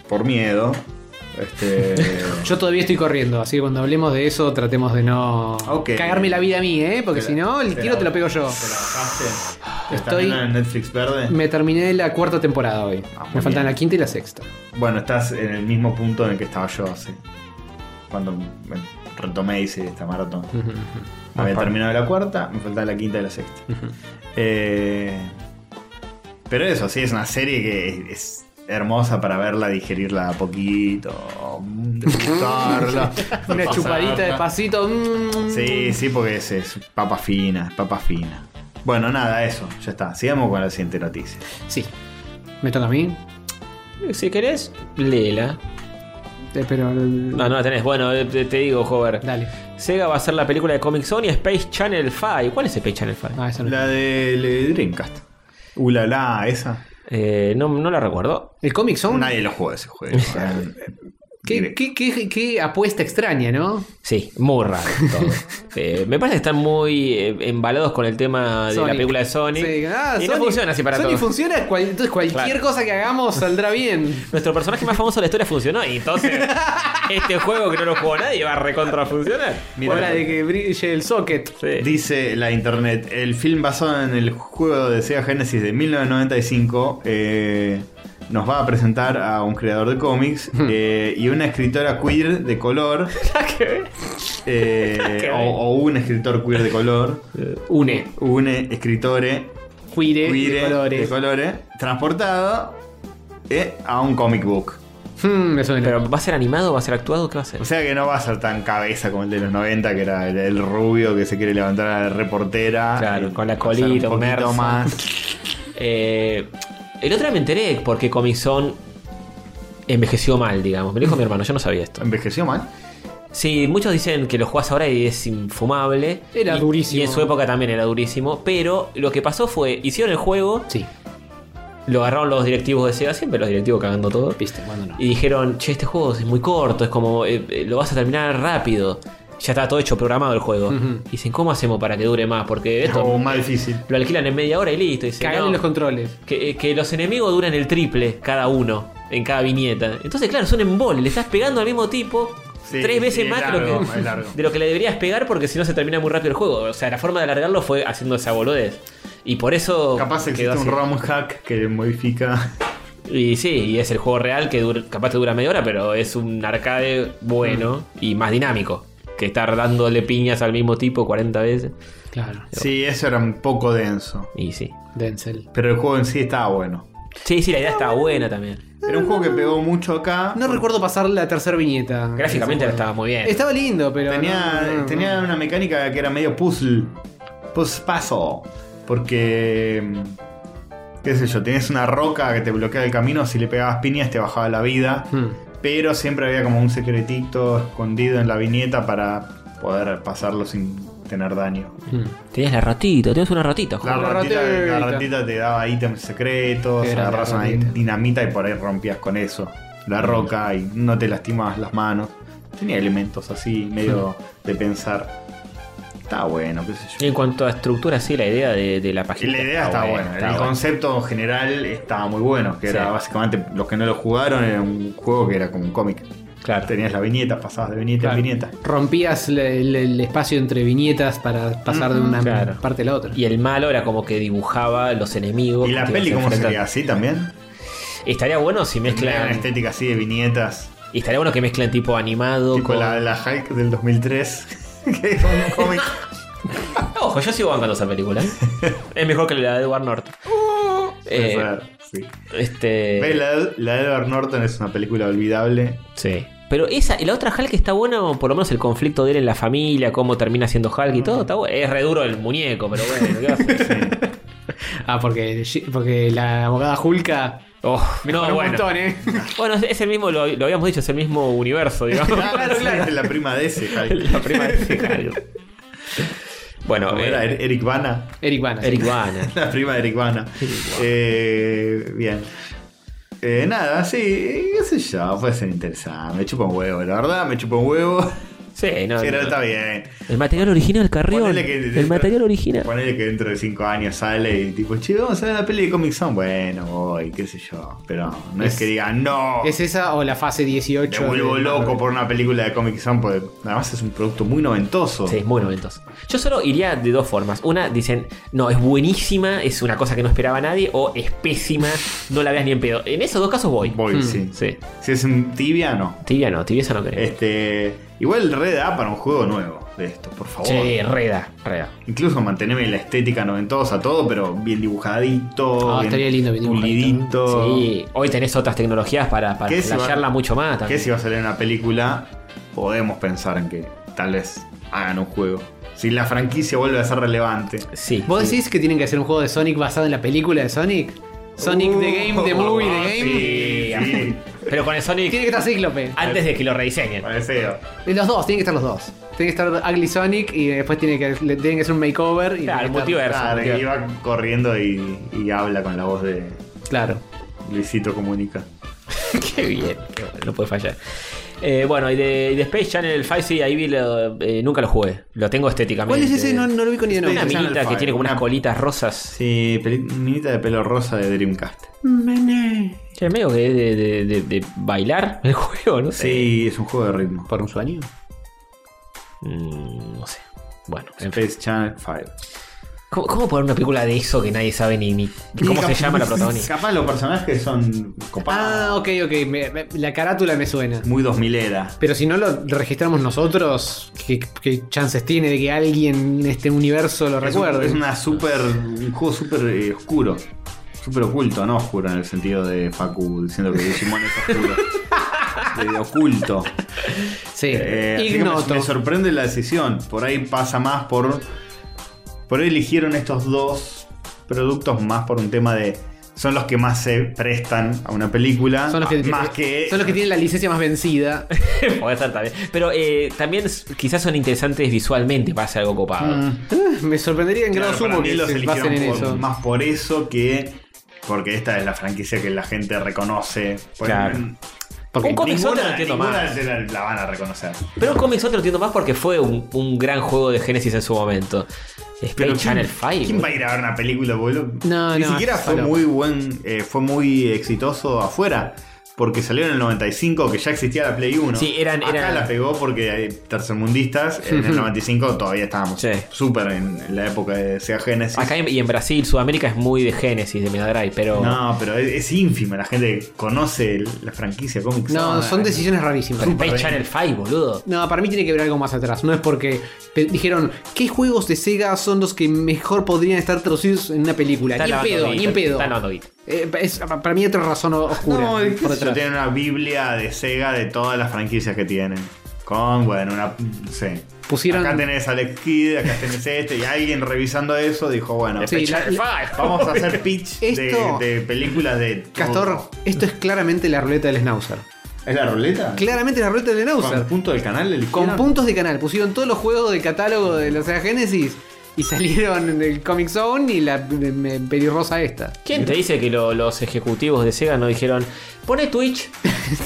por miedo. Este, Yo todavía estoy corriendo, así que cuando hablemos de eso, tratemos de no Ok. cagarme la vida a mí, ¿eh? Porque Te si la- no, el te tiro la- te lo pego ¿Te yo. la bajaste? ¿Te está Estoy- viendo en Netflix verde? Me terminé la cuarta temporada hoy. Ah, muy Me faltan bien. la quinta y la sexta. Bueno, estás en el mismo punto en el que estaba yo hace. Cuando me retomé y hice esta maratón. Había terminado la cuarta, me faltaba la quinta y la sexta. Eh, pero eso, sí, es una serie que es hermosa para verla, digerirla a poquito, degustarla. Una pasarla. chupadita despacito. mm. Sí, sí, porque es, es papa fina, es papa fina. Bueno, nada, eso, ya está. Sigamos con la siguiente noticia. Sí. ¿Me toca a mí? Si querés, léela. Eh, pero. No, no la tenés. Bueno, eh, te, te digo, Hover. Dale. Sega va a hacer la película de Comic Zone y Space Channel 5. ¿Cuál es Space Channel 5? Ah, eso no. La de Dreamcast. Ulala, esa. Eh, no, no la recuerdo. ¿El Comic Zone? Nadie lo juega ese juego. eh, ¿Qué, qué, qué- qué apuesta extraña, ¿no? Sí, muy raro todo. Eh, me parece que están muy eh, embalados con el tema de Ah, la Sonic. película de Sonic. Sí, ah, y Sonic- no funciona así para Sonic todos. funciona, cual- entonces cualquier Claro. cosa que hagamos saldrá bien. Nuestro personaje más famoso de la historia funcionó. Y entonces, este juego que no lo jugó nadie va a recontra funcionar. Mira. Hora de que brille el socket. Sí. Dice la internet, el film basado en el juego de Sega Genesis de 1995 eh, nos va a presentar Hmm. a un creador de cómics eh, y una escritora queer de color eh, Qué o, bien. o un escritor queer de color, Une. un escritore Cuire. queer Eh, de colores. de colores, transportado eh, a un comic book. Hmm, me suena. Pero ¿va a ser animado? ¿Va a ser actuado? ¿Qué va a ser? O sea que no va a ser tan cabeza como el de los 90, que era el, el rubio que se quiere levantar a la reportera. Claro, con la Va a ser colita, un un poquito verso. más. Eh, el otro día me enteré porque Comic Zone envejeció mal, digamos. Me lo dijo mi hermano, yo no sabía esto. ¿Envejeció mal? Sí, muchos dicen que lo jugás ahora y es infumable. Era Y- Y durísimo. en su época también era durísimo. Pero lo que pasó fue, hicieron el juego, Sí, lo agarraron los directivos de SEGA, siempre los directivos cagando todo. viste, cuando no. Y dijeron, che, este juego es muy corto, es como, eh, eh, lo vas a terminar rápido. Ya está todo hecho, programado el juego. Ujú. Y dicen, ¿cómo hacemos para que dure más? Porque esto O más difícil. lo alquilan en media hora y listo. Y dicen, Cagale "No". los controles. Que, eh, que los enemigos duran el triple cada uno en cada viñeta. Entonces, claro, son en bol. Le estás pegando al mismo tipo Sí, tres veces sí, más es que lo largo, que, es largo. de lo que le deberías pegar porque si no se termina muy rápido el juego. O sea, la forma de alargarlo fue haciendo esa boludez. Y por eso. Capaz existe quedó un así. ROM hack que modifica. Y sí, y es el juego real que dura- capaz te dura media hora, pero es un arcade bueno Mm. y más dinámico. Que estar dándole piñas al mismo tipo 40 veces. Claro. Sí, eso era un poco denso. Y sí. Denzel. Pero el juego en sí estaba bueno. Sí, sí, la idea está buena también. Era un juego que pegó mucho acá. No recuerdo pasar la tercera viñeta. Gráficamente Ese la juego. estaba muy bien. Estaba lindo, pero. Tenía, no, no, no. tenía una mecánica que era medio puzzle. Puzzle puzzle. Porque. mm, qué sé yo, tenías una roca que te bloqueaba el camino, si le pegabas piñas te bajaba la vida. Hmm. Pero siempre había como un secretito escondido en la viñeta para poder pasarlo sin tener daño. Hmm. Tenías la ratita, tenías una ratita, La, joder. La ratita, ratita. la ratita te daba ítems secretos, Qué grande agarras la una ratita. dinamita y por ahí rompías con eso. La roca y no te lastimabas las manos. Tenía elementos así, medio de pensar. Está bueno, qué sé Y yo. en cuanto a estructura, sí, la idea de, de la Y página. la idea está buena, el concepto general estaba muy bueno, que era Sí. básicamente los que no lo jugaron era un juego que era como un cómic. Claro. Tenías la viñeta, pasabas de viñeta Claro. en viñeta. Rompías el, el- el espacio entre viñetas para pasar de Mm, una Claro. parte a la otra. Y el malo era como que dibujaba los enemigos. ¿Y que la te peli ibas cómo sería? este enfrentando. ¿Así también? Estaría bueno si Una mezclan. estética así de viñetas. Y estaría bueno que mezclan tipo animado. Tipo con- la, la Hulk del 2003. que es un cómic. Ojo, yo sigo bancando esa película. ¿eh? es mejor que la de Edward Norton. Uh, Eh, Sí. este. Ve, la, de- la de Edward Norton es una película olvidable. Sí. Pero esa, y la otra Hulk está buena, o por lo menos el conflicto de él en la familia, cómo termina siendo Hulk y Mm. todo. Está bueno. Es re duro el muñeco, pero bueno, ¿qué va a hacer? Ah, porque, porque la abogada Julka. Oh, mejoró no, un bueno. montón, ¿eh? Bueno, es el mismo, lo, lo habíamos dicho, es el mismo universo, digamos. Sí, es la prima de ese Hulk. La prima de Sicario. Bueno, Como eh, era Er- Eric Bana. Eric Bana. sí. Eric Bana. La prima de Eric Bana. Eh, bien. Eh, nada, sí, qué sé yo, puede ser interesante. Me chupa un huevo, la verdad, me chupa un huevo. Sí, no, Pero no. está bien. El material original, Carrión. Ponele que- El material original. Ponele que dentro de 5 años sale y tipo, che, vamos a ver la peli de Comic Zone. Bueno, voy, qué sé yo. Pero no es, que digan, no, ¿Es esa o la fase 18? me vuelvo de- loco por una película de Comic Zone. Porque además es un producto muy noventoso. Sí, es muy noventoso. Yo solo iría de dos formas. Una, dicen, no, es buenísima, es una cosa que no esperaba nadie, o es pésima, no la veas ni en pedo. En esos dos casos voy. Voy, Hmm. sí. Sí. Si es un tibia, no. Tibia no, tibia esa no creo. Este, igual Red da para un juego nuevo de esto, por favor. Sí, reda, reda. Incluso mantenerme la estética noventosa, todo, pero bien dibujadito. Ah, bien estaría lindo, bien dibujadito. pulidito. Sí, hoy tenés otras tecnologías para, para ¿Qué si va- flashearla mucho más que también. si va a salir una película, podemos pensar en que tal vez hagan un juego. Si la franquicia vuelve a ser relevante. Sí. ¿Vos decís que tienen que hacer un juego de Sonic basado en la película de Sonic? Sonic the Game, the Movie, the Game. Uh, Sí, sí. Pero con el Tiene Sonic, que estar Cíclope. antes de que lo rediseñen. Parecido. De Los dos, tienen que estar los dos. Tiene que estar Ugly Sonic y después tiene que, le tienen que hacer un makeover. Y Claro, el tiene que estar- multiverso. Claro, multiverso. y va corriendo y, y habla con la voz de Claro. Luisito Comunica. Qué bien, qué bueno, no puede fallar. Eh, bueno, y de, y de Space Channel 5, sí, ahí vi lo- eh, nunca lo jugué. Lo tengo estéticamente. ¿Cuál es ese? No, no lo vi con ni de Una nombre. Space Channel minita que 5, tiene como unas una- colitas rosas. Sí, peli- minita de pelo rosa de Dreamcast. Che, medio que es de, de- de- de bailar el juego, no sé. Sí, es un juego de ritmo. ¿Por un sueño? Mm, no sé. Bueno, en fin. Space Channel 5. ¿Cómo, cómo poner una película de eso que nadie sabe ni, ni cómo se Cap- llama la protagonista? Capaz los personajes son Ah, copados. ok, ok. me- me- la carátula me suena. Muy 2000 era. Pero si no lo registramos nosotros, ¿qué, qué chances tiene de que alguien en este universo lo Es un- recuerde? Es, una super, un juego súper eh, oscuro. Súper oculto, no oscuro en el sentido de Facu diciendo que Digimon es oscuro. De oculto. Sí, Eh, así que ignoto. me, me sorprende la decisión. Por ahí pasa más por. Por ahí eligieron estos dos productos más por un tema de. Son los que más se prestan a una película. Son los que, más que. son los que tienen la licencia más vencida. Puede ser también. Pero eh, también s- quizás son interesantes visualmente para hacer algo copado. Mm. me sorprendería en grado Claro, para sumo mí que los se eligieron basen en por- eso. más por eso que porque esta es la franquicia que la gente reconoce. Pues, Por- Claro. Porque un cómic solo lo ninguna, entiendo ninguna más. te la, la van a reconocer. Pero un cómic solo lo entiendo más porque fue un, un gran juego de Genesis en su momento. Space Pero Channel ¿quién- 5. ¿Quién va a ir a ver una película, boludo? No, Ni no, siquiera fue solo. muy buen, eh, fue muy exitoso afuera. Porque salió en el 95, que ya existía la Play 1. Sí, eran- Acá eran- la pegó porque hay tercermundistas. En el 95 todavía estábamos Sí. súper en, en la época de Sega Genesis. Acá en- y en Brasil, Sudamérica es muy de Genesis, de Mega Drive, pero. No, pero es, es ínfima la gente que conoce el- la franquicia Comic No, Zone. son decisiones rarísimas. Pero Space bien. Channel 5, boludo. No, para mí tiene que ver algo más atrás. No es porque pe- dijeron, ¿qué juegos de Sega son los que mejor podrían estar traducidos en una película? Está Ni en lavando pedo, guita, ni en pedo. está lavando guita. Eh, es- para mí hay otra razón o- oscura. No, es que por yo detrás. tiene una biblia de Sega de todas las franquicias que tienen. Con, bueno, una. No sé. Pusieron- Acá tenés Alex Kidd, acá tenés este. Y alguien revisando eso dijo, bueno, Sí, la- la- vamos a hacer pitch de, Esto- de películas de. todo. Castor, esto es claramente la ruleta del Schnauzer. ¿Es la ruleta? Claramente la ruleta del ¿Con Schnauzer. punto del canal Con eligieron? puntos de canal. Pusieron todos los juegos del catálogo de la Sega Genesis y salieron en el Comic Zone y la me- me- pelirrosa esta. ¿Quién te dice que lo- los ejecutivos de Sega no dijeron, pone Twitch?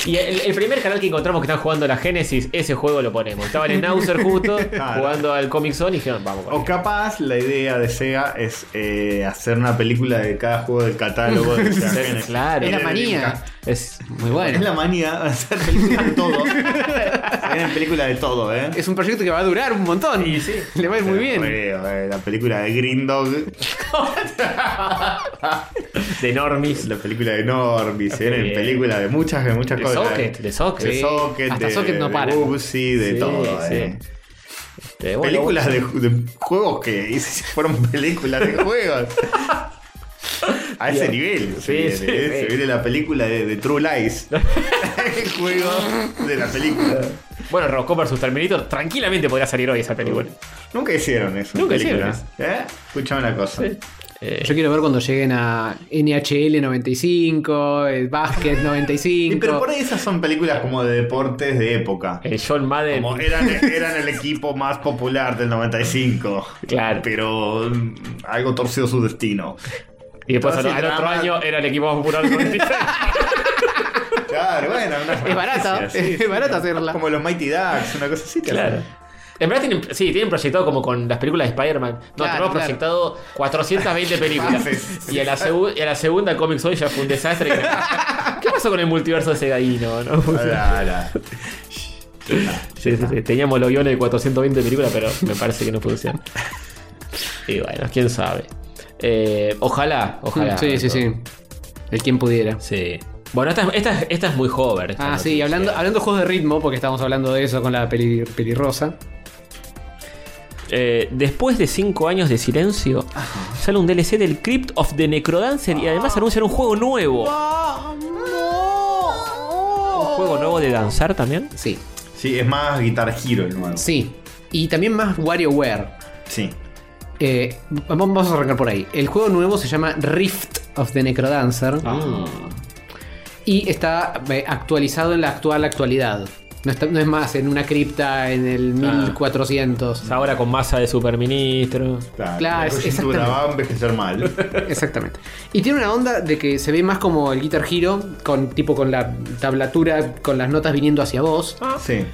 Y el, el primer canal que encontramos que están jugando la Genesis, ese juego lo ponemos. Estaban en Nauser justo, Claro. Oh. jugando al Comic Zone y dijeron, vamos. O con capaz la idea de Sega es eh, hacer una película de cada juego del catálogo de Sega Sí, Genesis. claro. Y Es la de manía. Dreamcast. esto". Es Muy bueno. Es la manía de hacer películas de todo. Se vienen películas de todo, ¿eh? Es un proyecto que va a durar un montón. Sí, sí. Le va a ir muy bien. Creo, eh, la película de Green Dog, de Normis. la película de Norby, se vienen Bien. películas de muchas, de muchas De cosas. Socket, eh. de Socket. De Sí. Socket, Hasta de, Socket no de para. Bubsy, de Sí, todo, sí. eh. Este, bueno, Películas de, de juegos que hice- fueron películas de juegos. A ese Bien. nivel. Sí, se, viene, sí, eh, se sí. viene la película de, de True Lies. El juego de la película. Bueno, Rocco vs Terminator tranquilamente podría salir hoy esa película. Nunca hicieron eso. en Nunca película, hicieron ¿eh? Escuchame una cosa. Eh, Yo quiero ver cuando lleguen a NHL 95, el Basket Y 95. pero por ahí esas son películas como de deportes de época. el eh, John Eh, Madden. Como eran, eran el equipo más popular del 95. Claro. Pero mm, algo torció su destino. y después al, Entonces, al otro drama- año era el equipo más popular del 96. Claro, bueno. una Es barata, franquicia, sí. es barata hacerla. Como los Mighty Ducks, una cosa así. Claro. En verdad tienen, sí, tienen proyectado como con las películas de Spider-Man. No, Claro, tenemos claro. Ah, proyectado 420 películas. Fases. y, a la segu- y a la segunda Comics hoy ya fue un desastre. ¿Qué pasó con el multiverso de Segaíno? ¿no? Ala, ala. Sí, sí, sí. Teníamos los guiones de 420 películas, pero me parece que no funcionan. Y bueno, quién sabe. Eh, ojalá, ojalá. sí, sí, sí. El quien pudiera. Sí. Bueno, esta, esta, esta es muy joven. esta Ah, sí, noticia. hablando, hablando de juegos de ritmo, porque estábamos hablando de eso con la peli, pelirrosa. Eh, después de 5 años de silencio, sale un DLC del Crypt of the Necrodancer y además anuncian un juego nuevo. Un juego nuevo de danzar también. Sí, Sí, es más Guitar Hero el nuevo. sí. Y también más WarioWare. Sí. Eh, vamos vamos a arrancar por ahí. El juego nuevo se llama Rift of the Necrodancer. Mm. Y está eh, actualizado en la actual actualidad. No, está- no es más en una cripta en el 1400. Es Ahora con masa de superministro. Claro, Claro, la es- coyuntura exactamente. va a envejecer mal. Exactamente. Y tiene una onda de que se ve más como el Guitar Hero, con, tipo con la tablatura, con las notas viniendo hacia vos. Sí.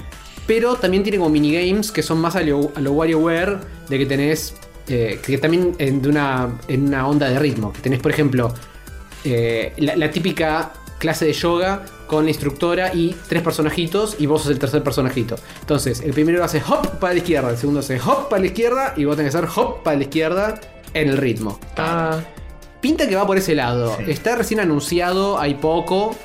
Pero también tiene como minigames que son más a lo, a lo WarioWare, de que tenés. eh, que también en, de una, en una onda de ritmo. Que tenés, por ejemplo, eh, la, la típica clase de yoga con la instructora y tres personajitos y vos sos el tercer personajito. Entonces, el primero hace hop para la izquierda, el segundo hace hop para la izquierda y vos tenés que hacer hop para la izquierda en el ritmo. Ah, Pinta que va por ese lado. Sí. Está recién anunciado, hay poco.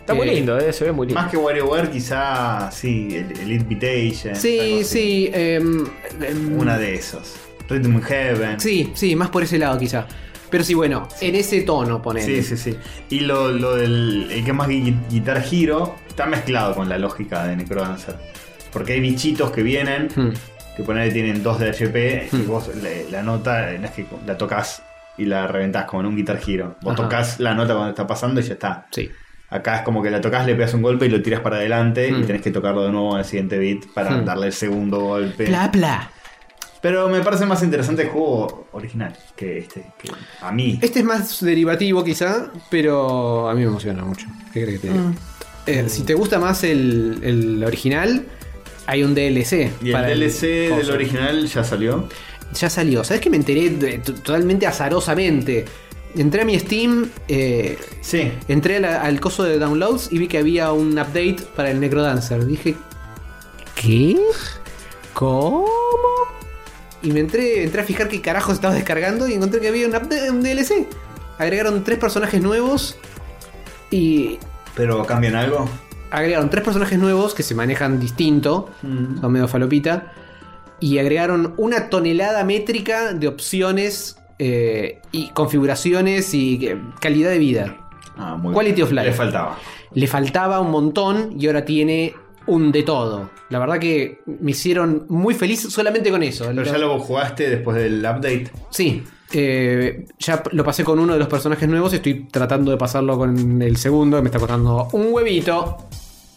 está muy Eh, lindo, eh, se ve muy lindo. Más que WarioWare, quizá, sí, el, el Invitation. algo Sí, así. sí. em, em, Una de esos. Rhythm Heaven. Sí, sí, más por ese lado quizá. Pero sí, bueno, en ese tono Sí, ponele. sí, sí. Y lo, lo del el que es más gui- Guitar Hero está mezclado con la lógica de Necrodancer. Porque hay bichitos que vienen, Hmm. que ponele tienen 2 de HP, y Hmm. vos le- la, nota eh, no es que la tocas y la reventás como en un Guitar Hero. Vos Ajá. tocas la nota cuando está pasando y ya está. Sí. Acá es como que la tocas, le pegas un golpe y lo tiras para adelante y Hmm. tenés que tocarlo de nuevo en el siguiente beat para Hmm. darle el segundo golpe. Pla, pla. Pero me parece más interesante el juego original que este. que a mí. Este es más derivativo quizá, pero a mí me emociona mucho. ¿Qué crees que te diga? Eh, Si te gusta más el, el original, hay un DLC. Y el para DLC del coso. original ya salió. Ya salió. ¿Sabes que me enteré de- t- totalmente azarosamente? Entré a mi Steam, eh, Sí. entré a la- al coso de downloads y vi que había un update para el Necrodancer. Dije, ¿qué? ¿Cómo? Y me entré, entré a fijar qué carajo estaba descargando y encontré que había un, update, un DLC. Agregaron tres personajes nuevos y ¿Pero cambian algo? agregaron tres personajes nuevos que se manejan distinto, son medio falopita, y agregaron una tonelada métrica de opciones eh, y configuraciones y eh, calidad de vida. Ah, muy Quality bien. of life. Le faltaba. Le faltaba un montón y ahora tiene un de todo. La verdad que me hicieron muy feliz solamente con eso. Pero Lo- ya lo jugaste después del update. Sí. eh, ya p- lo pasé con uno de los personajes nuevos y estoy tratando de pasarlo con el segundo. Me está costando un huevito.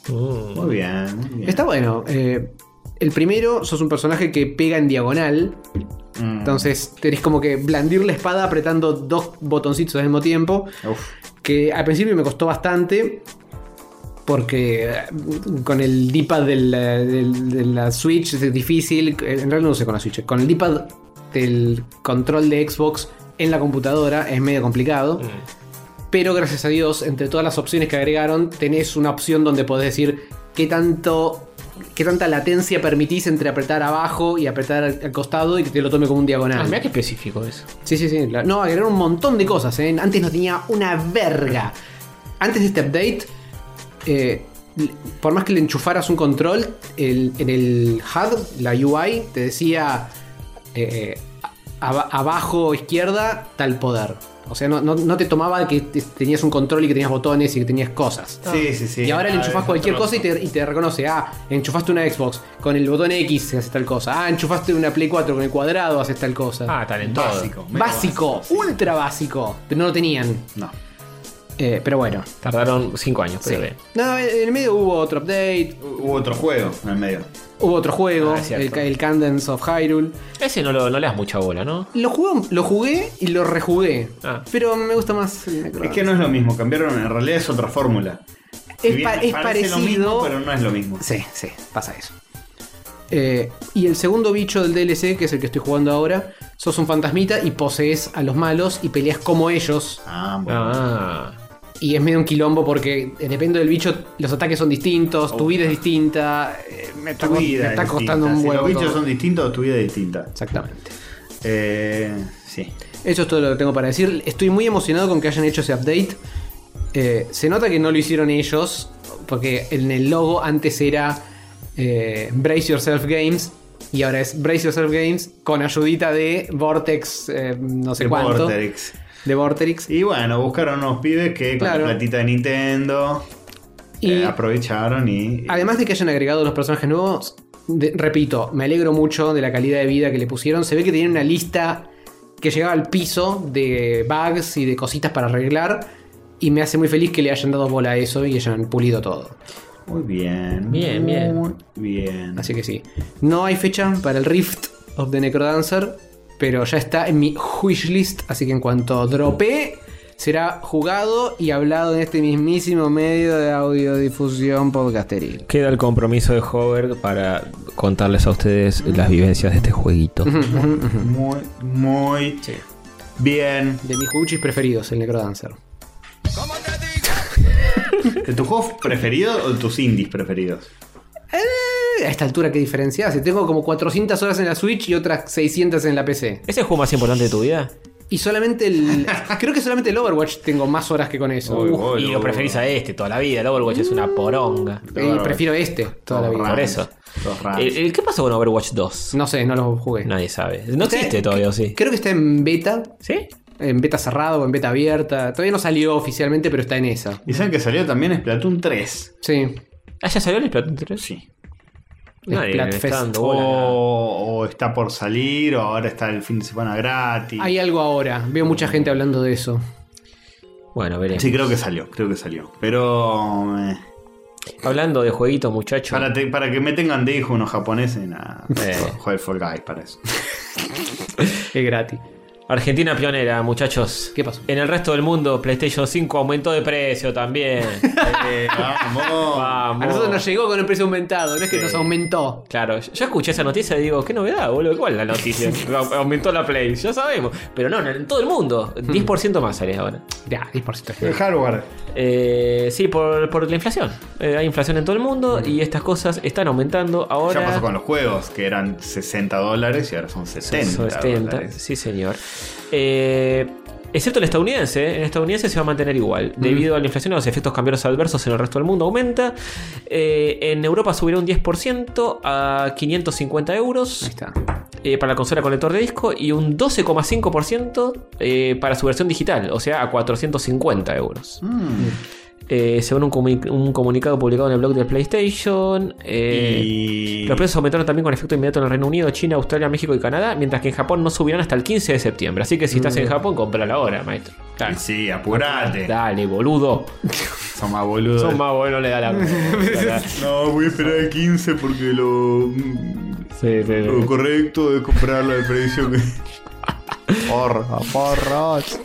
Mm. Muy bien, muy bien. Está bueno. eh, el primero, sos un personaje que pega en diagonal. Mm. Entonces tenés como que blandir la espada apretando dos botoncitos al mismo tiempo. Uf. Que al principio me costó bastante. Porque eh, con el D-pad del, eh, del- de la Switch es difícil. eh, En realidad no sé con la Switch. Con el D-pad del control de Xbox en la computadora es medio complicado. Mm. Pero gracias a Dios, entre todas las opciones que agregaron, tenés una opción donde podés decir qué tanto. qué tanta latencia permitís entre apretar abajo y apretar al, al costado y que te lo tome como un Ah, diagonal. mirá qué específico eso. Sí, sí, sí. la- No, agregaron un montón de cosas, ¿eh? Antes no tenía una verga. Antes de este update, eh, l- por más que le enchufaras un control, el- en el HUD, la UI, te decía eh, aba- abajo izquierda tal poder. O sea, no, no- no te tomaba que te- tenías un control y que tenías botones y que tenías cosas. Sí, sí, sí. Y ahora le Ah, enchufás es cualquier otro- cosa y te, y te reconoce. Ah, enchufaste una Xbox. Con el botón X se hace tal cosa. Ah, enchufaste una Play 4 con el cuadrado haces tal cosa. Ah, talentoso. Básico. medio Básico, ultra básico. Pero no lo tenían. No. Eh, pero bueno. Tardaron 5 años, pero bien. No, en el medio hubo otro update, Hubo otro juego en el medio. hubo otro juego, Ah, es el, cierto. el Candence of Hyrule. Ese no, lo, no le das mucha bola, ¿no? Lo jugué, lo jugué y lo rejugué. Ah. Pero me gusta más. el Es Necrodancer. que no es lo mismo. Cambiaron. En realidad es otra fórmula. Si Es bien pa- es parece parecido. lo mismo, pero no es lo mismo. Sí, sí, pasa eso. Eh, y el segundo bicho del DLC, que es el que estoy jugando ahora, sos un fantasmita y posees a los malos y peleas como ellos. Ah, bueno. Ah. Y es medio un quilombo porque eh, depende del bicho, los ataques son distintos, tu Oh. vida es distinta. eh, me está, Tu co- vida me está es costando distinta. un huevo. Si los bichos todo. son distintos, tu vida es distinta. Exactamente. Eh, sí. Eso es todo lo que tengo para decir. Estoy muy emocionado con que hayan hecho ese update. Eh, se nota que no lo hicieron ellos, porque en el logo antes era eh, Brace Yourself Games. Y ahora es Brace Yourself Games con ayudita de Vortex, eh, no sé De cuánto. Vortex. Eh, De Vortex. Y bueno, buscaron unos pibes que con Claro. la platita de Nintendo Y eh, aprovecharon y. además de que hayan agregado los personajes nuevos, de- repito, me alegro mucho de la calidad de vida que le pusieron. Se ve que tenían una lista que llegaba al piso de bugs y de cositas para arreglar. Y me hace muy feliz que le hayan dado bola a eso y hayan pulido todo. Muy bien. Bien, muy bien. bien. Así que sí. No hay fecha para el Rift of the Necrodancer, pero ya está en mi wishlist. Así que en cuanto drope, será jugado y hablado en este mismísimo medio de audiodifusión podcasteril. Queda el compromiso de Hover para contarles a ustedes las vivencias de este jueguito. Muy, muy bien. De mis juguchis preferidos, el Necrodancer. ¿De tu juego preferido o de tus indies preferidos? Eh, eh, a esta altura que diferencias. Si tengo como 400 horas en la Switch y otras 600 en la PC. ¿Es el juego más importante de tu vida? Y solamente el. creo que solamente el Overwatch tengo más horas que con eso. Uy, Uh, uy, y lo uy. preferís a este toda la vida. El Overwatch es una poronga. eh, prefiero este toda la Todo vida. raro. Por eso. Dos raros. Eh, El- el- Eh, ¿Qué pasó con Overwatch 2? No sé, no lo jugué. Nadie sabe. No Está- existe todavía, ¿o sí? Creo que está en beta. ¿Sí? En beta cerrado o en beta abierta. Todavía no salió oficialmente, pero está en esa. Y saben que salió también Splatoon 3. Sí. ¿Ah, ya salió el Splatoon 3? Sí. Nadie le Splatfest. está dando bola. O, o está por salir, o ahora está el fin de semana gratis. Hay algo ahora. Veo mucha gente hablando de eso. Bueno, veremos. Sí, creo que salió, creo que salió. Pero. eh, Hablando de jueguitos, muchachos. para, te- para que me tengan de hijo unos japoneses, nada. Eh. Joder, Fall Guys para eso. Es gratis. Argentina pionera, muchachos. ¿Qué pasó? En el resto del mundo, PlayStation 5 aumentó de precio también. Eh, vamos. Vamos. A nosotros nos llegó con el precio aumentado, no es que nos aumentó. Claro, yo escuché esa noticia y digo, qué novedad, boludo, ¿cuál es la noticia? Au- Aumentó la Play, ya sabemos. Pero no, no, en todo el mundo. Hmm. 10% más sale ahora. Ya, 10%. El hardware. Eh, sí, por, por la inflación. Eh, hay inflación en todo el mundo y estas cosas están aumentando ahora. Hmm. Ya pasó con los juegos, que eran 60 dólares y ahora son 70. Son 70, dólares. sí señor. Eh, excepto el estadounidense, ¿eh? el estadounidense se va a mantener igual. Hmm. Debido a la inflación y a los efectos cambiarios adversos en el resto del mundo aumenta. Eh, en Europa subirá un 10% a 550 Ahí euros está. eh, para la consola con lector de disco y un 12,5% eh, para su versión digital, o sea, a 450 euros. Mm. Eh, según un, comu- un comunicado publicado en el blog del PlayStation. eh, y... los precios aumentaron también con efecto inmediato en el Reino Unido, China, Australia, México y Canadá, mientras que en Japón no subirán hasta el 15 de septiembre. Así que si estás en Japón, comprala ahora, maestro. y Sí, apurate. Dale, boludo. Son más boludos. Son más buenos, le da la. No, voy a esperar el 15 porque lo, mm, Sí, sí, sí. lo correcto es comprarlo al precio que. Porra, porros.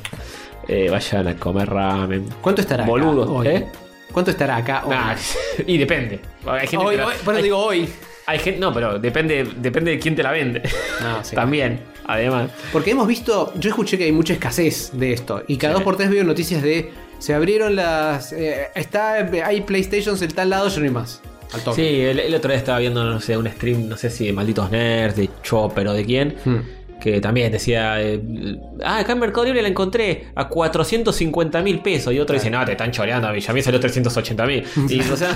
Eh, vayan a comer ramen. ¿Cuánto estará Boludos, acá? hoy? ¿eh? ¿Cuánto estará acá? Hoy? Nah, y depende. Hay gente hoy, que la- hoy- por eso hay- digo hoy. hay gente- no, pero depende, depende de quién te la vende. No, sí. También, además. Porque hemos visto, yo escuché que hay mucha escasez de esto. Y cada dos por tres veo noticias de. Se abrieron las. eh, está, hay PlayStations en tal lado, yo no hay más. Al toque. Sí, el, el otro día estaba viendo, no sé, un stream, no sé si de Malditos Nerds, de Chopper o de quién. Hmm. Que también decía, eh, ah, acá en Mercado Libre la encontré a 450 mil pesos. Y otro dice, no, te están choreando a mí, ya me salió 380 mil. Y o sea,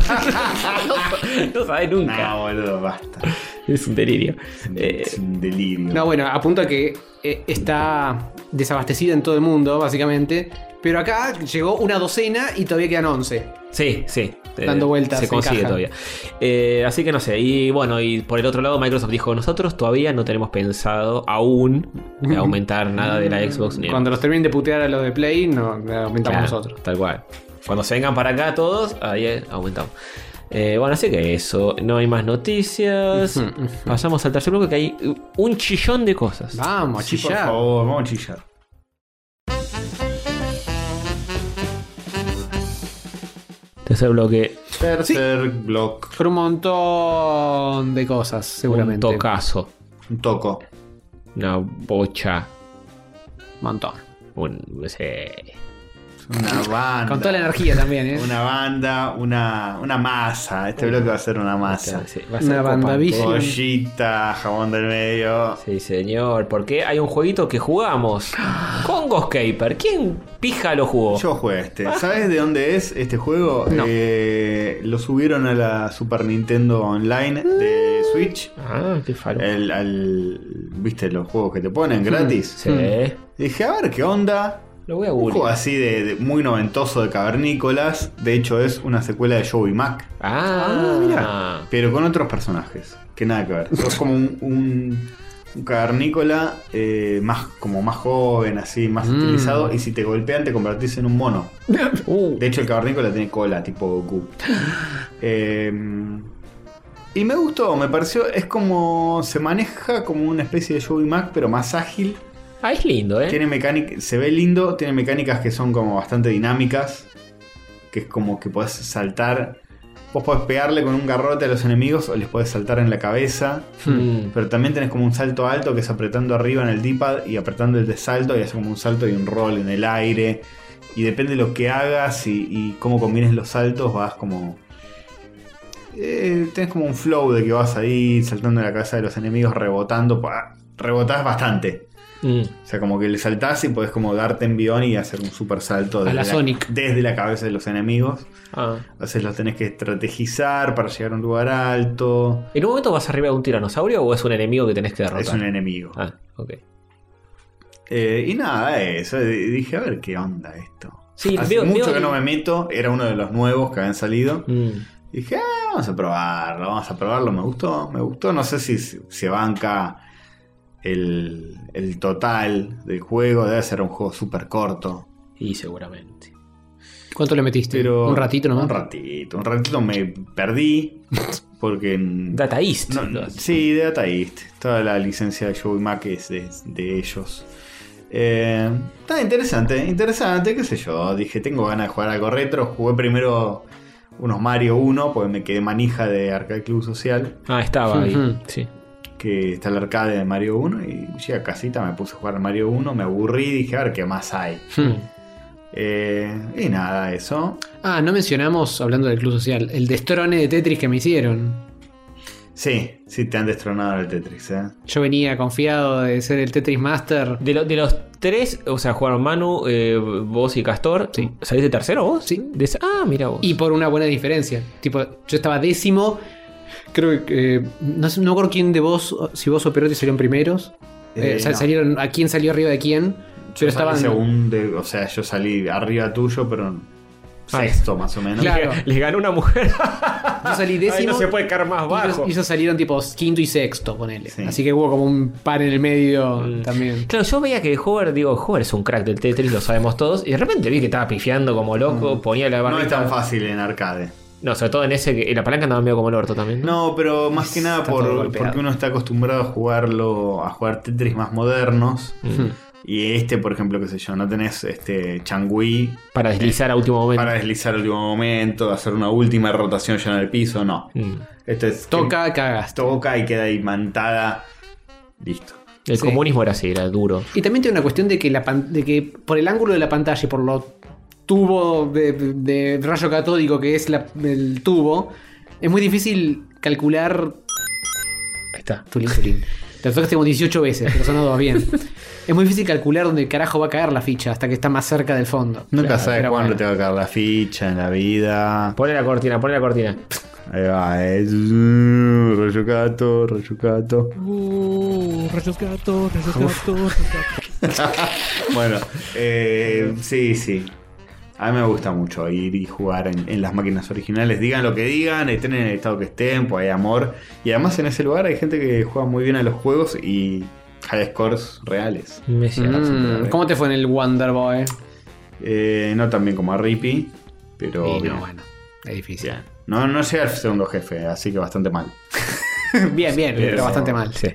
no, no sabes nunca. No, boludo, basta. Es un delirio. Eh, Es un delirio. No, bueno, apunta que eh, está desabastecida en todo el mundo, básicamente. Pero acá llegó una docena y todavía quedan 11. sí, sí. eh, Dando vueltas Se en consigue caja. todavía. Eh, así que no sé. Y bueno, y por el otro lado, Microsoft dijo, nosotros todavía no tenemos pensado aún aumentar nada Ah, de la Xbox ni Mm, Cuando los terminen de putear a los de Play, no la aumentamos Claro, nosotros. Tal cual. Cuando se vengan para acá todos, ahí eh, aumentamos. Eh, bueno, así que eso. No hay más noticias. Ujú, ujú. Pasamos al tercer bloque que hay uh, un chillón de cosas. Vamos, Sí, por chillar. favor, vamos a chillar. Tercer bloque, Tercer block. Por un montón de cosas, un seguramente. tocazo, Un toco. una bocha, Montón. un. no sé. Una banda. Con toda la energía también, ¿eh? Una banda, una, una masa. Este bloque va a ser una masa. Sí, va a ser Una banda copante. bici. Ollita, jabón del medio. Sí, señor, porque hay un jueguito que jugamos con Ghostcaper. ¿Quién pija lo jugó? Yo jugué a este. ¿Sabes de dónde es este juego? No. Eh, lo subieron a la Super Nintendo Online de Switch. Ah, qué faro. El- al- ¿Viste los juegos que te ponen gratis? Sí. Dije, a ver qué onda. Lo voy a Un juego googlear. así de, de muy noventoso de cavernícolas. De hecho, es una secuela de Joey Mac. Ah, mirá. Pero con otros personajes. Que nada que ver. Es como un, un, un cavernícola eh, más, como más joven, así, más Mm. estilizado. Y si te golpean, te convertís en un mono. Uh, De hecho, el cavernícola tiene cola, tipo Goku. Eh, y me gustó, me pareció. Es como. Se maneja como una especie de Joey Mac, pero más ágil. ah, es lindo, ¿eh? Tiene mecánica. Se ve lindo, tiene mecánicas que son como bastante dinámicas. Que es como que podés saltar. Vos podés pegarle con un garrote a los enemigos o les podés saltar en la cabeza. Mm. Pero también tenés como un salto alto que es apretando arriba en el D-pad y apretando el de salto y hace como un salto y un roll en el aire. Y depende de lo que hagas y, y cómo combines los saltos, vas como eh, tenés como un flow de que vas ahí saltando en la cabeza de los enemigos, rebotando. pa- rebotás bastante. Mm. O sea, como que le saltás y podés como darte envión y hacer un super salto la Sonic. desde la cabeza de los enemigos. Ah. Entonces los tenés que estrategizar para llegar a un lugar alto. ¿En un momento vas arriba de un tiranosaurio o es un enemigo que tenés que derrotar? Es un enemigo. Ah, ok. Eh, y nada, eso. Y Dije, a ver qué onda esto. Sí, Hace veo- veo mucho que el- no me meto. Era uno de los nuevos que habían salido. Mm. Y dije, ah, vamos a probarlo, vamos a probarlo. Me gustó, me gustó. No sé si s- se banca el, el total del juego. Debe ser un juego súper corto. Y seguramente. ¿Cuánto le metiste? Pero un ratito nomás. Un ratito, un ratito me perdí. Porque. en- Data East. No, lo hace. sí, de Data East. Toda la licencia de Joey Mac es de, de ellos. Eh, está interesante, interesante, qué sé yo. Dije, tengo ganas de jugar algo retro. Jugué primero unos Mario 1, porque me quedé manija de Arcade Club Social, Ah, estaba ahí. Ujú. Sí. que que está el arcade de Mario 1. Y llegué a casita, me puse a jugar Mario 1, me aburrí y dije, a ver qué más hay. Mm. Hmm. Eh, y nada, eso. Ah, no mencionamos, hablando del club social, el destrone de Tetris que me hicieron. Sí, sí, te han destronado el Tetris, ¿eh? Yo venía confiado de ser el Tetris Master. De, lo- de los tres, o sea, jugaron Manu, eh, vos y Castor. Sí. ¿Saliste tercero vos? Sí. De esa- ah, mira vos. Y por una buena diferencia. Tipo, yo estaba décimo. Creo que. eh, no sé, no recuerdo quién de vos, si vos o Perotti salieron primeros. Eh, Eh, sal- no. salieron, ¿A quién salió arriba de quién? Yo salí Pero estaban. según de- o sea, yo salí arriba tuyo, pero sexto más o menos. Claro. Les ganó una mujer. Yo salí décimo. Ay, no se puede caer y más ellos- bajo. Y ellos salieron tipo quinto y sexto, ponele. Sí. Así que hubo como un par en el medio Mm. también. Claro, yo veía que Hover, digo, Hover es un crack del Tetris, lo sabemos todos. Y de repente vi que estaba pifiando como loco, Mm. ponía la barra. No es tan fácil en arcade. No, sobre todo en ese que la palanca andaba medio como el orto también. ¿no? No, pero más que nada Está por- todo golpeado. porque uno está acostumbrado a jugarlo, a jugar Tetris más modernos. Mm. Y este, por ejemplo, qué sé yo, no tenés este Changui Para deslizar a último momento. para deslizar al último momento, hacer una última rotación ya en el piso, no. Mm. Este es Toca, cagas. que toca y queda imantada. Listo. El Sí. comunismo era así, era duro. Y también tiene una cuestión de que, la pan- de que por el ángulo de la pantalla y por lo tubo de, de rayo catódico que es la- el tubo, es muy difícil calcular. Ahí está. Tulín, tulín. Te tocaste como 18 veces, pero sonó todo bien. Es muy difícil calcular dónde carajo va a caer la ficha hasta que está más cerca del fondo. Nunca Claro, sabes pero cuándo bueno. te va a caer la ficha en la vida. Pone la cortina, pone la cortina. Ahí va, eh. Rayo gato, rayo gato. Uh, rayos gato, rayos gato, rayos gato. Bueno, eh, sí, sí. A mí me gusta mucho ir y jugar en, en las máquinas originales. Digan lo que digan, estén en el estado que estén, pues hay amor. Y además en ese lugar hay gente que juega muy bien a los juegos y high scores reales. Me cierra. Mm, ¿Cómo te fue en el Wonder Boy? Eh, no tan bien como a Rippy, pero. Y bien. no, bueno, es difícil. Bien. No, no llega al segundo jefe, así que bastante mal. Bien, bien, pero Eso. bastante mal. Sí.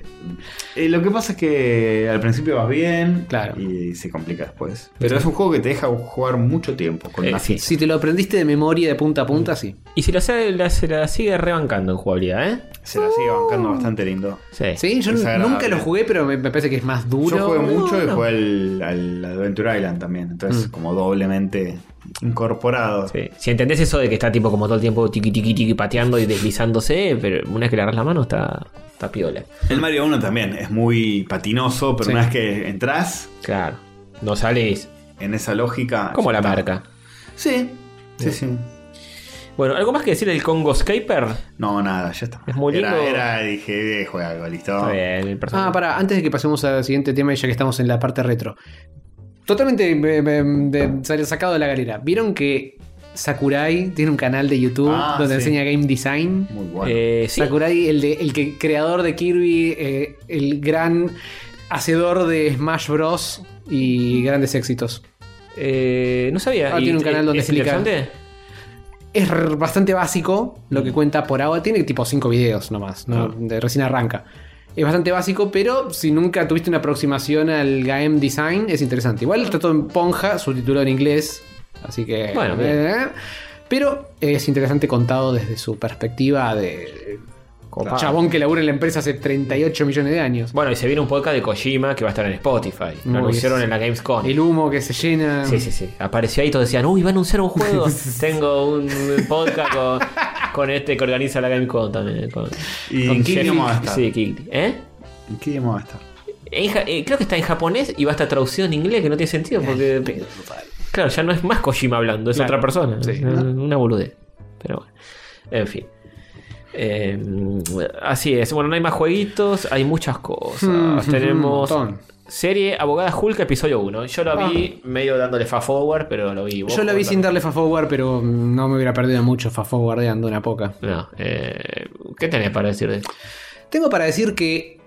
Eh, lo que pasa es que al principio vas bien Claro. y se complica después. Pero es un juego que te deja jugar mucho tiempo con Eh, una sí. ficha. Si te lo aprendiste de memoria de punta a punta, sí. Y si la, se la, se la sigue rebancando en jugabilidad, ¿eh? Se la sigue bancando bastante lindo. Sí. Sí, yo Es agradable. nunca lo jugué, pero me, me parece que es más duro. Yo jugué mucho y No, Ah, no. jugué al, al Adventure Island también. Entonces, Mm. como doblemente incorporado. Sí. Si entendés eso de que está tipo como todo el tiempo tiqui tiqui tiqui pateando y deslizándose, pero una vez que le agarras la mano está, está piola. El Mario 1 también es muy patinoso, pero Sí. una vez que entras Claro. No salís. en esa lógica. Como ya la está. marca. Sí, sí, sí. Bueno, ¿algo más que decir del Congo Skyper? No, nada, ya está. Es muy lindo. Era, era dije, eh, juega algo, listo. Está bien, el personaje. Ah, para, antes de que pasemos al siguiente tema, y ya que estamos en la parte retro. Totalmente me- me- de- sal- sacado de la galera. ¿Vieron que Sakurai tiene un canal de YouTube Ah, donde sí. enseña game design? Muy bueno. Eh, sí. Sakurai, el, de, el que, creador de Kirby, eh, el gran hacedor de Smash Bros. y grandes éxitos. Eh, no sabía. Ah, ¿Y tiene un te- canal donde es explica. interesante? Es r- bastante básico lo Mm. que cuenta por ahora. Tiene tipo 5 videos nomás. ¿no? Ah. De- recién arranca. Es bastante básico, pero si nunca tuviste una aproximación al game design, es interesante. Igual trató en Ponja, subtitulado en inglés. Así que. Bueno, bien. eh, pero es interesante contado desde su perspectiva de. Copado. Chabón que labura en la empresa hace 38 millones de años. Bueno, y se viene un podcast de Kojima que va a estar en Spotify. Muy Lo anunciaron bien. en la Gamescom. El humo que se llena. Sí, sí, sí. Apareció ahí y todos decían, uy, va a anunciar un juego. Tengo un podcast con con este que organiza la Gamescom también. Con, ¿Y con en qué Jeff- idioma va a estar? Sí, Kikli. ¿Eh? ¿En qué idioma va a estar? En ja- eh, creo que está en japonés y va a estar traducido en inglés, que no tiene sentido Eh, porque. Claro, ya no es más Kojima hablando, es Claro. otra persona. Sí, Es ¿no? Una boludez. Pero bueno. En fin. Eh, así es. Bueno, no hay más jueguitos, hay muchas cosas. Hmm, Tenemos. un montón. Ah. Serie Abogada Hulk, episodio 1. Yo lo vi medio dándole fast forward, pero lo vi. ¿Vos Yo la vi cómo sin tal? darle fast forward, pero no me hubiera perdido mucho fast forwardeando una poca. No. eh, ¿Qué tenés para decir de esto? Tengo para decir que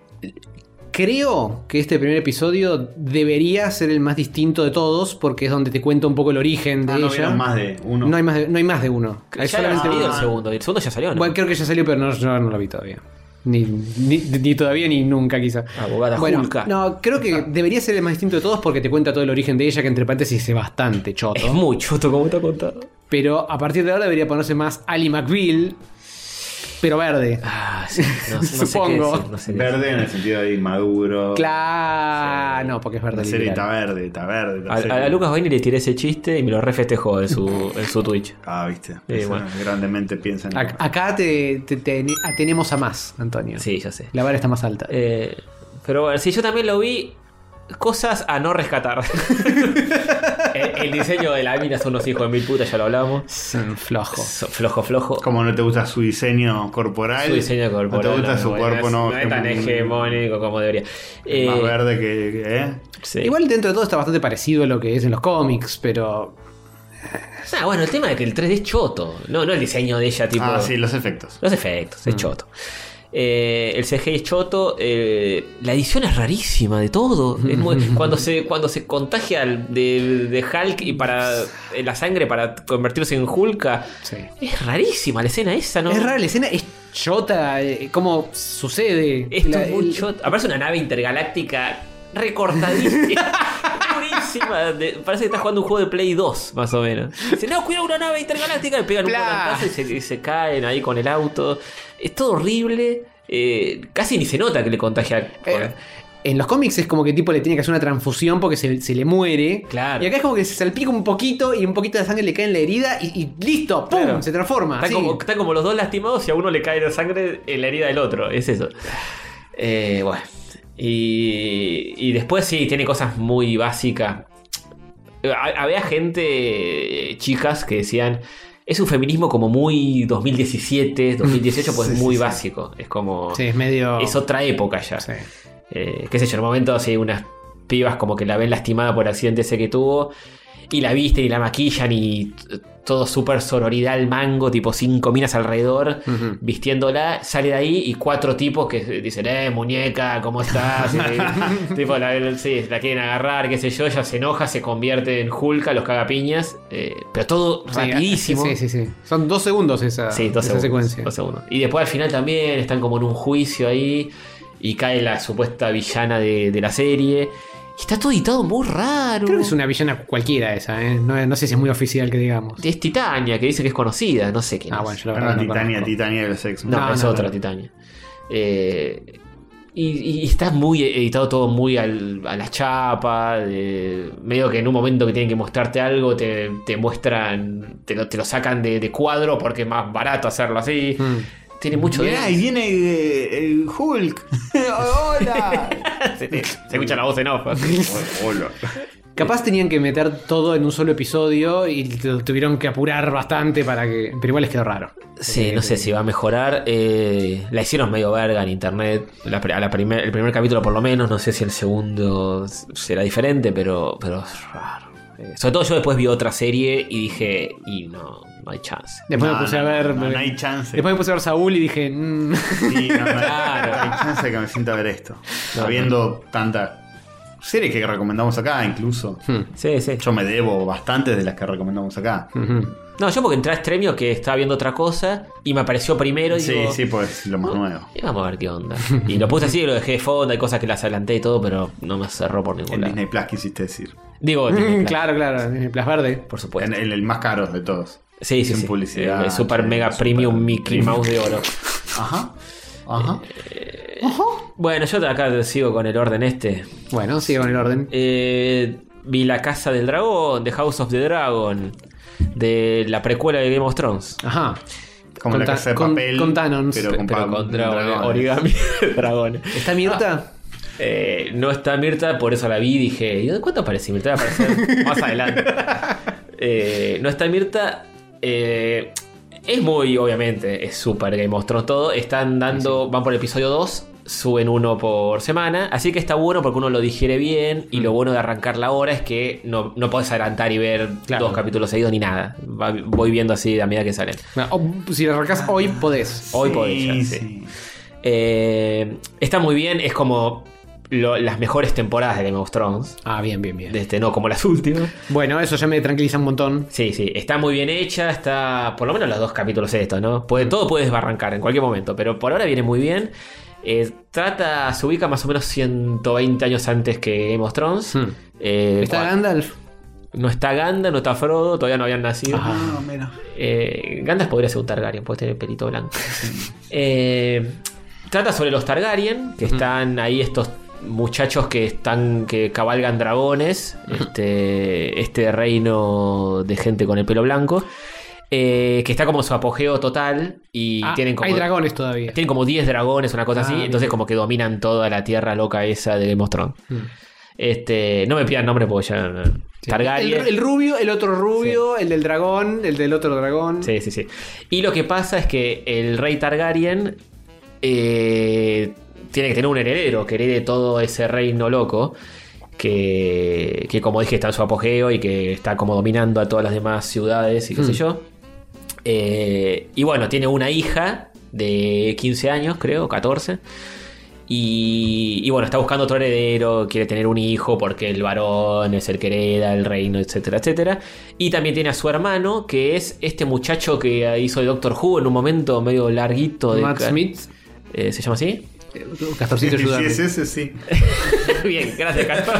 creo que este primer episodio debería ser el más distinto de todos, porque es donde te cuento un poco el origen de Ah, no ella. vieron más de uno. No hay más de, no hay más de uno. Hay Ya había solamente salido uno. el segundo. y El segundo ya salió, ¿no? Bueno, creo que ya salió, pero no, yo no la vi todavía. Ni, ni, ni todavía ni nunca, quizá. Abogada Bueno, Hulka. no, creo que debería ser el más distinto de todos porque te cuenta todo el origen de ella, que entre paréntesis es bastante choto. es mucho esto como te ha contado. Pero a partir de ahora debería ponerse más Ali McBeal, pero verde. Ah, sí, no, no Supongo. Sé qué decir, no sé qué Verde decir. en el sentido de inmaduro. Claro, no, porque es verde. La serie está liberal. verde, está verde. la A, serie. a la Lucas Baini le tiré ese chiste y me lo refestejó en su, en su Twitch. Ah, viste. Sí, Eso bueno. Grandemente piensan. en- Ac- Acá te, te- te- atenemos a más, Antonio. Sí, ya sé. La vara está más alta. Eh, pero bueno, sí, yo también lo vi. Cosas a no rescatar. el, el diseño de la mina son unos hijos de mil putas, ya lo hablamos. Es un flojo. So- flojo, flojo. Como no te gusta su diseño corporal. Su diseño corporal. No te gusta no, su no, cuerpo, es- no. No es tan que- hegemónico como debería. Eh, Más verde que. que- ¿eh? sí. Igual dentro de todo está bastante parecido a lo que es en los cómics, pero Ah, bueno, el tema de que el 3D es choto. No, no el diseño de ella, tipo. Ah, sí, los efectos. Los efectos, es choto. Eh, el CGI es choto. eh, la edición es rarísima de todo. Es muy- cuando, se, cuando se contagia el- de, de Hulk y para eh, la sangre para convertirse en Hulka. sí. Es rarísima la escena esa, ¿no? Es rara la escena, es chota, eh, cómo sucede. Esto La- es muy el- choto. Aparece una nave intergaláctica recortadísima. durísima, de- parece que está jugando un juego de Play 2, más o menos. Dice, no, cuidado una nave intergaláctica. Le pegan un Pla. volantazo y se, y se caen ahí con el auto. Es todo horrible. eh, casi ni se nota que le contagia. eh, en los cómics es como que tipo le tiene que hacer una transfusión porque se, se le muere. Claro. Y acá es como que se salpica un poquito y un poquito de sangre le cae en la herida y, y listo, ¡pum! Claro. Se transforma. Ah, Están así. como, están como los dos lastimados y a uno le cae la sangre en la herida del otro. Es eso. Eh, bueno. Y, y después sí, tiene cosas muy básicas. Ha- Había gente, eh, chicas, que decían, es un feminismo como muy 2017, 2018, pues Sí, sí, muy sí. básico. Es como... Sí, es medio. Es otra época ya. Sí. Eh, qué sé yo, en un momento si unas pibas como que la ven lastimada por el accidente ese que tuvo y la visten y la maquillan y t- todo súper sonoridad al mango, tipo cinco minas alrededor, Ujú. vistiéndola, sale de ahí y cuatro tipos que dicen, eh, muñeca, ¿cómo estás? Y, tipo, la, sí, la quieren agarrar, qué sé yo, ella se enoja, se convierte en Hulka, los cagapiñas, eh, pero todo Sí, rapidísimo. Sí, sí, sí. Son dos segundos esa, Sí, dos esa segundos, secuencia. dos segundos. Y después al final también están como en un juicio ahí. Y cae la supuesta villana de, de la serie. Y está todo editado muy raro. Creo que es una villana cualquiera esa, ¿eh? No, no sé si es muy oficial que digamos. Es Titania, que dice que es conocida. No sé quién Ah, es. bueno, yo la Bueno, verdad no Titania, conozco. Titania de los Ah, x No, No, es no, otra no. Titania. Eh, y, y está muy editado todo muy al- a la chapa. de- medio que en un momento que tienen que mostrarte algo, te, te muestran, te lo, te lo sacan de, de cuadro porque es más barato hacerlo así. Mm. Tiene mucho de Mirá, y viene eh, el Hulk. ¡Hola! se, se escucha la voz en off. Hola. Capaz tenían que meter todo en un solo episodio y lo tuvieron que apurar bastante para que. Pero igual les quedó raro. Eh, Sí, no sé si va a mejorar. eh, la hicieron medio verga en internet. La pri- a la primer- el primer capítulo, por lo menos. No sé si el segundo s- será diferente, pero, pero es raro. Eh, sobre todo, yo después vi otra serie y dije, y no, no hay chance. Después me No, puse no, a ver. no, no hay chance. Después me puse a ver Saúl y dije. mm, Sí, no, no, Claro. no hay chance de que me sienta a ver esto. Habiendo tanta series que recomendamos acá, incluso. Sí, sí. Yo me debo bastantes de las que recomendamos acá. No, yo porque entré a Extremio que estaba viendo otra cosa y me apareció primero y Sí, digo, sí, pues lo más nuevo. "Eh, vamos a ver qué onda. Y lo puse así, lo dejé de fondo, hay cosas que las adelanté y todo, pero no me cerró por ningún En lado. Disney Plus quisiste decir. Digo, Disney Plus, claro, claro. En el Plas Verde. por supuesto. En el, el más caro de todos. Sí, sí, Sin sí. publicidad. El super Sí, mega super premium Mickey premium. Mouse de oro. Ajá. Ajá. Bueno, yo acá sigo con el orden este. Bueno, sigue con el orden. Eh, vi La Casa del Dragón, The House of the Dragon, de la precuela de Game of Thrones. Ajá. Como Con la ta- casa de con- papel. con Thanos, Pero con, Pero eh, pa- contra dragones. origami de dragones. ¿Está Mirta? Eh, no está Mirta, por eso la vi y dije, ¿y de cuánto aparece Mirta? Va a aparecer más adelante. Eh, no está Mirta. eh, es muy, obviamente, es súper Game of Thrones todo. Están dando, van por el episodio 2, suben uno por semana. Así que está bueno porque uno lo digiere bien. Y lo bueno de arrancar la hora es que no, no podés adelantar y ver Claro. dos capítulos seguidos ni nada. Va- voy viendo así a medida que salen. No, o- Ah, oh, si la arrancás hoy, podés. Hoy Sí, podés ya, sí. Eh, está muy bien, es como lo- las mejores temporadas de Game of Thrones. Ah, bien, bien, bien. De este, no, como las últimas. Bueno, eso ya me tranquiliza un montón. Sí, sí, está muy bien hecha, está por lo menos los dos capítulos estos, ¿no? Mm. Puede, todo puede desbarrancar en cualquier momento, pero por ahora viene muy bien. Eh, trata, se ubica más o menos 120 años antes que Game of Thrones. Hmm. Eh, ¿Está bueno, Gandalf? No está Gandalf, no está Frodo, todavía no habían nacido. Ah, Eh, Gandalf podría ser un Targaryen, puede tener pelito blanco. Eh, trata sobre los Targaryen, que están ahí estos muchachos que están que cabalgan dragones, este, este reino de gente con el pelo blanco, eh, que está como en su apogeo total y Ah, tienen como... Hay dragones todavía. Tienen como 10 dragones, una cosa Ah, así. bien. Entonces, como que dominan toda la tierra loca esa de Game of Thrones. Hmm. Este, no me pidan nombres porque ya. El, Targaryen. el rubio, el otro rubio, el del dragón, el del otro dragón. Sí, sí, sí. Y lo que pasa es que el rey Targaryen eh, tiene que tener un heredero que herede todo ese reino loco. Que, que como dije está en su apogeo y que está como dominando a todas las demás ciudades y qué sé yo. Eh, y bueno, tiene una hija de 15 años, creo, 14. Y, y bueno, está buscando otro heredero, quiere tener un hijo porque el varón es el que hereda el reino, etcétera, etcétera. Y también tiene a su hermano, que es este muchacho que hizo de Doctor Who en un momento medio larguito. De Matt ca- Smith. Eh, ¿Se llama así? Eh, Castorcito, Sí, ayúdame. sí, ese sí. Bien, gracias, Castor.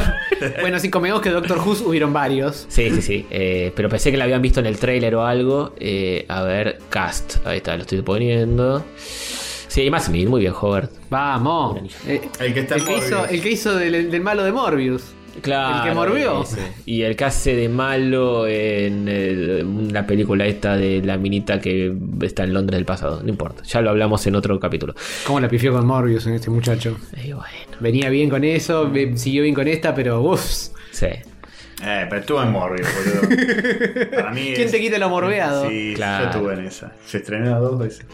Bueno, sí, comemos que Doctor Who hubieron varios. Sí, sí, sí. Eh, pero pensé que la habían visto en el tráiler o algo. Eh, a ver, cast. Ahí está, lo estoy poniendo. Sí, y Matt Smith, muy bien, Howard. Vamos. Eh, El que está el, que Morbius. hizo, el que hizo del, del malo de Morbius. Claro. El que morbió. ese. Y el que hace de malo en eh, la película esta de la minita que está en Londres del pasado. No importa. Ya lo hablamos en otro capítulo. ¿Cómo la pifió con Morbius en este muchacho? Y bueno. Venía bien con eso, ve- siguió bien con esta, pero uff. Sí. Eh, pero estuvo en Morbius, boludo. Para mí ¿Quién es- te quita lo morbeado? Sí, Claro. yo estuve en esa. Se estrenó dos veces.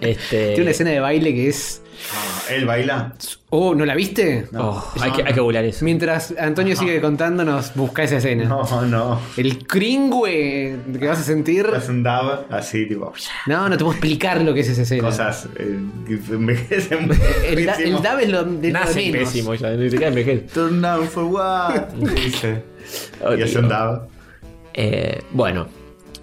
Este. Tiene una escena de baile que es. Ah, él baila. Oh, ¿no la viste? Oh, hay, que, hay que googlear eso. Mientras Antonio sigue contándonos, busca esa escena. No, no. El cringüe que vas a sentir. Las andaba así, tipo. No, no te puedo explicar lo que es esa escena. Cosas eh, que envejecen. el, da- pésimo. el DAB es lo de lo de Nace menos. pésimo ya, ni siquiera envejece. Turn down for what? Dice. Oh, y así Dios. andaba. Eh, bueno.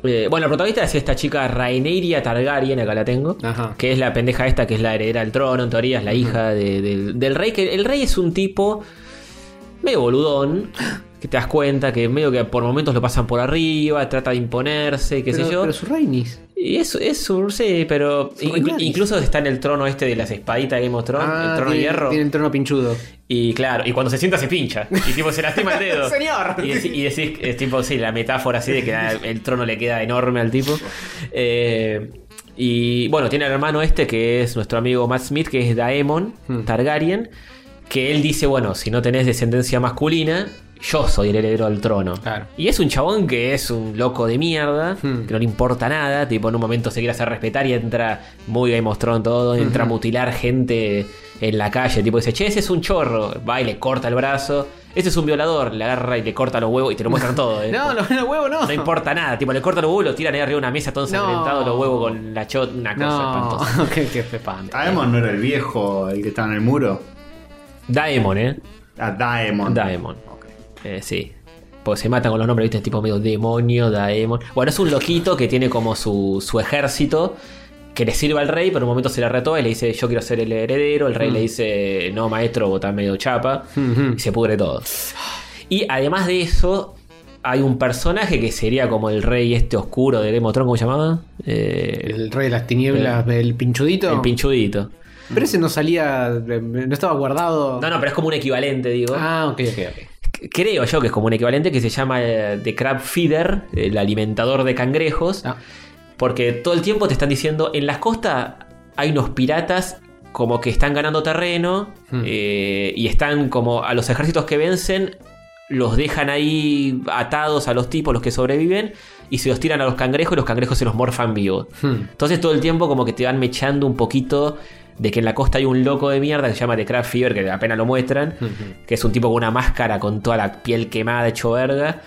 Eh, bueno, la protagonista es esta chica Raineria Targaryen, acá la tengo. Ajá. Que es la pendeja esta que es la heredera del trono, en teoría es la hija de- del, del rey. Que el rey es un tipo medio boludón. Que te das cuenta que medio que por momentos lo pasan por arriba, trata de imponerse, qué pero, sé yo. pero su Rainis. Y eso, eso, sí, pero Son inclu- rivales. incluso está en el trono este de las espaditas de Game of Thrones, el trono de Ah, tiene, hierro. Tiene el trono pinchudo. Y claro, y cuando se sienta se pincha. Y tipo se lastima el dedo. Señor. Y, deci- y decís, es tipo, sí, la metáfora así de que la- el trono le queda enorme al tipo. Eh, y bueno, tiene al hermano este que es nuestro amigo Matt Smith, que es Daemon Hmm. Targaryen. Que él dice, bueno, si no tenés descendencia masculina, yo soy el heredero al trono. Claro. Y es un chabón que es un loco de mierda, Hmm. que no le importa nada, tipo en un momento se quiere hacer respetar y entra muy Game of Thrones todo, entra a mutilar gente en la calle, tipo dice, che, ese es un chorro, va y le corta el brazo, ese es un violador, le agarra y le corta los huevos y te lo muestran todo, ¿eh? No, no, no, huevo no. No importa nada, tipo le corta los huevos, lo tiran ahí arriba de una mesa todo ensangrentado, No. los huevos con la chot, una cosa No, espantosa. qué, qué espanto. Daemon no era el viejo, el que estaba en el muro. Daemon, eh. Ah, Daemon. Daemon. Ok. Eh, sí. Pues se matan con los nombres, ¿viste? Tipo medio demonio, daemon. Bueno, es un loquito que tiene como su, su ejército que le sirve al rey, pero en un momento se le retó y le dice, yo quiero ser el heredero. El rey Mm. le dice, no, maestro, vos estás medio chapa. Ujú. Y se pudre todo. Y además de eso, hay un personaje que sería como el rey este oscuro de Game of Thrones, ¿cómo se llamaba? Eh, El rey de las tinieblas, el pinchudito. el pinchudito. Pero ese no salía, eh, no estaba guardado. No, no, pero es como un equivalente, digo. Ah, ok, ok, ok. creo yo que es como un equivalente que se llama eh, The Crab Feeder, el alimentador de cangrejos. Ah. Porque todo el tiempo te están diciendo, en las costas hay unos piratas como que están ganando terreno Hmm. eh, y están como a los ejércitos que vencen, los dejan ahí atados a los tipos, los que sobreviven, y se los tiran a los cangrejos y los cangrejos se los morfan vivos. Hmm. Entonces todo el tiempo como que te van mechando un poquito de que en la costa hay un loco de mierda que se llama The Crab Fever, que apenas lo muestran, Hmm. que es un tipo con una máscara con toda la piel quemada, hecho verga,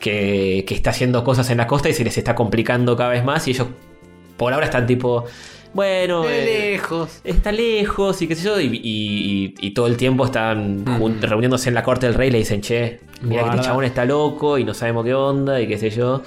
que, que está haciendo cosas en la costa y se les está complicando cada vez más y ellos por ahora están tipo, bueno... De eh, lejos. Está lejos y qué sé yo, y, y- y- y todo el tiempo están jun- reuniéndose en la corte del rey y le dicen, che, mira que este Guarda. chabón está loco y no sabemos qué onda y qué sé yo.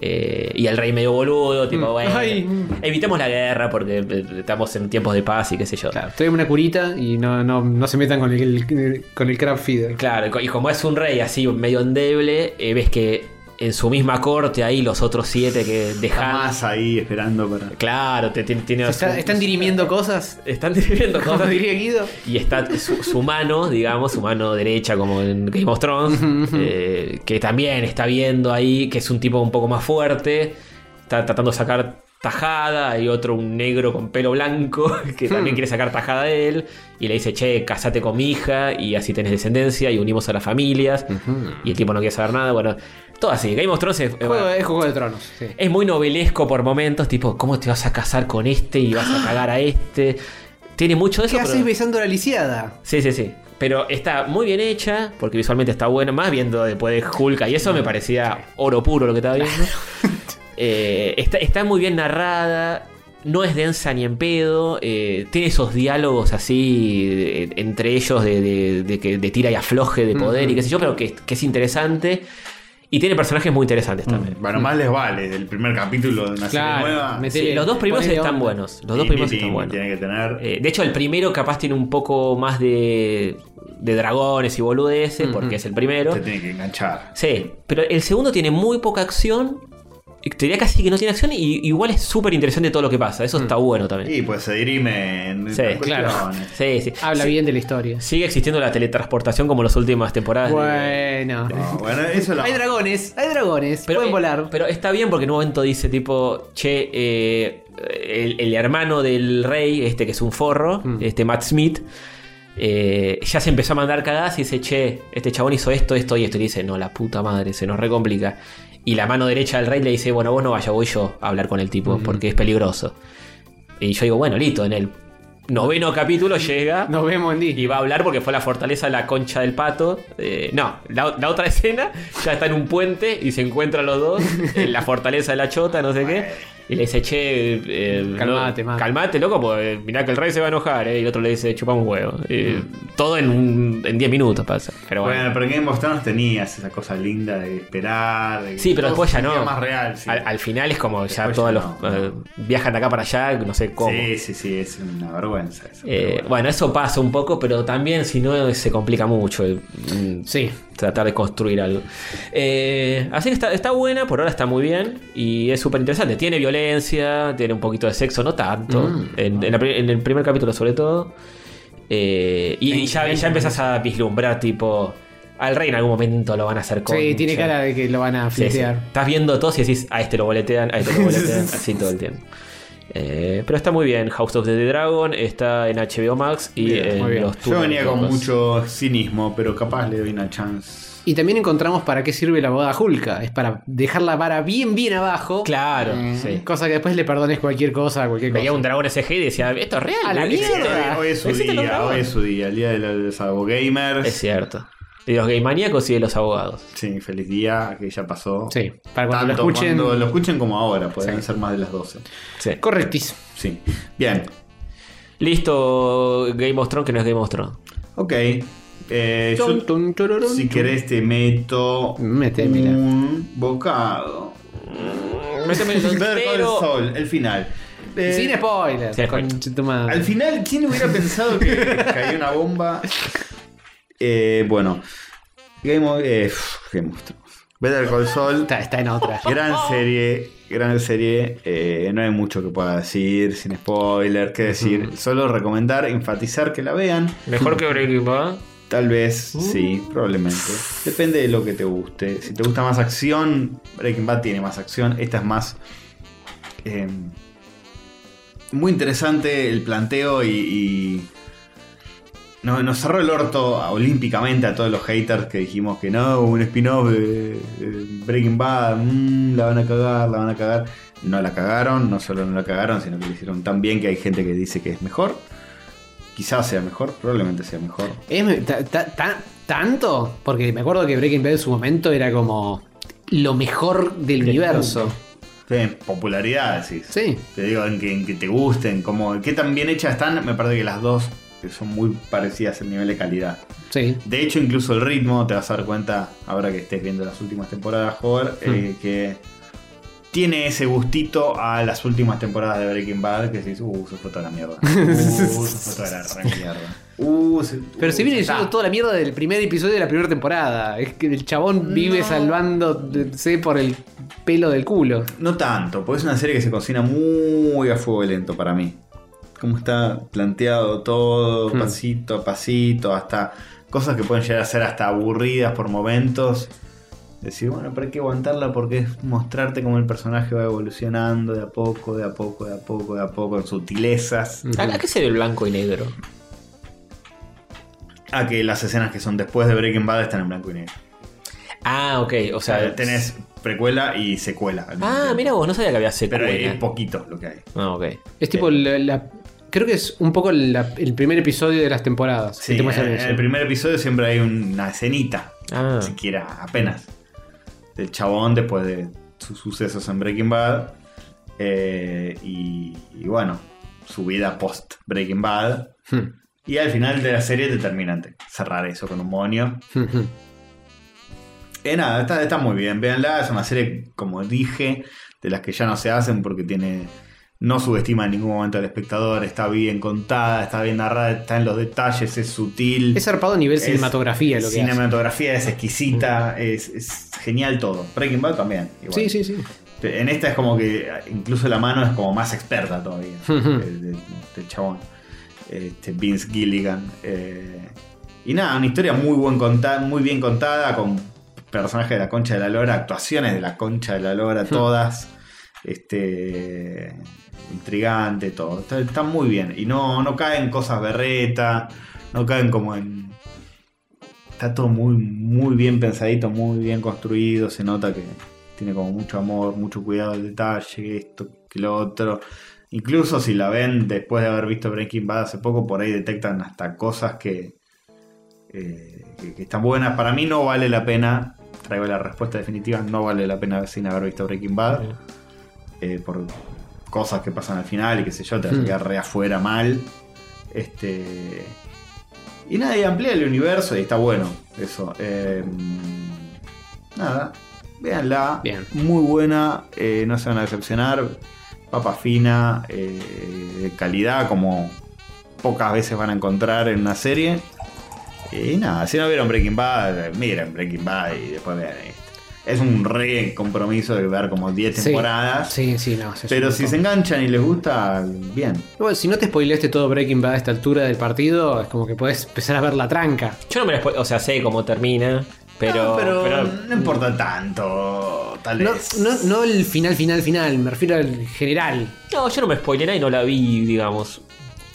Eh, y el rey medio boludo, tipo, bueno, Ay. evitemos la guerra porque eh, estamos en tiempos de paz y qué sé yo. Claro, tráigame una curita y no, no, no se metan con el, con el crab feeder. Claro, y como es un rey así medio endeble, eh, ves que en su misma corte ahí los otros siete que dejan... Jamás ahí esperando para. Claro, te, tiene- tiene- Se está- ¿Están dirimiendo cosas? están dirigiendo Como cosas diría Guido. Y está su, su mano, digamos, su mano derecha, como en Game of Thrones, eh, que también está viendo ahí, que es un tipo un poco más fuerte, está tratando de sacar tajada, hay otro, un negro con pelo blanco, que Hmm. también quiere sacar tajada de él, y le dice, che, casate con mi hija, y así tenés descendencia, y unimos a las familias, y el tipo no quiere saber nada, bueno, todo así, Game of Thrones es... eh, Juego, bueno, es Juego de Tronos. sí. es muy novelesco por momentos, tipo, ¿cómo te vas a casar con este y vas a cagar a este? Tiene mucho de eso. ¿Qué pero- haces besando la lisiada? Sí, sí, sí. Pero está muy bien hecha, porque visualmente está buena. Más viendo después de Hulk y eso me parecía oro puro lo que estaba viendo. Eh, está, está muy bien narrada, no es densa ni en pedo. eh, tiene esos diálogos así eh, entre ellos de, de- de que, de tira y afloje de poder y qué sé yo, pero que, que es interesante. Y tiene personajes muy interesantes también. Mm. Bueno, más les vale el primer capítulo de una Claro, serie nueva. me- Sí, Metele, los dos primeros ponele están onda. buenos. Los dos Sí, primeros tiene- están buenos. Tiene que tener. Eh, de hecho, el primero capaz tiene un poco más de, de dragones y boludeces, porque es el primero. Te tiene que enganchar. Sí, pero el segundo tiene muy poca acción. y Te diría casi que no tiene acción, y igual es súper interesante todo lo que pasa. Eso está bueno también. Mm. Y pues se dirime en Sí, en claro. cuestiones. Sí, sí. Habla Sí, bien de la historia. Sigue existiendo la teletransportación como en las últimas temporadas. de- Bueno. No, bueno, eso lo. Hay dragones, hay dragones. Pero, Pueden eh, volar. Pero está bien porque en un momento dice tipo, che, eh, el, el hermano del rey, este que es un forro, Mm. este Matt Smith, eh, ya se empezó a mandar cagadas y dice, che, este chabón hizo esto, esto y esto. Y le dice, no, la puta madre, se nos recomplica. Y la mano derecha del rey le dice, bueno, vos no vaya, voy yo a hablar con el tipo Mm. porque es peligroso. Y yo digo, bueno, listo, en el noveno capítulo llega Nos vemos en y Disney. va a hablar porque fue a la fortaleza de la concha del pato. Eh, no, la, la otra escena ya está en un puente y se encuentran los dos en la fortaleza de la chota, no sé qué. Y le dice, che, eh, eh, Calmate, no, man. calmate, loco, porque eh, mirá que el rey se va a enojar. eh. Y el otro le dice, chupa un huevo. Eh, Todo en un- en 10 minutos pasa. Pero bueno. Bueno, pero en Game of Thrones tenías esa cosa linda de esperar. de que Sí, pero todo después ya se sentía no. más real. sí. al, al final es como ya Después todos ya los no, eh, no. viajan de acá para allá, no sé cómo. Sí, sí, sí, es una vergüenza eso. Eh, pero bueno. eso pasa un poco, pero también si no se complica mucho. eh, mm, Sí. tratar de construir algo. Eh, así que está, está buena, por ahora está muy bien y es súper interesante. Tiene violencia, tiene un poquito de sexo, no tanto, Mm. en, en la pri- en el primer capítulo sobre todo. Eh, y, y ya, ya empezás a vislumbrar, tipo, al rey en algún momento lo van a hacer con. Sí, tiene cara de que lo van a Sí, sí. fletear. Estás viendo todos y decís, a este lo boletean, a este lo boletean, así todo el tiempo. Eh, pero está muy bien, House of the Dragon está en HBO Max y Bien, en muy bien. los Yo venía con turnos. mucho cinismo, pero capaz le doy una chance. Y también encontramos para qué sirve la boda Julka. Es para dejar la vara bien, bien abajo. Eh, Claro, sí. Cosa que después le perdones cualquier cosa, cualquier Veía cosa. un dragón SG y decía, esto es real. A la ¿no? mierda. Existe. Hoy, hoy es su Existen los día, hoy dragones. es su día, el día de los Sabo Gamers. Es cierto. De los gay maníacos y de los abogados. Sí, feliz día, que ya pasó. Sí, para cuando lo Tanto escuchen. cuando lo escuchen como ahora, pueden ser más de las 12. Sí. Correctísimo. Sí. Bien. Listo, Game of Thrones, que no es Game of Thrones. Ok. Eh, yo, Tun, tun, tururun, si tun. querés te meto Métemela. un bocado. Méteme el- Ver con el pero- sol, el final. Eh, Sin spoilers. sin spoilers. Con tu madre. Al final, ¿quién hubiera pensado que caía una bomba? Eh, bueno, Game of, eh, pf, Game of Thrones. Better Call Saul, Está, está en otra. gran serie, gran serie. eh, no hay mucho que pueda decir, sin spoiler, que decir. Solo recomendar, enfatizar que la vean. Mejor que Breaking Bad. Tal vez, sí, probablemente. Depende de lo que te guste. Si te gusta más acción, Breaking Bad tiene más acción. Esta es más Eh, muy interesante el planteo y. y no- nos cerró el orto a- olímpicamente a todos los haters que dijimos que no, un spin-off de de Breaking Bad, mm, la van a cagar, la van a cagar. No la cagaron, no solo no la cagaron, sino que lo hicieron tan bien que hay gente que dice que es mejor. Quizás sea mejor, probablemente sea mejor. Es- ta- ta- ta- ¿Tanto? Porque me acuerdo que Breaking Bad en su momento era como lo mejor del universo. Sí, popularidad, decís. Sí. Te digo, en que, en que te gusten, como qué tan bien hechas están, me parece que las dos que son muy parecidas en nivel de calidad. Sí. De hecho, incluso el ritmo, te vas a dar cuenta ahora que estés viendo las últimas temporadas, Hover, eh, que tiene ese gustito a las últimas temporadas de Breaking Bad, que se dice, uh, se fue toda la mierda. Uh, se fue toda la re mierda. Uh, se- Pero uh, se viene ya está. diciendo toda la mierda del primer episodio de la primera temporada. Es que el chabón vive salvándose por el pelo del culo. No tanto, porque es una serie que se cocina muy a fuego lento para mí. Cómo está planteado todo, Hmm. pasito a pasito, hasta cosas que pueden llegar a ser hasta aburridas por momentos. Decir, bueno, pero hay que aguantarla porque es mostrarte cómo el personaje va evolucionando de a poco, de a poco, de a poco, de a poco, en sutilezas. ¿A, a Ah, qué se ve el blanco y negro? A que las escenas que son después de Breaking Bad están en blanco y negro. Ah, ok. O O sea, sea, tenés precuela y secuela. al mismo Ah, tiempo. mira vos, no sabía que había Pero secuela. es poquito lo que hay. Ah, ok. Es tipo la, la- Creo que es un poco la- el primer episodio de las temporadas. Sí, eh, El tema es en eso. el primer episodio siempre hay una escenita Ah, ni siquiera apenas. Del chabón después de sus sucesos en Breaking Bad. eh, y, y bueno, su vida post Breaking Bad. Hmm. Y al final de la serie es determinante. Cerrar eso con un monio. Hmm, hmm. Eh, nada, está, está muy bien. Véanla, es una serie, como dije, de las que ya no se hacen porque tiene. No subestima en ningún momento al espectador, está bien contada, está bien narrada, está en los detalles, es sutil. Es zarpado a nivel Es cinematografía lo que hace. Mm. Cinematografía es exquisita, es, es genial todo. Breaking Bad también. igual. Sí, sí, sí. En esta es como que incluso la mano es como más experta todavía Ujú. del, del- del chabón. Este, Vince Gilligan. eh. y nada, una historia muy, buen conta- muy bien contada, con personajes de la concha de la lora, actuaciones de la concha de la lora, todas. Este. Intrigante, todo. Está, está muy bien. Y no, no caen cosas berreta. No caen como en. Está todo muy, muy bien pensadito, muy bien construido. Se nota que tiene como mucho amor, mucho cuidado del detalle, esto, que lo otro. Incluso si la ven después de haber visto Breaking Bad hace poco, por ahí detectan hasta cosas que, eh, que, que están buenas. Para mí no vale la pena, traigo la respuesta definitiva, no vale la pena sin haber visto Breaking Bad. eh, por cosas que pasan al final y qué sé yo, te vas a Mm. quedar re afuera mal. Este. Y nada, y amplía el universo y está bueno eso. Eh, nada, véanla. Bien. Muy buena, eh, no se van a decepcionar. Papa fina, eh, de calidad como pocas veces van a encontrar en una serie. Y nada, si no vieron Breaking Bad, miren Breaking Bad y después vean este. Es un re compromiso de ver como 10 Sí. temporadas. Sí, sí, no. eso es Pero un si montón. se enganchan y les gusta, bien. Bueno, si no te spoileaste todo Breaking Bad a esta altura del partido, es como que puedes empezar a ver la tranca. Yo no me la spoil- O sea, sé cómo termina. Pero. No, Ah, pero, pero- no importa tanto, tal No, vez. no, no el final, final, final, me refiero al general. No, yo no me spoileré y no la vi, digamos.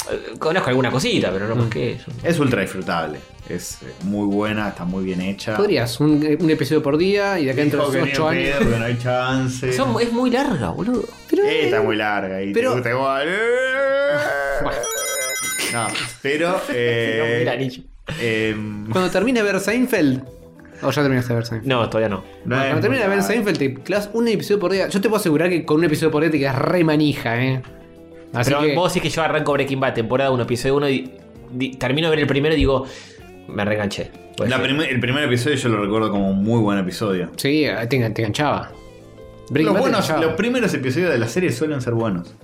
Eh, Conozco alguna cosita, pero no Mm. más que eso. Es ultra disfrutable. Es eh, muy buena, está muy bien hecha. Podrías, un, un episodio por día y de acá Dijo dentro que de ni 8 en años. pedo, que no hay chance. Son- es muy larga, boludo. Pero, Eh, está muy larga y Pero- te gusta igual. No, pero. eh, Mira, anillo. em, Cuando termine ver Seinfeld. O ya terminaste de ver Seinfeld. No, todavía no. no es Cuando muy termine de ver larga. Seinfeld, te clavas un episodio por día. Yo te puedo asegurar que con un episodio por día te quedas re manija, ¿eh? Así pero que. vos decís que yo arranco Breaking Bad, temporada 1, episodio 1, y, di- termino de ver el primero y digo, me reenganché. Puede pues, La ser. primer- el primer episodio yo lo recuerdo como un muy buen episodio. Sí, te, engan- te enganchaba. Los, Breaking Bad te buenos- enganchaba. los primeros episodios de la serie suelen ser buenos.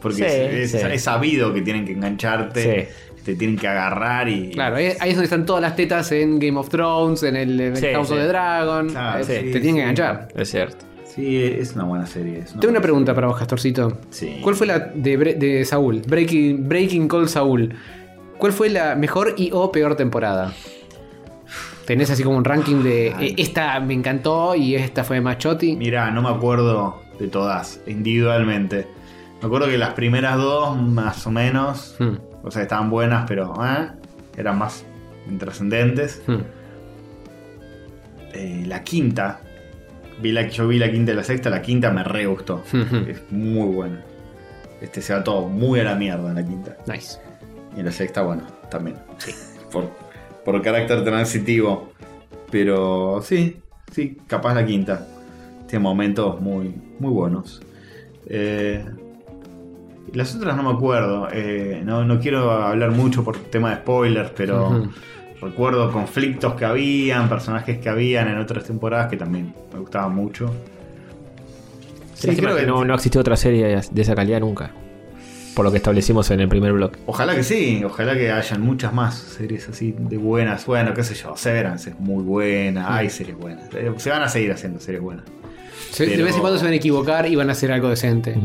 Porque Sí, es, es- sí. es sabido que tienen que engancharte, te tienen que agarrar y. Claro, ahí, ahí es donde están todas las tetas en Game of Thrones, en el, en el Sí, House sí. of the Dragon. Ah, Eh, sí, te sí. tienen que enganchar. Es cierto. Sí, es una buena serie. es Tengo una buena pregunta para vos, Castorcito. Sí. ¿Cuál fue la de, Bre- de Saúl? Breaking, Breaking Call Saúl. ¿Cuál fue la mejor y o peor temporada? Ah. ¿Tenés así como un ranking de eh, esta me encantó y esta fue de Machotti? Mirá, no me acuerdo de todas, individualmente. Me acuerdo que las primeras dos, más o menos, Hmm, o sea, estaban buenas, pero eh, eran más intrascendentes. hmm. Eh, la quinta, vi la, yo vi la quinta y la sexta, la quinta me re gustó. Ujú. es muy buena. Este se va todo muy a la mierda en la quinta. Nice. Y en la sexta, bueno, también. Por, por carácter transitivo. Pero sí, sí, capaz la quinta. Tiene momentos muy, muy buenos. Eh, y las otras no me acuerdo. Eh, no, no quiero hablar mucho por tema de spoilers, pero Ujú. recuerdo conflictos que habían, personajes que habían en otras temporadas que también me gustaban mucho. Sí, Lástima creo que que- no, no existió otra serie de esa calidad nunca. Por lo que establecimos en el primer bloque. Ojalá que sí, ojalá que hayan muchas más series así de buenas. Bueno, qué sé yo, Severance es muy buena, hay series buenas. Eh, Se van a seguir haciendo series buenas. Se- De Pero- Mm. vez en cuando se van a equivocar y van a hacer algo decente.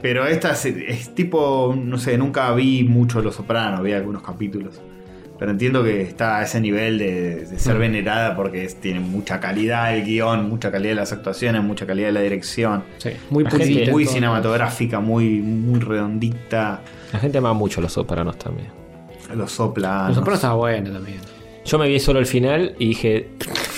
Pero esta es, es tipo, no sé, nunca vi mucho Los Sopranos, vi algunos capítulos. Pero entiendo que está a ese nivel de, de Mm. ser venerada porque es- tiene mucha calidad el guión, mucha calidad de las actuaciones, mucha calidad de la dirección. Sí, muy La gente- pulidita Muy todo. cinematográfica, muy, muy redondita. La gente ama mucho los sopranos también. Los sopla. Los Sopranos estaba bueno también. Yo me vi solo el final y dije,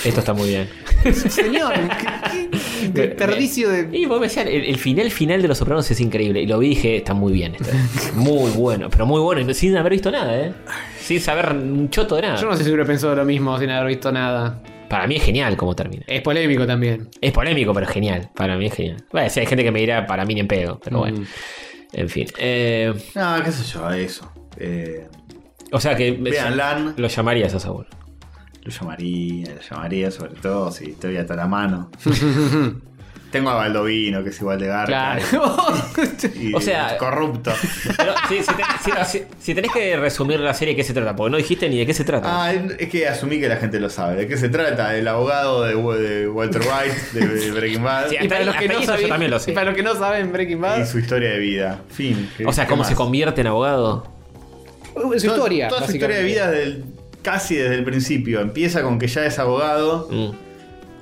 esto está muy bien. Señor, qué, qué- qué desperdicio de. Y vos me decías, el, el final final de Los Sopranos es increíble. Y lo vi y dije, está muy bien. esto. Muy bueno, pero muy bueno. y no- Sin haber visto nada, ¿eh? Sin saber un choto de nada. Yo no sé si hubiera pensado lo mismo sin haber visto nada. Para mí es genial cómo termina. Es polémico también. Es polémico, pero es genial. Para mí es genial. Bueno, sí, hay gente que me dirá, para mí ni en pedo. Pero bueno. Mm. En fin. Eh, No, qué sé yo, eso. Eh, o sea que... véanla. Lo llamarías a Saúl. Lo llamaría, lo llamaría sobre todo si estoy hasta la mano. Tengo a Baldovino, que es igual de garca. Claro. y- y O sea- corrupto. Pero, sí, si, ten- si- si- si tenés que resumir la serie, ¿qué se trata? Porque no dijiste ni de qué se trata. Ah, es que asumí que la gente lo sabe. ¿De qué se trata? Del abogado de, de Walter White, de, de Breaking Bad, Sí, Y para ahí- los que hasta no ahí eso yo saben- también lo sé. y para los que no saben Breaking y Bad, su historia de vida. Fin. ¿Qué- o sea, qué cómo más? se convierte en abogado. su, Toda- historia. Toda su historia de básicamente. vida del- casi desde el principio. Empieza con que ya es abogado. Mm.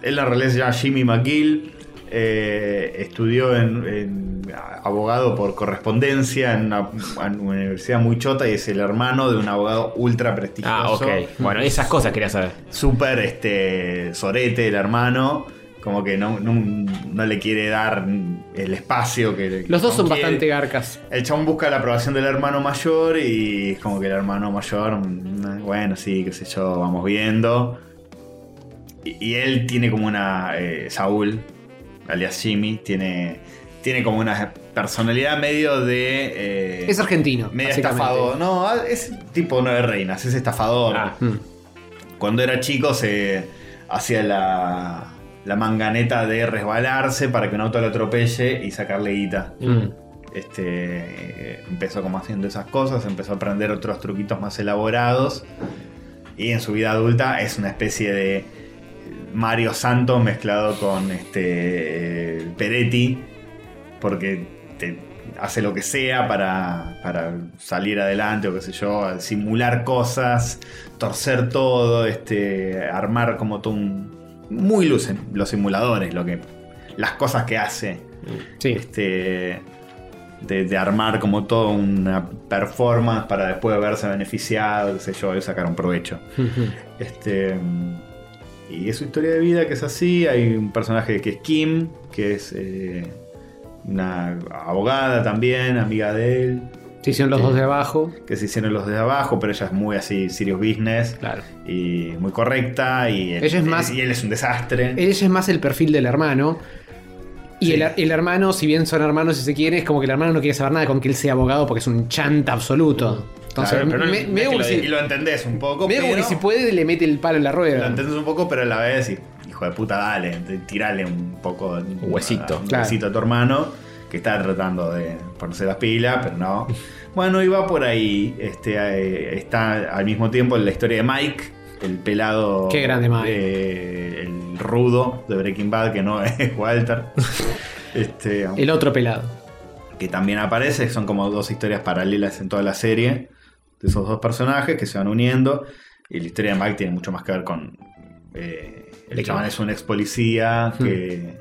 Él en realidad se llama Jimmy McGill. eh, estudió en, en abogado por correspondencia en una, en una universidad muy chota y es el hermano de un abogado ultra prestigioso. Ah, ok. Bueno, esas cosas quería saber. Súper este, sorete el hermano. Como que no, no- no le quiere dar el espacio que Los dos son quiere. bastante garcas. El chabón busca la aprobación del hermano mayor y es como que el hermano mayor, mm, bueno, sí, qué sé yo, vamos viendo. Y, y él tiene como una... eh, Saúl, alias Jimmy, tiene, tiene como una personalidad medio de... eh, Es argentino. medio básicamente. estafador. No, ah, es tipo no de reinas, es estafador. Ah, Mm. Cuando era chico se hacía la, la manganeta de resbalarse para que un auto lo atropelle y sacarle guita. mm. Este, eh, empezó como haciendo esas cosas, empezó a aprender otros truquitos más elaborados. Y en su vida adulta es una especie de Mario Santos mezclado con este eh, Peretti, porque te hace lo que sea para, para salir adelante o qué sé yo, simular cosas, torcer todo, este, armar como todo un... Muy lucen los simuladores, lo que, las cosas que hace Sí. este, de, de armar como toda una performance para después verse beneficiado, qué sé yo, y sacar un provecho. Mm, Este, y es su historia de vida que es así. Hay un personaje que es Kim, que es eh, una abogada también, amiga de él, Sí, son los Sí. dos de abajo. que se hicieron los de abajo, pero ella es muy así, serious business. Claro. Y muy correcta, y él, Ella es más- y él es un desastre. Ella es más el perfil del hermano. Y Sí. el, el hermano, si bien son hermanos, si se quiere, es como que el hermano no quiere saber nada con que él sea abogado porque es un chanta absoluto. Entonces, Claro, pero no- me, no me es que como lo- si- y lo entendés un poco. me como que pero- si puede le mete el palo en la Lo rueda. entendés un poco, pero a la vez, y, hijo de puta, dale, te- tirale un poco de- Un huesito. un Claro. huesito a tu hermano, que está tratando de ponerse las pilas, pero no. Bueno, y va por ahí. Este, eh, está al mismo tiempo en la historia de Mike, el pelado. Qué grande Mike. eh, el rudo de Breaking Bad, que no es Walter. Este, El otro pelado. que también aparece, son como dos historias paralelas en toda la serie de esos dos personajes que se van uniendo. Y la historia de Mike tiene mucho más que ver con. eh, el ¿De Hmm. qué? chaval es un ex policía que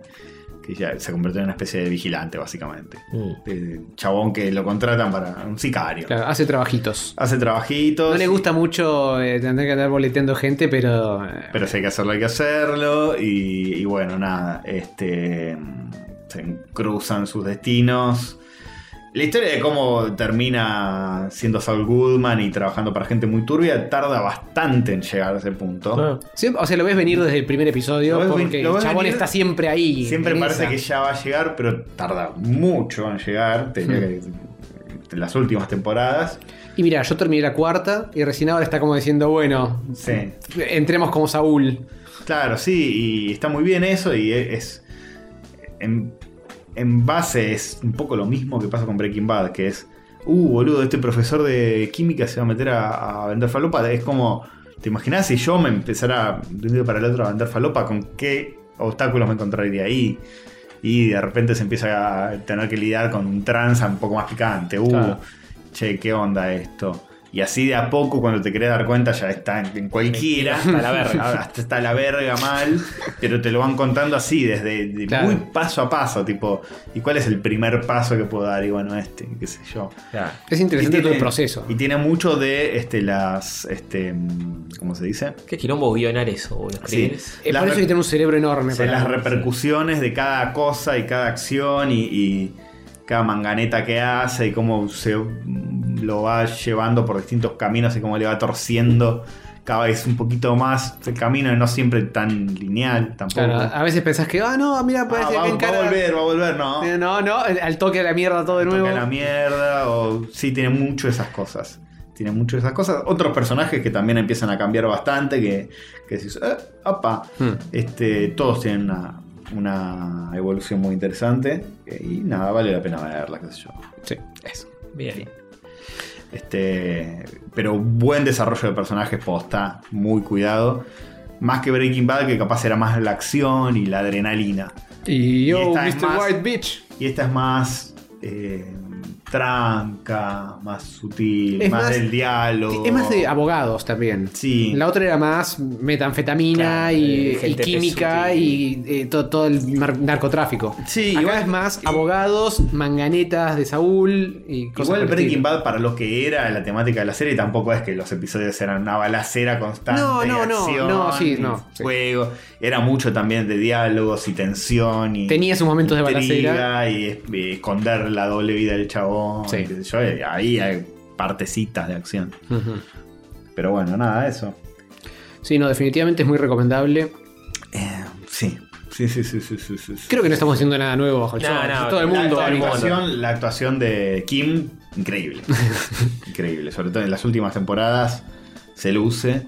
que ya se convirtió en una especie de vigilante, básicamente. Mm. Eh, chabón que lo contratan para un sicario. Claro, hace trabajitos. Hace trabajitos. No le gusta mucho eh, tener que andar boleteando gente, pero. eh, Pero si hay que hacerlo, hay que hacerlo. Y, y bueno, nada. Este. Se cruzan sus destinos. La historia de cómo termina siendo Saul Goodman y trabajando para gente muy turbia tarda bastante en llegar a ese punto. Ah. siem- o sea, lo ves venir desde el primer episodio Lo ves ven- porque lo el ves chabón venir- está siempre ahí. Siempre en parece esa. que ya va a llegar, pero tarda mucho en llegar. Tenía que- en las últimas temporadas. Y mira, yo terminé la cuarta y recién ahora está como diciendo, bueno, Sí. entremos como Saúl. Claro, sí, y está muy bien eso y e- es... En, en base es un poco lo mismo que pasa con Breaking Bad, que es... Uh, boludo, este profesor de química se va a meter a, a vender falopa. Es como... ¿Te imaginas si yo me empezara de un día para el otro a vender falopa? ¿Con qué obstáculos me encontraría ahí? Y de repente se empieza a tener que lidiar con un tranza un poco más picante. Uh, Claro. che, ¿qué onda esto? Y así de a poco, cuando te querés dar cuenta, ya está en, en cualquiera. Hasta la verga. Ahora, hasta está la verga mal, pero te lo van contando así, desde de Claro. muy paso a paso, tipo, ¿y cuál es el primer paso que puedo dar? Y bueno, este, qué sé yo. Claro. Es Y interesante tiene- todo el proceso. Y tiene mucho de este, las, este, mm, ¿cómo se dice? ¿Qué quilombo guionar eso, boludo? Sí. ¿Escribir? Es Las Eh, por eso que re- tiene un cerebro enorme. o sea, para- las repercusiones de cada cosa y cada acción y, y cada manganeta que hace y cómo se mm, lo va llevando por distintos caminos y cómo le va torciendo cada vez un poquito más el camino y no siempre tan lineal tampoco. Claro, a veces pensás que, ah, no, mira, Ah, parece va, que va a encara- volver, va a volver, no. Eh, No, no, al toque de la mierda todo de nuevo. Toca la mierda, o sí, tiene mucho de esas cosas. Tiene mucho de esas cosas. Otros personajes que también empiezan a cambiar bastante, que, que decís, eh, apa. Hmm. Este, todos tienen una, una evolución muy interesante. Y nada, vale la pena verla, qué sé yo. Sí. Eso. Bien. Este, pero buen desarrollo de personajes posta, muy cuidado. Más que Breaking Bad, que capaz era más la acción y la adrenalina. Y yo, esta es Mr. más- White Bitch. Y esta es más eh, tranca, más sutil, Es más, más- del diálogo. Es más de abogados también. Oh. Sí. La otra era más metanfetamina Claro, y, eh, gente y química pesuti. y eh, to- todo el mar- narcotráfico. Sí, Acá igual- es más abogados, manganetas de Saúl y Igual cosas por el Breaking estilo. Bad, para lo que era la temática de la serie, tampoco es que los episodios eran una balacera constante. No, no, y no, acción, no, sí, y no, sí. Fuego. Era mucho también de diálogos y tensión. Y Tenía sus momentos de intriga balacera. Y, es- y esconder la doble vida del chabón. Sí. y qué sé yo, y ahí hay partecitas de acción. Ujú. Pero bueno, nada, eso. Sí, no, definitivamente es muy recomendable. Eh, sí. Sí, sí, sí, sí, sí, sí, sí. Creo que este no estamos haciendo nada nuevo bajo el No, sol. no, todo el no, mundo. todo la, el animó. mundo. actuación, la actuación de Kim, increíble. increíble. Sobre todo en las últimas temporadas se luce.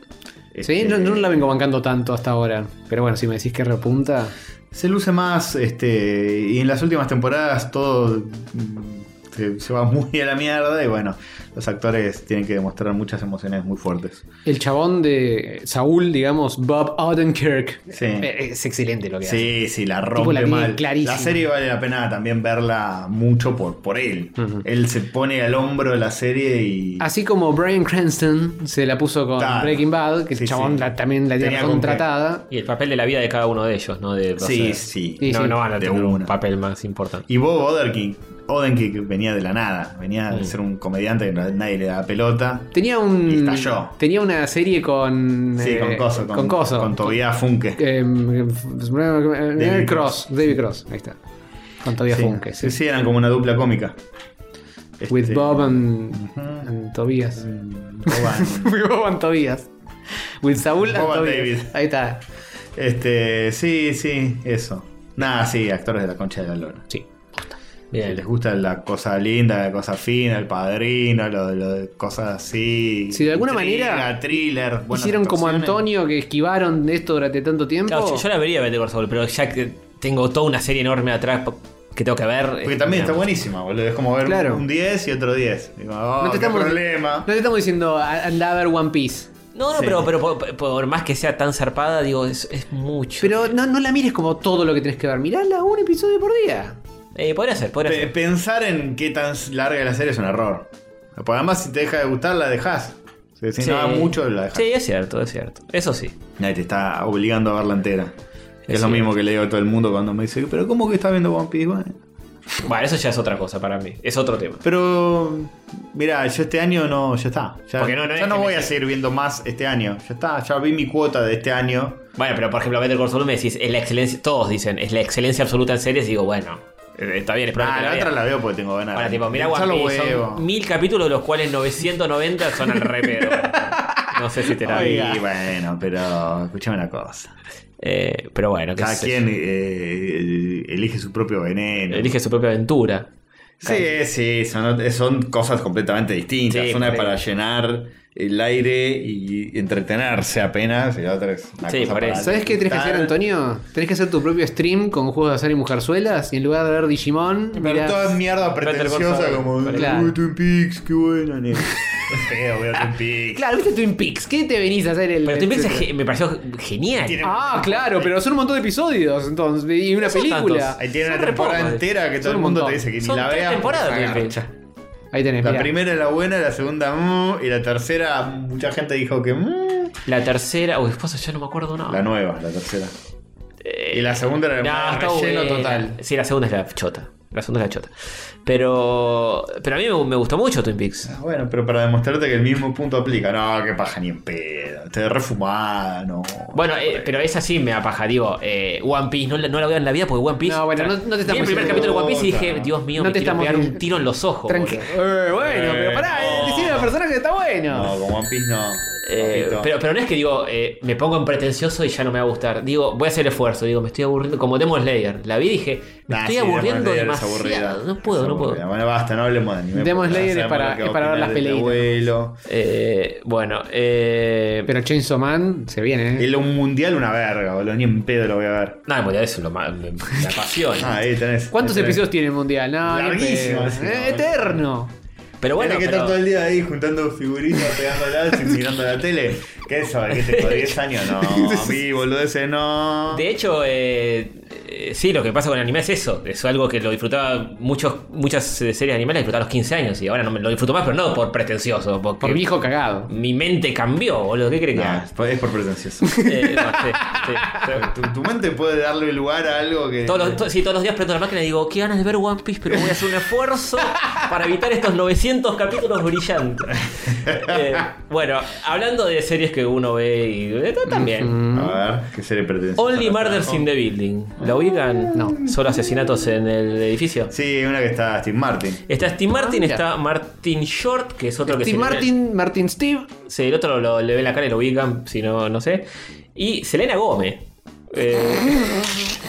Sí, Este, no, no la vengo bancando tanto hasta ahora. Pero bueno, si me decís que repunta. Se luce más, este. Y en las últimas temporadas todo mm, se, se va muy a la mierda. Y bueno, los actores tienen que demostrar muchas emociones muy fuertes. El chabón de Saúl, digamos, Bob Odenkirk. Sí. Eh, Es excelente lo que hace. Sí, sí, la Tipo, rompe la tiene mal. clarísima. La serie vale la pena también verla mucho por, por él. Ujú. Él se pone al hombro de la serie y. Así como Brian Cranston se la puso con Claro. Breaking Bad, que Sí, el chabón sí. la- también la tiene Tenía con qué. contratada. Y el papel de la vida de cada uno de ellos, ¿no? De, va a sí, ser- sí. Sí, no, sí. no van a De tener un una. papel más importante. Y Bob Odenkirk, Odenkirk venía de la nada, venía de Mm. ser un comediante que nadie le daba pelota. Tenía un. Y estalló. Tenía una serie con. Sí, eh, con Coso, con, Con Coso. con Tobias Funke. Em, eh, David Cross. David Cross. Ahí está. Con Tobias sí. Funke. sí. Sí, sí, eran como una dupla cómica. With Este, Bob and, Ujú. and Tobias. mm, Bob and- With Bob and Tobias. With Saúl and Bob and Tobias. David. Ahí está. este, sí, sí, eso. Nada, sí, actores de la concha de la lona. Sí. Si Bien. les gusta la cosa linda, la cosa fina, el padrino, lo, lo- cosas así. Si de alguna Intriga, manera Thriller, buenas Hicieron como actuaciones. Antonio que esquivaron de esto durante tanto tiempo. Claro, yo, yo la vería Better Call Saul, pero ya que tengo toda una serie enorme atrás po- que tengo que ver. Porque eh, también mira, está buenísima, boludo. Es como ver Claro. un 10 y otro 10. Digo, oh, no te qué estamos, problema. no te estamos diciendo "A- andá a ver One Piece. No, no, Sí. pero, pero por, por más que sea tan zarpada, digo, es, es mucho. Pero no, no la mires como todo lo que tenés que ver. Mirala un episodio por día. Eh, podría ser, podría Pe- ser. Pensar en qué tan larga la serie es un error. Porque además, si te deja de gustar, la dejas. Si si Sí. no va mucho, la dejas. Sí, es cierto, es cierto. Eso sí. Nadie te está obligando a verla entera. Es, lo mismo que le digo a todo el mundo cuando me dice, pero ¿cómo que está viendo One Piece? Bueno, Bueno, eso ya es otra cosa para mí. Es otro tema. pero mira, yo este año no, ya está. Ya Porque no, no ya es no que voy me- a seguir viendo más este año. Ya está, ya vi mi cuota de este año. Bueno, pero por ejemplo, Better Call Saul me decís, es la excelencia. Todos dicen, es la excelencia absoluta en series. Y digo, bueno, eh, está bien, es probable que Ah, la la otra vea. la veo porque tengo ganas. Ahora, tipo, mirá Ya One lo Piece, son huevo. mil capítulos, de los cuales 990 son al repedo. No sé si te la vi. Y bueno, pero escúchame una cosa. Eh, pero bueno, qué Cada sé quien yo. eh, elige su propio veneno. elige su propia aventura. Sí, sí, son, son cosas completamente distintas. Sí, una es por para llenar el aire y entretenerse apenas, y la otra es una Sí, cosa por para eso. ¿Sabes qué tenés que hacer, disfrutar. Antonio? Tenés que hacer tu propio stream con juegos de azar y mujerzuelas y en lugar de ver Digimon, Pero mirás- toda mierda Better Call pretenciosa Saul. como Claro. "Uy, Twin Peaks, qué buena, nene". Qué feo, veo Twin Peaks. Claro, viste Twin Peaks. ¿Qué te venís a hacer el.? Pero Twin Peaks es ge- me pareció genial. Tiene- Ah, claro, pero son un montón de episodios entonces y una son película. tantos. Ahí tiene Son una re temporada pocos. entera que todo Son el un mundo te montón. dice que Son ni la tres vea. temporadas porque de se Twin Peaks. agarcha. Ahí tenés, La mirá. primera es la buena, la segunda mm, y la tercera mucha gente dijo que mm. La tercera, uy, esposa, ya no me acuerdo nada. la nueva, la tercera. Eh, Y la segunda era No, más está relleno buena. total. Sí, la segunda es la chota. La segunda es la chota. Pero. Pero a mí me, me gustó mucho Twin Peaks. Ah, Bueno, pero para demostrarte que el mismo punto aplica. No, que paja ni en pedo. Te refumada, no. Bueno, eh, pero esa sí me apaja. Digo, eh, One Piece, no, la- no la veo en la vida porque One Piece. No, bueno, Tra- no- no te vi estamos el primer diciendo- capítulo de One Piece y dije, No. Dios mío, No me te quiero estamos pegar un diciendo- tiro en los ojos. Tranqui- boludo. Eh, bueno, Eh, pero pará, eh, no. decime a la persona que está bueno. No, con One Piece no. Eh, Papito. pero, pero no es que digo, eh, me pongo en pretencioso y ya no me va a gustar. Digo, voy a hacer esfuerzo. Digo, me estoy aburriendo. Como Demon Slayer. La vi y dije, me Nah, estoy Ah, sí, Demon aburriendo Slayer es demasiado. aburrida. No puedo, Es no puedo. aburrida. Bueno, basta, no hablemos de anime. Demon porque ya Slayer es sabemos para- lo que es va para a ver las opinar del abuelo. Eh, bueno, eh, Pero Chainsaw Man se viene, ¿eh? El un mundial una verga, boludo. Ni en pedo lo voy a ver. No, en realidad eso es lo más. Me, me Ah, apasiona. ahí tenés. ¿Cuántos Ahí tenés. episodios tiene el mundial? No, ni en Larguísimo, pedo. sí, Eh, no. eterno. pero bueno, Tenés que pero- estar todo el día ahí juntando figuritas, pegándolas y mirando la tele. ¿Qué es eso? ¿Que este tengo 10 años? No, a mí, boludo, ese no. de hecho, eh, eh, sí, lo que pasa con el anime es eso. Es algo que lo disfrutaba muchos, muchas eh, series de anime, las disfrutaba a los 15 años y ahora no me lo disfruto más, pero no por pretencioso. Porque Por viejo cagado. mi mente cambió, boludo. ¿Qué crees que Nah, haga? es por- es por pretencioso. Eh, no, sí, sí. tu, tu mente puede darle lugar a algo que. Todos los, to- sí, todos los días prendo la máquina y digo, qué ganas de ver One Piece, pero voy a hacer un esfuerzo para evitar estos 900 capítulos brillantes. Eh, bueno, hablando de series que uno ve y eh, también. A ver, ¿qué serie pertenece? Only Murders in the Building. ¿La ubican? No. Solo asesinatos en el edificio. Sí, una que está Steve Martin. Está Steve Martin, Ah, mira. está Martin Short, que es otro que Steve se le ve- Martin, Martin Steve. Sí, el otro lo- le ve la cara y lo ubican, si no, no sé. Y Selena Gómez. Eh,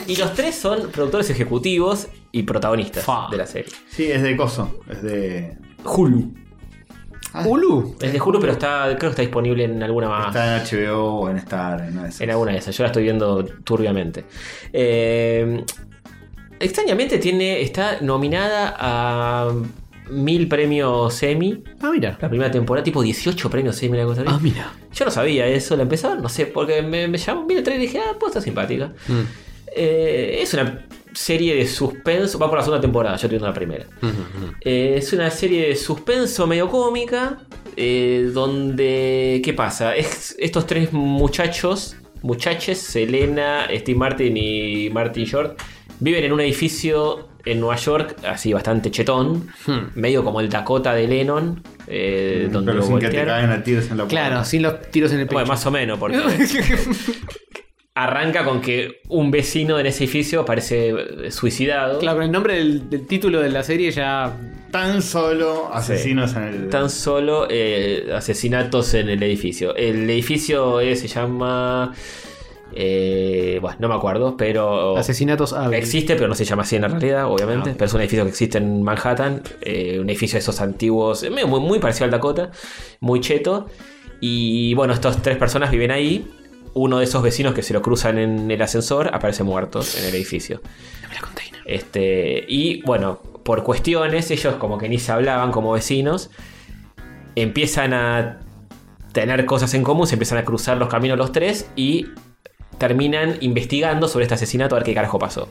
y los tres son productores ejecutivos y protagonistas Fa. de la serie. Sí, es de Coso. Es de. Hulu. Ah. Hulu. Es de Hulu, pero está, creo que está disponible en alguna más. Está en HBO o en Star. En una de esas. Ah. En alguna de esas, yo la estoy viendo turbiamente. Eh, extrañamente tiene, está nominada a mil premios Emmy. Ah, mira. La primera temporada, tipo 18 premios Emmy. la cosa así. Ah, mira. Yo no sabía eso, la empezaron, no sé, porque me, me llamó, vi el trailer y dije, ah, pues está simpática. Mm. Eh, es una serie de suspenso, va por la segunda temporada, yo estoy viendo la primera. Eh, es una serie de suspenso medio cómica. eh, donde. ¿Qué pasa? Es, estos tres muchachos. Muchaches, Selena, Steve Martin y Martin Short. Viven en un edificio en Nueva York, así bastante chetón. Hmm. Medio como el Dakota de Lennon. eh, donde Hmm, Pero lo sin que te voltearon. caigan a tiros en la puerta. Claro, sin los tiros en el pecho. Bueno, más o menos, porque. arranca con que un vecino en ese edificio parece eh, suicidado. claro, con el nombre del, del título de la serie ya. Tan solo asesinos en el. Tan solo eh, asesinatos en el edificio. El edificio eh, se llama. eh, bueno, no me acuerdo, pero. Asesinatos hábiles. Oh. Existe, pero no se llama así en la realidad, obviamente. Pero es un edificio que existe en Manhattan. eh, un edificio de esos antiguos, eh, medio muy, muy parecido al Dakota, muy cheto. Y bueno, estas tres personas viven ahí. Uno de esos vecinos que se lo cruzan en el ascensor aparece muerto en el edificio. Este, y bueno, por cuestiones, ellos como que ni se hablaban como vecinos, empiezan a tener cosas en común, se empiezan a cruzar los caminos los tres y terminan investigando sobre este asesinato a ver qué carajo pasó.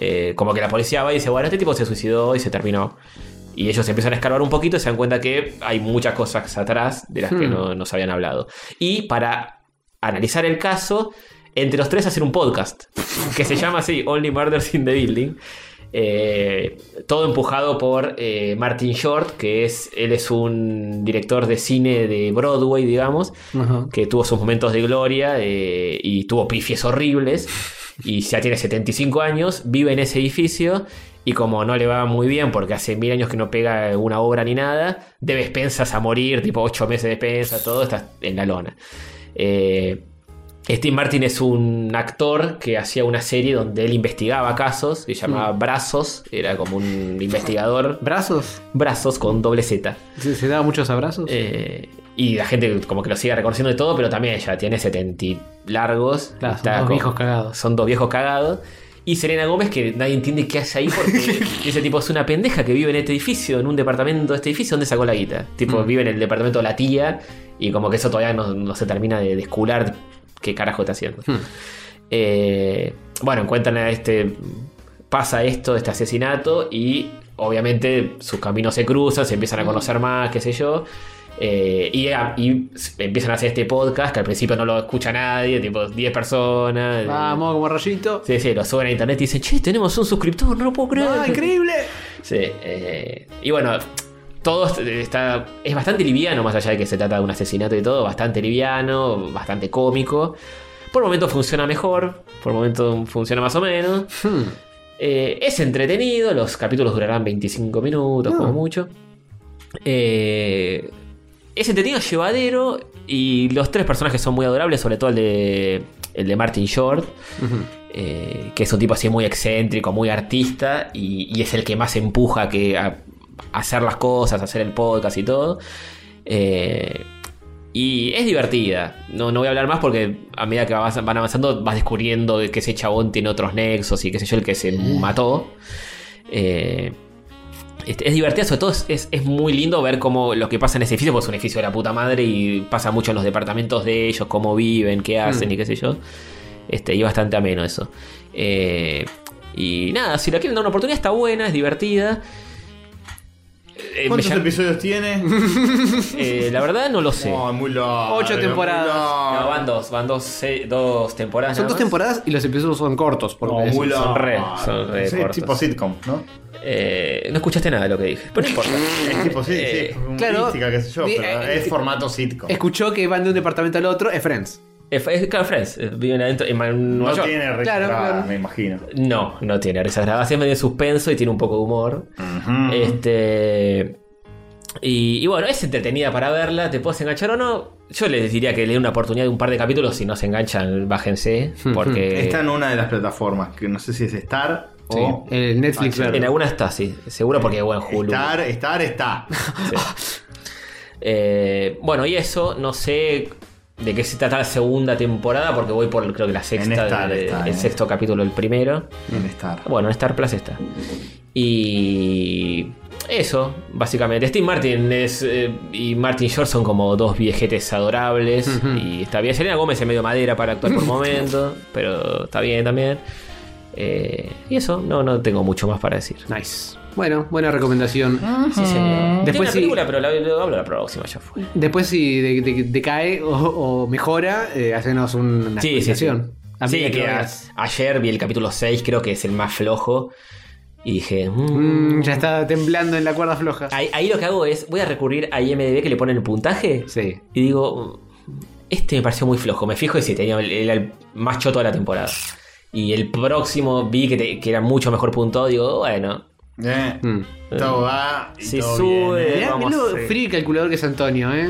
Eh, como que la policía va y dice, bueno, este tipo se suicidó y se terminó. Y ellos empiezan a escarbar un poquito y se dan cuenta que hay muchas cosas atrás de las que Hmm. no, no se habían hablado. Y para analizar el caso, entre los tres hacen un podcast que se llama así, Only Murders in the Building. Eh, todo empujado por eh, Martin Short, que es él es un director de cine de Broadway, digamos, Ajá. que tuvo sus momentos de gloria eh, y tuvo pifies horribles y ya tiene 75 años, vive en ese edificio y como no le va muy bien porque hace mil años que no pega una obra ni nada, debe expensas a morir, tipo 8 meses de expensa, todo está en la lona. Eh, Steve Martin es un actor que hacía una serie donde él investigaba casos, que se llamaba Brazos, era como un investigador, ¿Brazos? Brazos con doble Z. ¿Se, se daba muchos abrazos? Eh, y la gente como que lo sigue reconociendo de todo, pero también ya tiene 70 y largos. Claro, son Está dos con- viejos cagados. Son dos viejos cagados. Y Selena Gómez, que nadie entiende qué hace ahí porque ese tipo es una pendeja que vive en este edificio, en un departamento de este edificio, ¿dónde sacó la guita? Tipo, Mm. vive en el departamento de la tía y como que eso todavía no, no se termina de descular qué carajo está haciendo. Hmm. Eh, bueno, encuentran a este. Pasa esto, este asesinato, y obviamente sus caminos se cruzan, se empiezan a conocer más, qué sé yo. eh, y, a- y s- empiezan a hacer este podcast que al principio no lo escucha nadie, tipo 10 personas. eh, Vamos, como rayito. Sí, sí, lo suben a internet y dicen, che, tenemos un suscriptor, no lo puedo creer. ¡Ah, increíble! Sí, eh, y bueno, todo est- está. Es bastante liviano, más allá de que se trata de un asesinato y todo, bastante liviano, bastante cómico. Por momentos funciona mejor, por momentos funciona más o menos. Eh, es entretenido, los capítulos durarán 25 minutos, como mucho. Eh, es entretenido, llevadero, y los tres personajes son muy adorables, sobre todo el de, el de Martin Short, eh, que es un tipo así muy excéntrico, muy artista, y, y es el que más empuja que a, a hacer las cosas, a hacer el podcast y todo. Eh, y es divertida. No, no voy a hablar más porque a medida que avanza- van avanzando vas descubriendo de que ese chabón tiene otros nexos y qué sé yo, el que se mató. Eh, este, es divertida, sobre todo es, es- es muy lindo ver cómo lo que pasa en ese edificio, porque es un edificio de la puta madre y pasa mucho en los departamentos de ellos, cómo viven, qué hacen y qué sé yo. Este, y bastante ameno eso. Eh, y nada, si la quieren dar una oportunidad está buena, es divertida. Eh, me ¿Cuántos llama- episodios tiene? eh, la verdad no lo sé. Oh, muy largo, Ocho muy temporadas. largo. No, van dos, van dos, se- dos temporadas. Son nada dos más. temporadas y los episodios son cortos. Porque No, son muy largo. re- son re Sí, cortos. tipo sitcom, ¿no? Eh, no escuchaste nada de lo que dije. Pero no importa. Eh, Es tipo sí, sí, es como claro. mística, qué sé yo, Di- pero eh, es formato sitcom. escuchó que van de un departamento al otro, es Friends. Es, es claro, Friends. eh, Viven adentro en Man- no Nueva York. tiene Claro, registrada, claro. me imagino. No, no tiene risas grabadas. Es medio de suspenso y tiene un poco de humor. Ujú. Este. Y, y bueno, es entretenida para verla. Te puedes enganchar o no. Yo les diría que le den una oportunidad de un par de capítulos. Si no se enganchan, bájense. Hmm, Porque. Está en una de las plataformas, que no sé si es Star o... El Netflix Ah, En verde. alguna está, sí. Seguro porque, bueno, Hulu. Star, Star está. Sí. Eh, bueno, y eso, no sé de qué se trata la segunda temporada, porque voy por creo que la sexta, Star de- está, el eh. sexto capítulo, el primero. En Star. Bueno, en Star Plus está. Y eso, básicamente. Steve Martin es, eh, y Martin Short son como dos viejetes adorables. Y está bien. Selena Gómez es medio madera para actuar por momento, pero está bien también. Eh, y eso, no, no tengo mucho más para decir. Nice. Bueno, buena recomendación. Sí, señor. Después Tengo una sí. película, pero la, lo hablo la próxima, ya fue. Después si de- de- decae o, o mejora, eh, hacenos una Sí, sí, sí. actualización. A Sí, medida que lo a- veas. ayer vi el capítulo 6, creo que es el más flojo. Y dije, mm. Mm, ya está temblando en la cuerda floja. ahí, ahí lo que hago es, voy a recurrir a IMDB que le ponen el puntaje. Sí. Y digo, este me pareció muy flojo. Me fijo y sí, tenía el, era el más choto de la temporada. Y el próximo vi que, te- que era mucho mejor punto. Digo, bueno, Eh, Mm. todo va y Si todo sube. bien, ¿eh? Mirá, vamos, mirá lo sí. frío y calculador que es Antonio, ¿eh?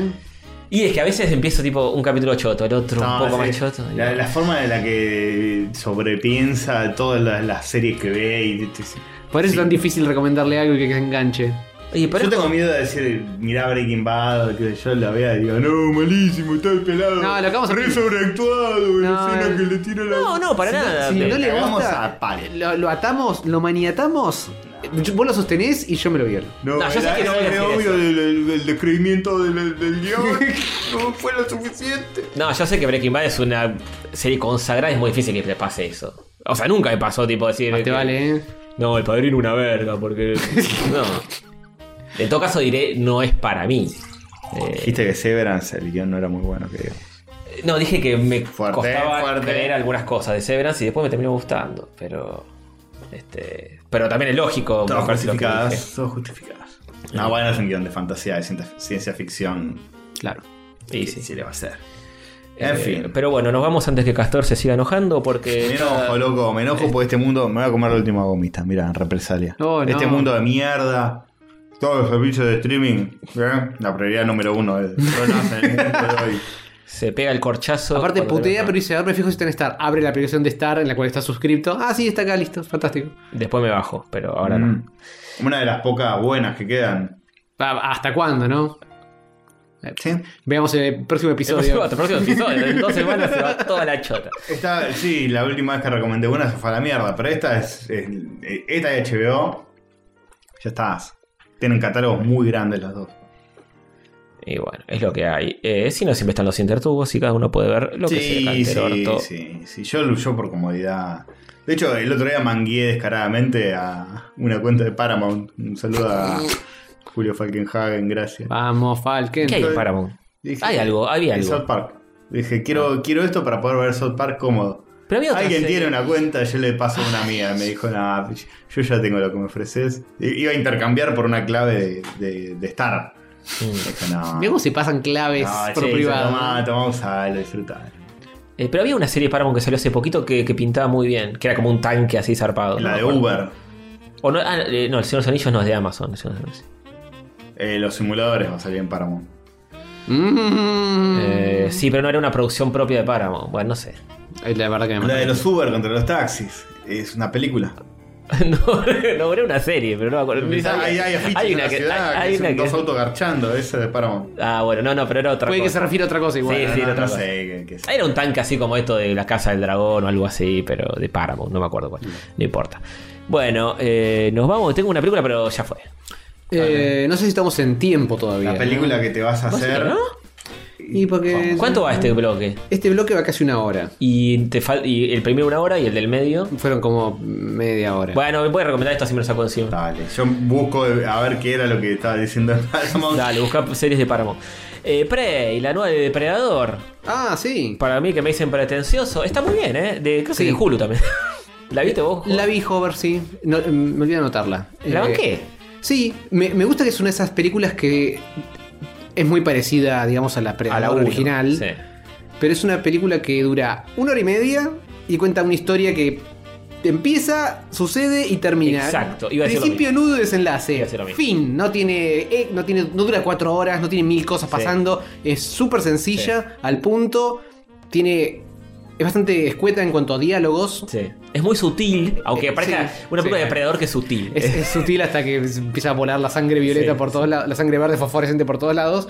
Y es que a veces empiezo tipo un capítulo choto, el otro No, un poco sí. más choto. La, Digo, la forma de la que sobrepiensa todas las, las series que ve y te- te- Por eso Sí. es tan difícil recomendarle algo y que se enganche. Oye, pero yo tengo miedo de decir, mirá Breaking Bad, que yo la vea y digo, no, malísimo, está el pelado. No, lo acabamos de- Re sobreactuado, No, la escena eh. que le tira la. No, no, para nada. Si me- no le cagamos gusta, a palo. lo, lo atamos, lo maniatamos. eh, Vos lo sostenés y yo me lo violo. No, No, yo sé era- que no voy a era decir eso. obvio el, el- el descreimiento del, del guión. no fue lo suficiente. No, yo sé que Breaking Bad es una serie consagrada, es muy difícil que te pase eso. O sea, nunca me pasó, tipo, decir. Más te que- vale, ¿eh? No, el padrino una verga, porque. no. En todo caso diré, no es para mí. Eh, Dijiste que Severance, el guión no era muy bueno, que digamos. No, dije que me Fuerte, costaba fuerte. creer algunas cosas de Severance y después me terminó gustando, pero. Este, pero también es lógico. Todas me parece, lo que dije. justificadas. Todas justificadas. No, bueno, es un guión de fantasía, de ciencia, ciencia ficción. Claro. Y ¿Qué sí. se le va a hacer? En Eh, fin. Pero bueno, nos vamos antes que Castor se siga enojando porque. Me enojo, loco, me enojo por este mundo. Me voy a comer la última gomita, mira, en represalia. No, no. este mundo de mierda. Todos los servicios de streaming. ¿eh? La prioridad número uno es. no nacen en el mundo de hoy. Se pega el corchazo. Aparte, cuando putea, te pero enojas. dice, a ver, me fijo si está en Star. Abre la aplicación de Star en la cual está suscrito. Ah, sí, está acá, listo. Fantástico. Después me bajo, pero ahora no. Mm. Una de las pocas buenas que quedan. Ah, ¿Hasta cuándo, no? Sí. Veamos el próximo El próximo, episodio. el próximo episodio, en dos semanas se va toda la chota. Esta, sí, la última vez que recomendé una se fue a la mierda, pero esta es. es- esta de HBO. Ya estás. Tienen catálogos muy grandes las dos. Y bueno, es lo que hay. Eh, si no, siempre están los intertubos y cada uno puede ver lo que se le sí, cante el sí, orto. sí, sí. Yo, yo por comodidad. De hecho, el otro día mangué descaradamente a una cuenta de Paramount. Un saludo a Julio Falkenhagen, gracias. Vamos, Falken. ¿Qué hay en Paramount? Dije- Ah, Hay algo, había En South algo. Park. Dije, quiero, quiero esto para poder ver South Park cómodo. Pero había otra Alguien serie. tiene una cuenta, yo le paso una mía. Me dijo, nada, yo ya tengo lo que me ofreces. I- Iba a intercambiar por una clave de, de, de Star. Mm. Dije, no. Veamos si pasan claves no, por sí, privado. Tomá, tomá, usalo, disfrutá. Eh, pero había una serie de Paramount que salió hace poquito que, que pintaba muy bien, que era como un tanque así zarpado. La ¿no? de Uber. O no, ah, eh, no, el Señor de los Anillos no es de Amazon. el Señor de los Anillos. Eh, los simuladores va a salir en Paramount. Mm. Eh, sí, pero no era una producción propia de Paramount. Bueno, no sé. Ay, Eh, La verdad que me La mataste. de los Uber contra los taxis. Es una película. no, no, era una serie, pero no me acuerdo. Ni sabía. Hay, hay afiches Hay en la que- ciudad hay- hay que una son que- dos autos garchando. Esa de Paramount. Ah, bueno, no, no, pero era otra Puede que se cosa. refiere a otra cosa igual. Sí, No, sí, no, otra no cosa. sé qué- qué es. Era un tanque así como esto de la Casa del Dragón o algo así, pero de Paramount, no me acuerdo cuál. No importa. Bueno, eh, nos vamos. Tengo una película, pero ya fue. Eh, no sé si estamos en tiempo todavía. La película que te vas a ¿Vas a hacer. ir, no? Y porque ¿Cuánto va este bloque? Este bloque va casi una hora. Y, te fal- y el primero una hora y el del medio. Fueron como media hora. Bueno, me puede recomendar esto si me lo saco encima. Dale, yo busco a ver qué era lo que estaba diciendo el Paramount. Dale, busca series de Paramount. Eh, Prey, la nueva de Depredador. Ah, sí. Para mí, que me dicen pretencioso. Está muy bien, ¿eh? De, creo Sí. que de Hulu también. ¿La viste vos? La vi, Hover, sí. No, eh, me olvidé de anotarla. ¿La Eh, banqué? Sí, me, me gusta que es una de esas películas que es muy parecida, digamos, a la, A la Predador uno. original. Sí. Pero es una película que dura una hora y media y cuenta una historia que empieza, sucede y termina. Exacto, iba a decir lo Principio, nudo y desenlace. Iba a decir lo mismo. Fin. No tiene, eh, no tiene, no dura cuatro horas, no tiene mil cosas Sí. pasando. Es súper sencilla, al punto. Tiene, es bastante escueta en cuanto a diálogos. Sí. Es muy sutil, aunque Eh, parezca sí, una sí. película de Depredador que es sutil. Es, es sutil hasta que empieza a volar la sangre violeta Sí, por todos lados, la sangre verde fosforescente por todos lados.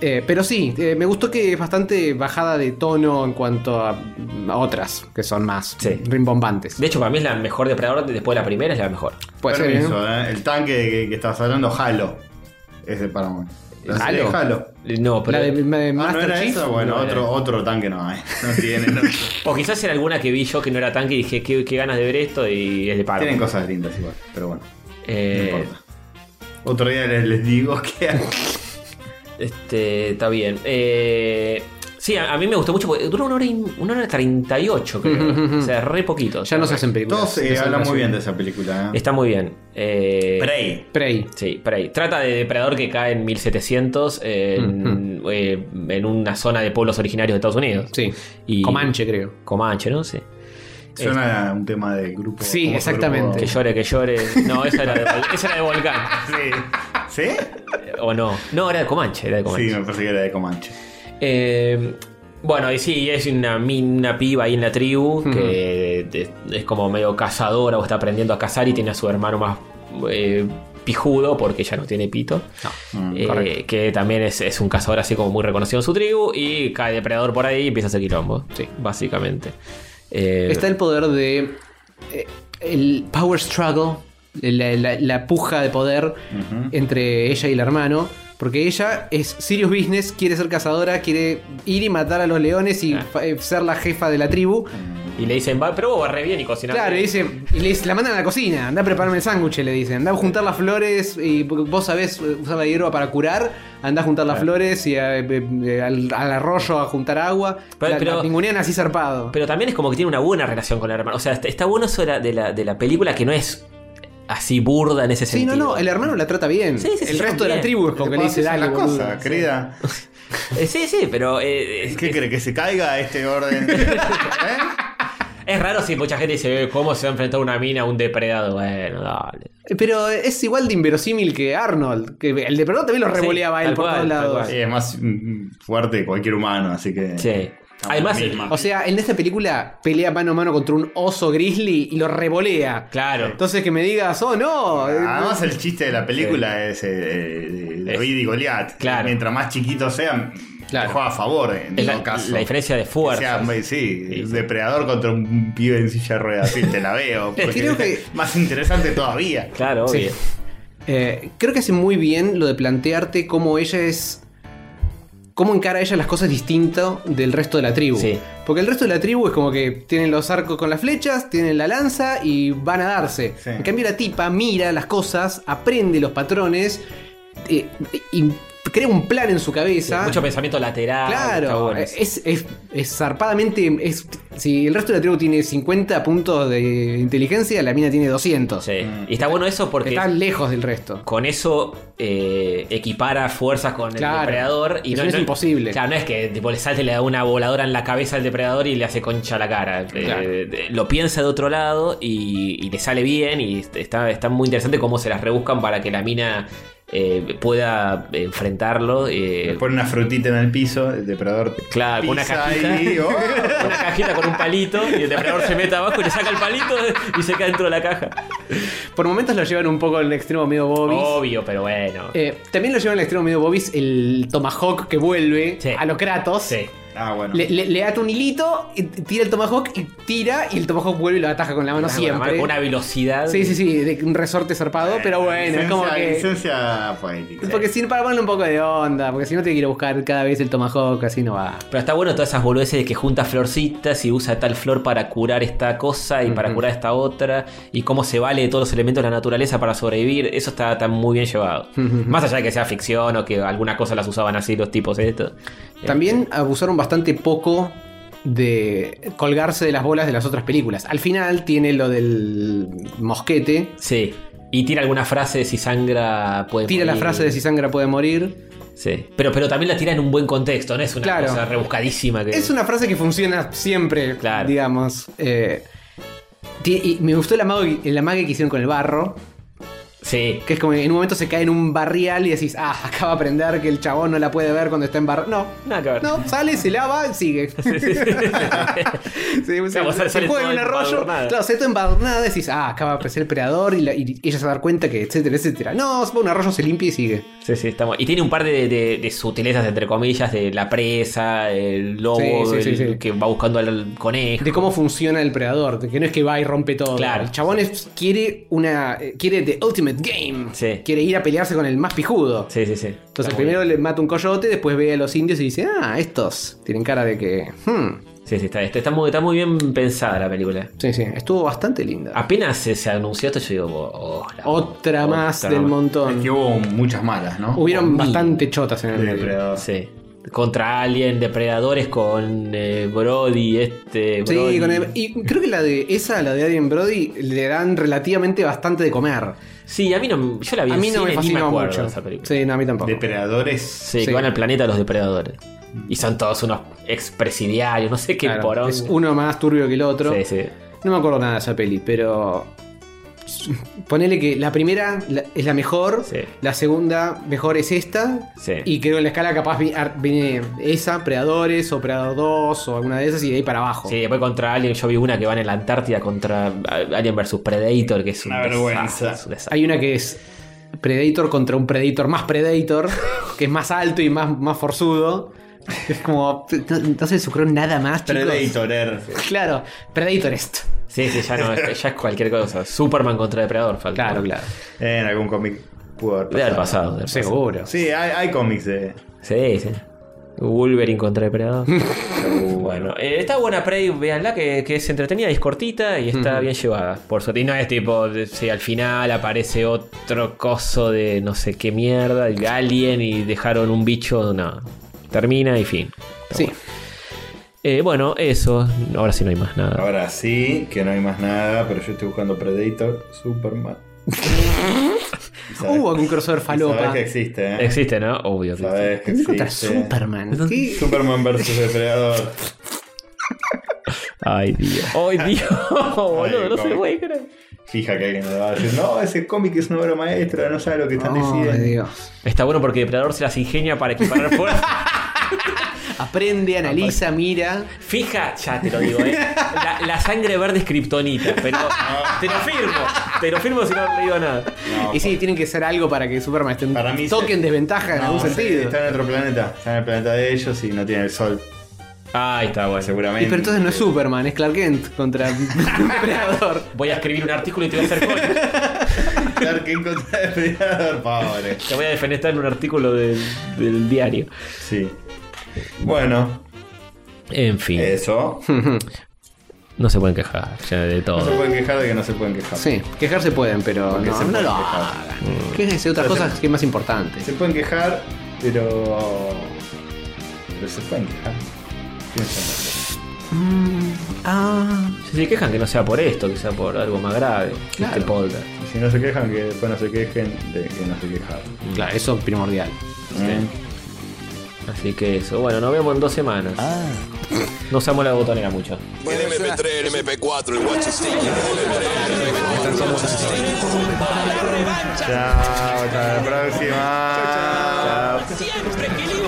Eh, pero sí, eh, me gustó que es bastante bajada de tono en cuanto a, a otras que son más Sí. rimbombantes. De hecho, para mí es la mejor Depredador. Después de la primera es la mejor. Puede ser, Permiso, ¿no? ¿eh? El tanque que, que estabas hablando, Halo. Es de Paramount. La serie ¿Halo? de Halo. No, pero. La de, la de Ah, ¿no Master era Chief. esa? Bueno, No, otro, era- otro tanque no hay. No tiene. no- O quizás era alguna que vi yo que no era tanque y dije, qué, qué ganas de ver esto y es de paro. Tienen cosas lindas igual, pero bueno, Eh, no importa. Otro día les, les digo que. Este, está bien. Eh, sí, a, a mí me gustó mucho porque duró una hora y, una hora treinta y ocho, creo. Ujú, ujú, ujú. O sea, re poquito. Ya no se hacen películas. Todos eh, No se hablan hacen muy bien de esa película. ¿eh? Está muy bien. Este, Eh, Prey. Prey. Sí, por ahí. Trata de depredador que cae en 1700 eh, en, eh, en una zona de pueblos originarios de Estados Unidos. Sí. Y- Comanche, creo. Comanche, ¿no? Sí. Suena a un tema de grupo. este. Sí, famoso exactamente. Que grupo- llore, que llore. No, esa era de, Vol- esa era de Volcán. Eh, Sí. ¿Sí? ¿O no? No, era de Comanche, era de Comanche. Sí, me parece que era de Comanche. Eh, bueno, y sí, es una, mi- una piba ahí en la tribu que de- es como medio cazadora o está aprendiendo a cazar y tiene a su hermano más eh, pijudo porque ya no tiene pito. Mm, Eh, que también es, es un cazador así como muy reconocido en su tribu y cae depredador por ahí y empieza a hacer quilombo. Sí. Básicamente. Eh, Está el poder de. eh, el power struggle, la, la- la puja de poder entre ella y el hermano. Porque ella es serious business, quiere ser cazadora, quiere ir y matar a los leones y Ah. fa- eh, ser la jefa de la tribu. Y le dicen, va, pero vos barré bien y cocinar. Claro, y, dice, y le dice, la mandan a la cocina, anda a prepararme el sándwich, le dicen, anda a juntar las flores, y vos sabés eh, usar la hierba para curar, anda a juntar Ah. las flores y a- eh, eh, al, al arroyo a juntar agua. Pero- la, pero- la ningunean así zarpado. Pero también es como que tiene una buena relación con el hermano. O sea, está, está bueno eso de la, de, la, de la película que no es así burda en ese sí, sentido. no, no, el hermano la trata bien. Sí, sí, sí, el resto de la bien. tribu es como que le dice, dale, las boludo". cosas, querida. Eh, sí, sí, pero eh, es, ¿Qué es- cree? ¿Que se caiga este orden? ¿Eh? es raro si mucha gente dice, eh, ¿cómo se va a enfrentar una mina a un depredado? Bueno, dale. Pero es igual de inverosímil que Arnold, que el de perdón también lo Sí, revoleaba él tal por cual, tal todos lados. cual. Sí, es más mm, fuerte que cualquier humano, así que. Sí. Además, misma. O sea, en esta película pelea mano a mano contra un oso grizzly y lo revolea. claro. Entonces que me digas, oh no. Además, el chiste de la película es eh, de David y Goliat. Claro. Mientras más chiquitos sean, Claro. juega a favor eh, en Es la, todo caso. la diferencia de Que fuerza. sea, sí, Sí, sí. depredador contra un pibe en silla de ruedas, sí, te la veo. porque Creo que- es Más interesante todavía. Claro, Sí. obvio. Eh, creo que hace muy bien lo de plantearte cómo ella es. cómo encara ella las cosas distinto del resto de la tribu. Sí. Porque el resto de la tribu es como que tienen los arcos con las flechas, tienen la lanza y van a darse. Sí. En cambio, la tipa mira las cosas, aprende los patrones eh, y crea un plan en su cabeza. Mucho pensamiento lateral. está Claro, eh, bueno. es, es- es zarpadamente. Es, si el resto de la tribu tiene 50 puntos de inteligencia, la mina tiene 200. Sí. Y está bueno eso porque Está lejos del resto. con eso eh, equipara fuerzas con Claro. el depredador. Y Eso es imposible. Claro, no es que tipo, le salte y le da una voladora en la cabeza al depredador y le hace concha a la cara. Eh, Claro. eh, lo piensa de otro lado y, y le sale bien. Y está, está muy interesante cómo se las rebuscan para que la mina eh, pueda enfrentarlo. eh, Le pone una frutita en el piso, el depredador. Claro, con una pisa cajita. ahí, oh. una cajita con un palito y el depredador se mete abajo y le saca el palito y se cae dentro de la caja. Por momentos lo llevan un poco al extremo medio Bobis. Obvio, pero bueno. Eh, también lo llevan al extremo medio Bobis el Tomahawk que vuelve Sí. a los Kratos. Sí. Ah, bueno. Le, le- le ata un hilito, y tira el Tomahawk y tira, y el Tomahawk vuelve y lo ataja con la mano Con una- siempre. con una Eh, velocidad. Sí, sí, sí, de un resorte zarpado, pero bueno, es como Licencia- que. Licencia poética. Porque si para ponerle un poco de onda, porque si no te quiero buscar cada vez el Tomahawk, así no va. Pero está bueno todas esas boludeces de que junta florcitas y usa tal flor para curar esta cosa y para Ujú. curar esta otra. Y cómo se vale de todos los elementos de la naturaleza para sobrevivir. Eso está, está muy bien llevado. Más allá de que sea ficción o que alguna cosa las usaban así los tipos estos. Eh, También abusaron bastante poco de colgarse de las bolas de las otras películas. Al final tiene lo del mosquete, Sí. Y tira alguna frase de si sangra puede tira la morir. frase de si sangra puede morir. Sí. Pero, pero también la tira en un buen contexto, no es una Claro. cosa rebuscadísima que. Es una frase que funciona siempre, Claro. digamos. Eh, ti- y me gustó el amague, el amague que hicieron con el barro, Sí. que es como que en un momento se cae en un barrial y decís, ah, acaba de aprender que el chabón no la puede ver cuando está en barro. No, Nada que ver. no, sale, se lava y sigue. Sí, Claro, se, sale- se sale juega en todo un arroyo. empadronado. Claro, se todo empadronado y decís, ah, acaba de aparecer el predador y, la- y ella se va a dar cuenta que, etcétera, etcétera. No, se va a un arroyo, se limpia y sigue. Sí, sí, estamos. Y tiene un par de, de- de sutilezas, entre comillas, de la presa, el lobo Sí, sí, sí, el sí. que va buscando al conejo. de cómo funciona el predador, de que no es que va y rompe todo. Claro. El chabón es- quiere una eh, quiere the ultimate game. Sí. Quiere ir a pelearse con el más pijudo. Sí, sí, sí. Entonces Está muy primero bien. le mata un coyote, después ve a los indios y dice, "Ah, estos tienen cara de que hmm". Sí, sí, está, está, está muy, está muy bien pensada la película. Sí, sí, estuvo bastante linda. Apenas se, se anunció esto, yo digo, oh, la- Otra más Ah, otra más. del Es montón. que hubo muchas malas, ¿no? Hubieron mil. bastante chotas en el El medio. depredador. Sí. Contra Alien, Depredadores con eh, Brody, este. Brody. Sí, con el- y creo que la de esa, la de Adrien Brody, le dan relativamente bastante de comer. Sí, a mí no. Yo la vi A en mí no cine, me ni fascinó acuerdo mucho. de esa película. Sí, no, a mí tampoco. Depredadores. Sí, Sí. Mm. que van al planeta de los depredadores. Y son todos unos expresidiarios, no sé qué Claro, porón. es uno más turbio que el otro. Sí, sí. No me acuerdo nada de esa peli, pero. Ponele que la primera la- es la mejor, Sí. la segunda mejor es esta. Sí. Y creo en la escala capaz vi- ar- viene esa, Predadores o Predador 2 o alguna de esas y de ahí para abajo. Sí, después contra Alien, yo vi una que van en la Antártida contra Alien vs Predator, que es un Una desastre, vergüenza. es un desastre. Hay una que es Predator contra un Predator más Predator, que es más alto y más, más forzudo. Es como. No, no se les ocurrió nada más, chicos. Predatorer. Claro, Predator esto. Sí, sí, ya no, es- ya es cualquier cosa. Superman contra Depredador, faltó. Claro, claro. En algún cómic pudo haber Debe haber pasado. pasado. debe haber pasado. Seguro. Sí, hay, hay cómics de. Sí, sí. Wolverine contra Depredador. bueno, eh, está buena Prey, véanla, que, que es entretenida, y es cortita y está bien llevada. Por suerte, y no es tipo, de- si al final aparece otro coso de no sé qué mierda, el alien y dejaron un bicho, no. Termina y fin. Está Sí. bueno. Eh, bueno, eso. Ahora sí no hay más nada. Ahora sí, que no hay más nada, pero yo estoy buscando Predator, Superman. Y sabes- Hubo algún crossover y Sabes falopa. que existe, ¿eh? Existe, ¿no? Obvio. que existe. Sabes que Contra existe. Superman. ¿Qué? Superman versus Depredador. Ay, Dios. Ay, Dios, boludo, no sé, cómo- güey. cara. Fija que alguien me va a decir, no, ese cómic es una obra maestra, no sabe lo que están Oh, diciendo. Dios. Está bueno porque Depredador se las ingenia para equiparar fuerza. Aprende, analiza, mira. Fija, ya te lo digo, ¿eh? La, la sangre verde es kriptonita, pero te lo firmo, te lo firmo si no le digo nada. No, Y sí, tienen que ser algo para que Superman esté Para mí toque sí. en desventaja en no, algún sí, sentido. Está en otro planeta, está en el planeta de ellos y no tiene el sol, Ahí está, bueno. seguramente. Y pero entonces no es Superman, es Clark Kent contra Depredador. Voy a escribir un artículo y te voy a hacer coño. Clark Kent contra Depredador, pobre. Te voy a defenestrar en un artículo del, del diario. Sí. Bueno, En fin, eso. no se pueden quejar ya de No se todo. pueden quejar de que no se pueden quejar. Sí, quejarse pueden, pero Porque no, se no pueden lo quejar. hagan. Quéjense de otras Entonces- cosas que es más importante. Se pueden quejar, pero. Pero se pueden quejar. Piénsenlo. Ah, Si se quejan que no sea por esto, que sea por algo más grave. que Claro. Este podcast. Y Si no se quejan, que después no se quejen de que no se quejaron. claro, eso es primordial. ¿Eh? Así que eso. Bueno, nos vemos en dos semanas. No usamos la botonera mucho. El MP3, el MP4, el Watch Stick, el Chao, hasta la próxima. Chao.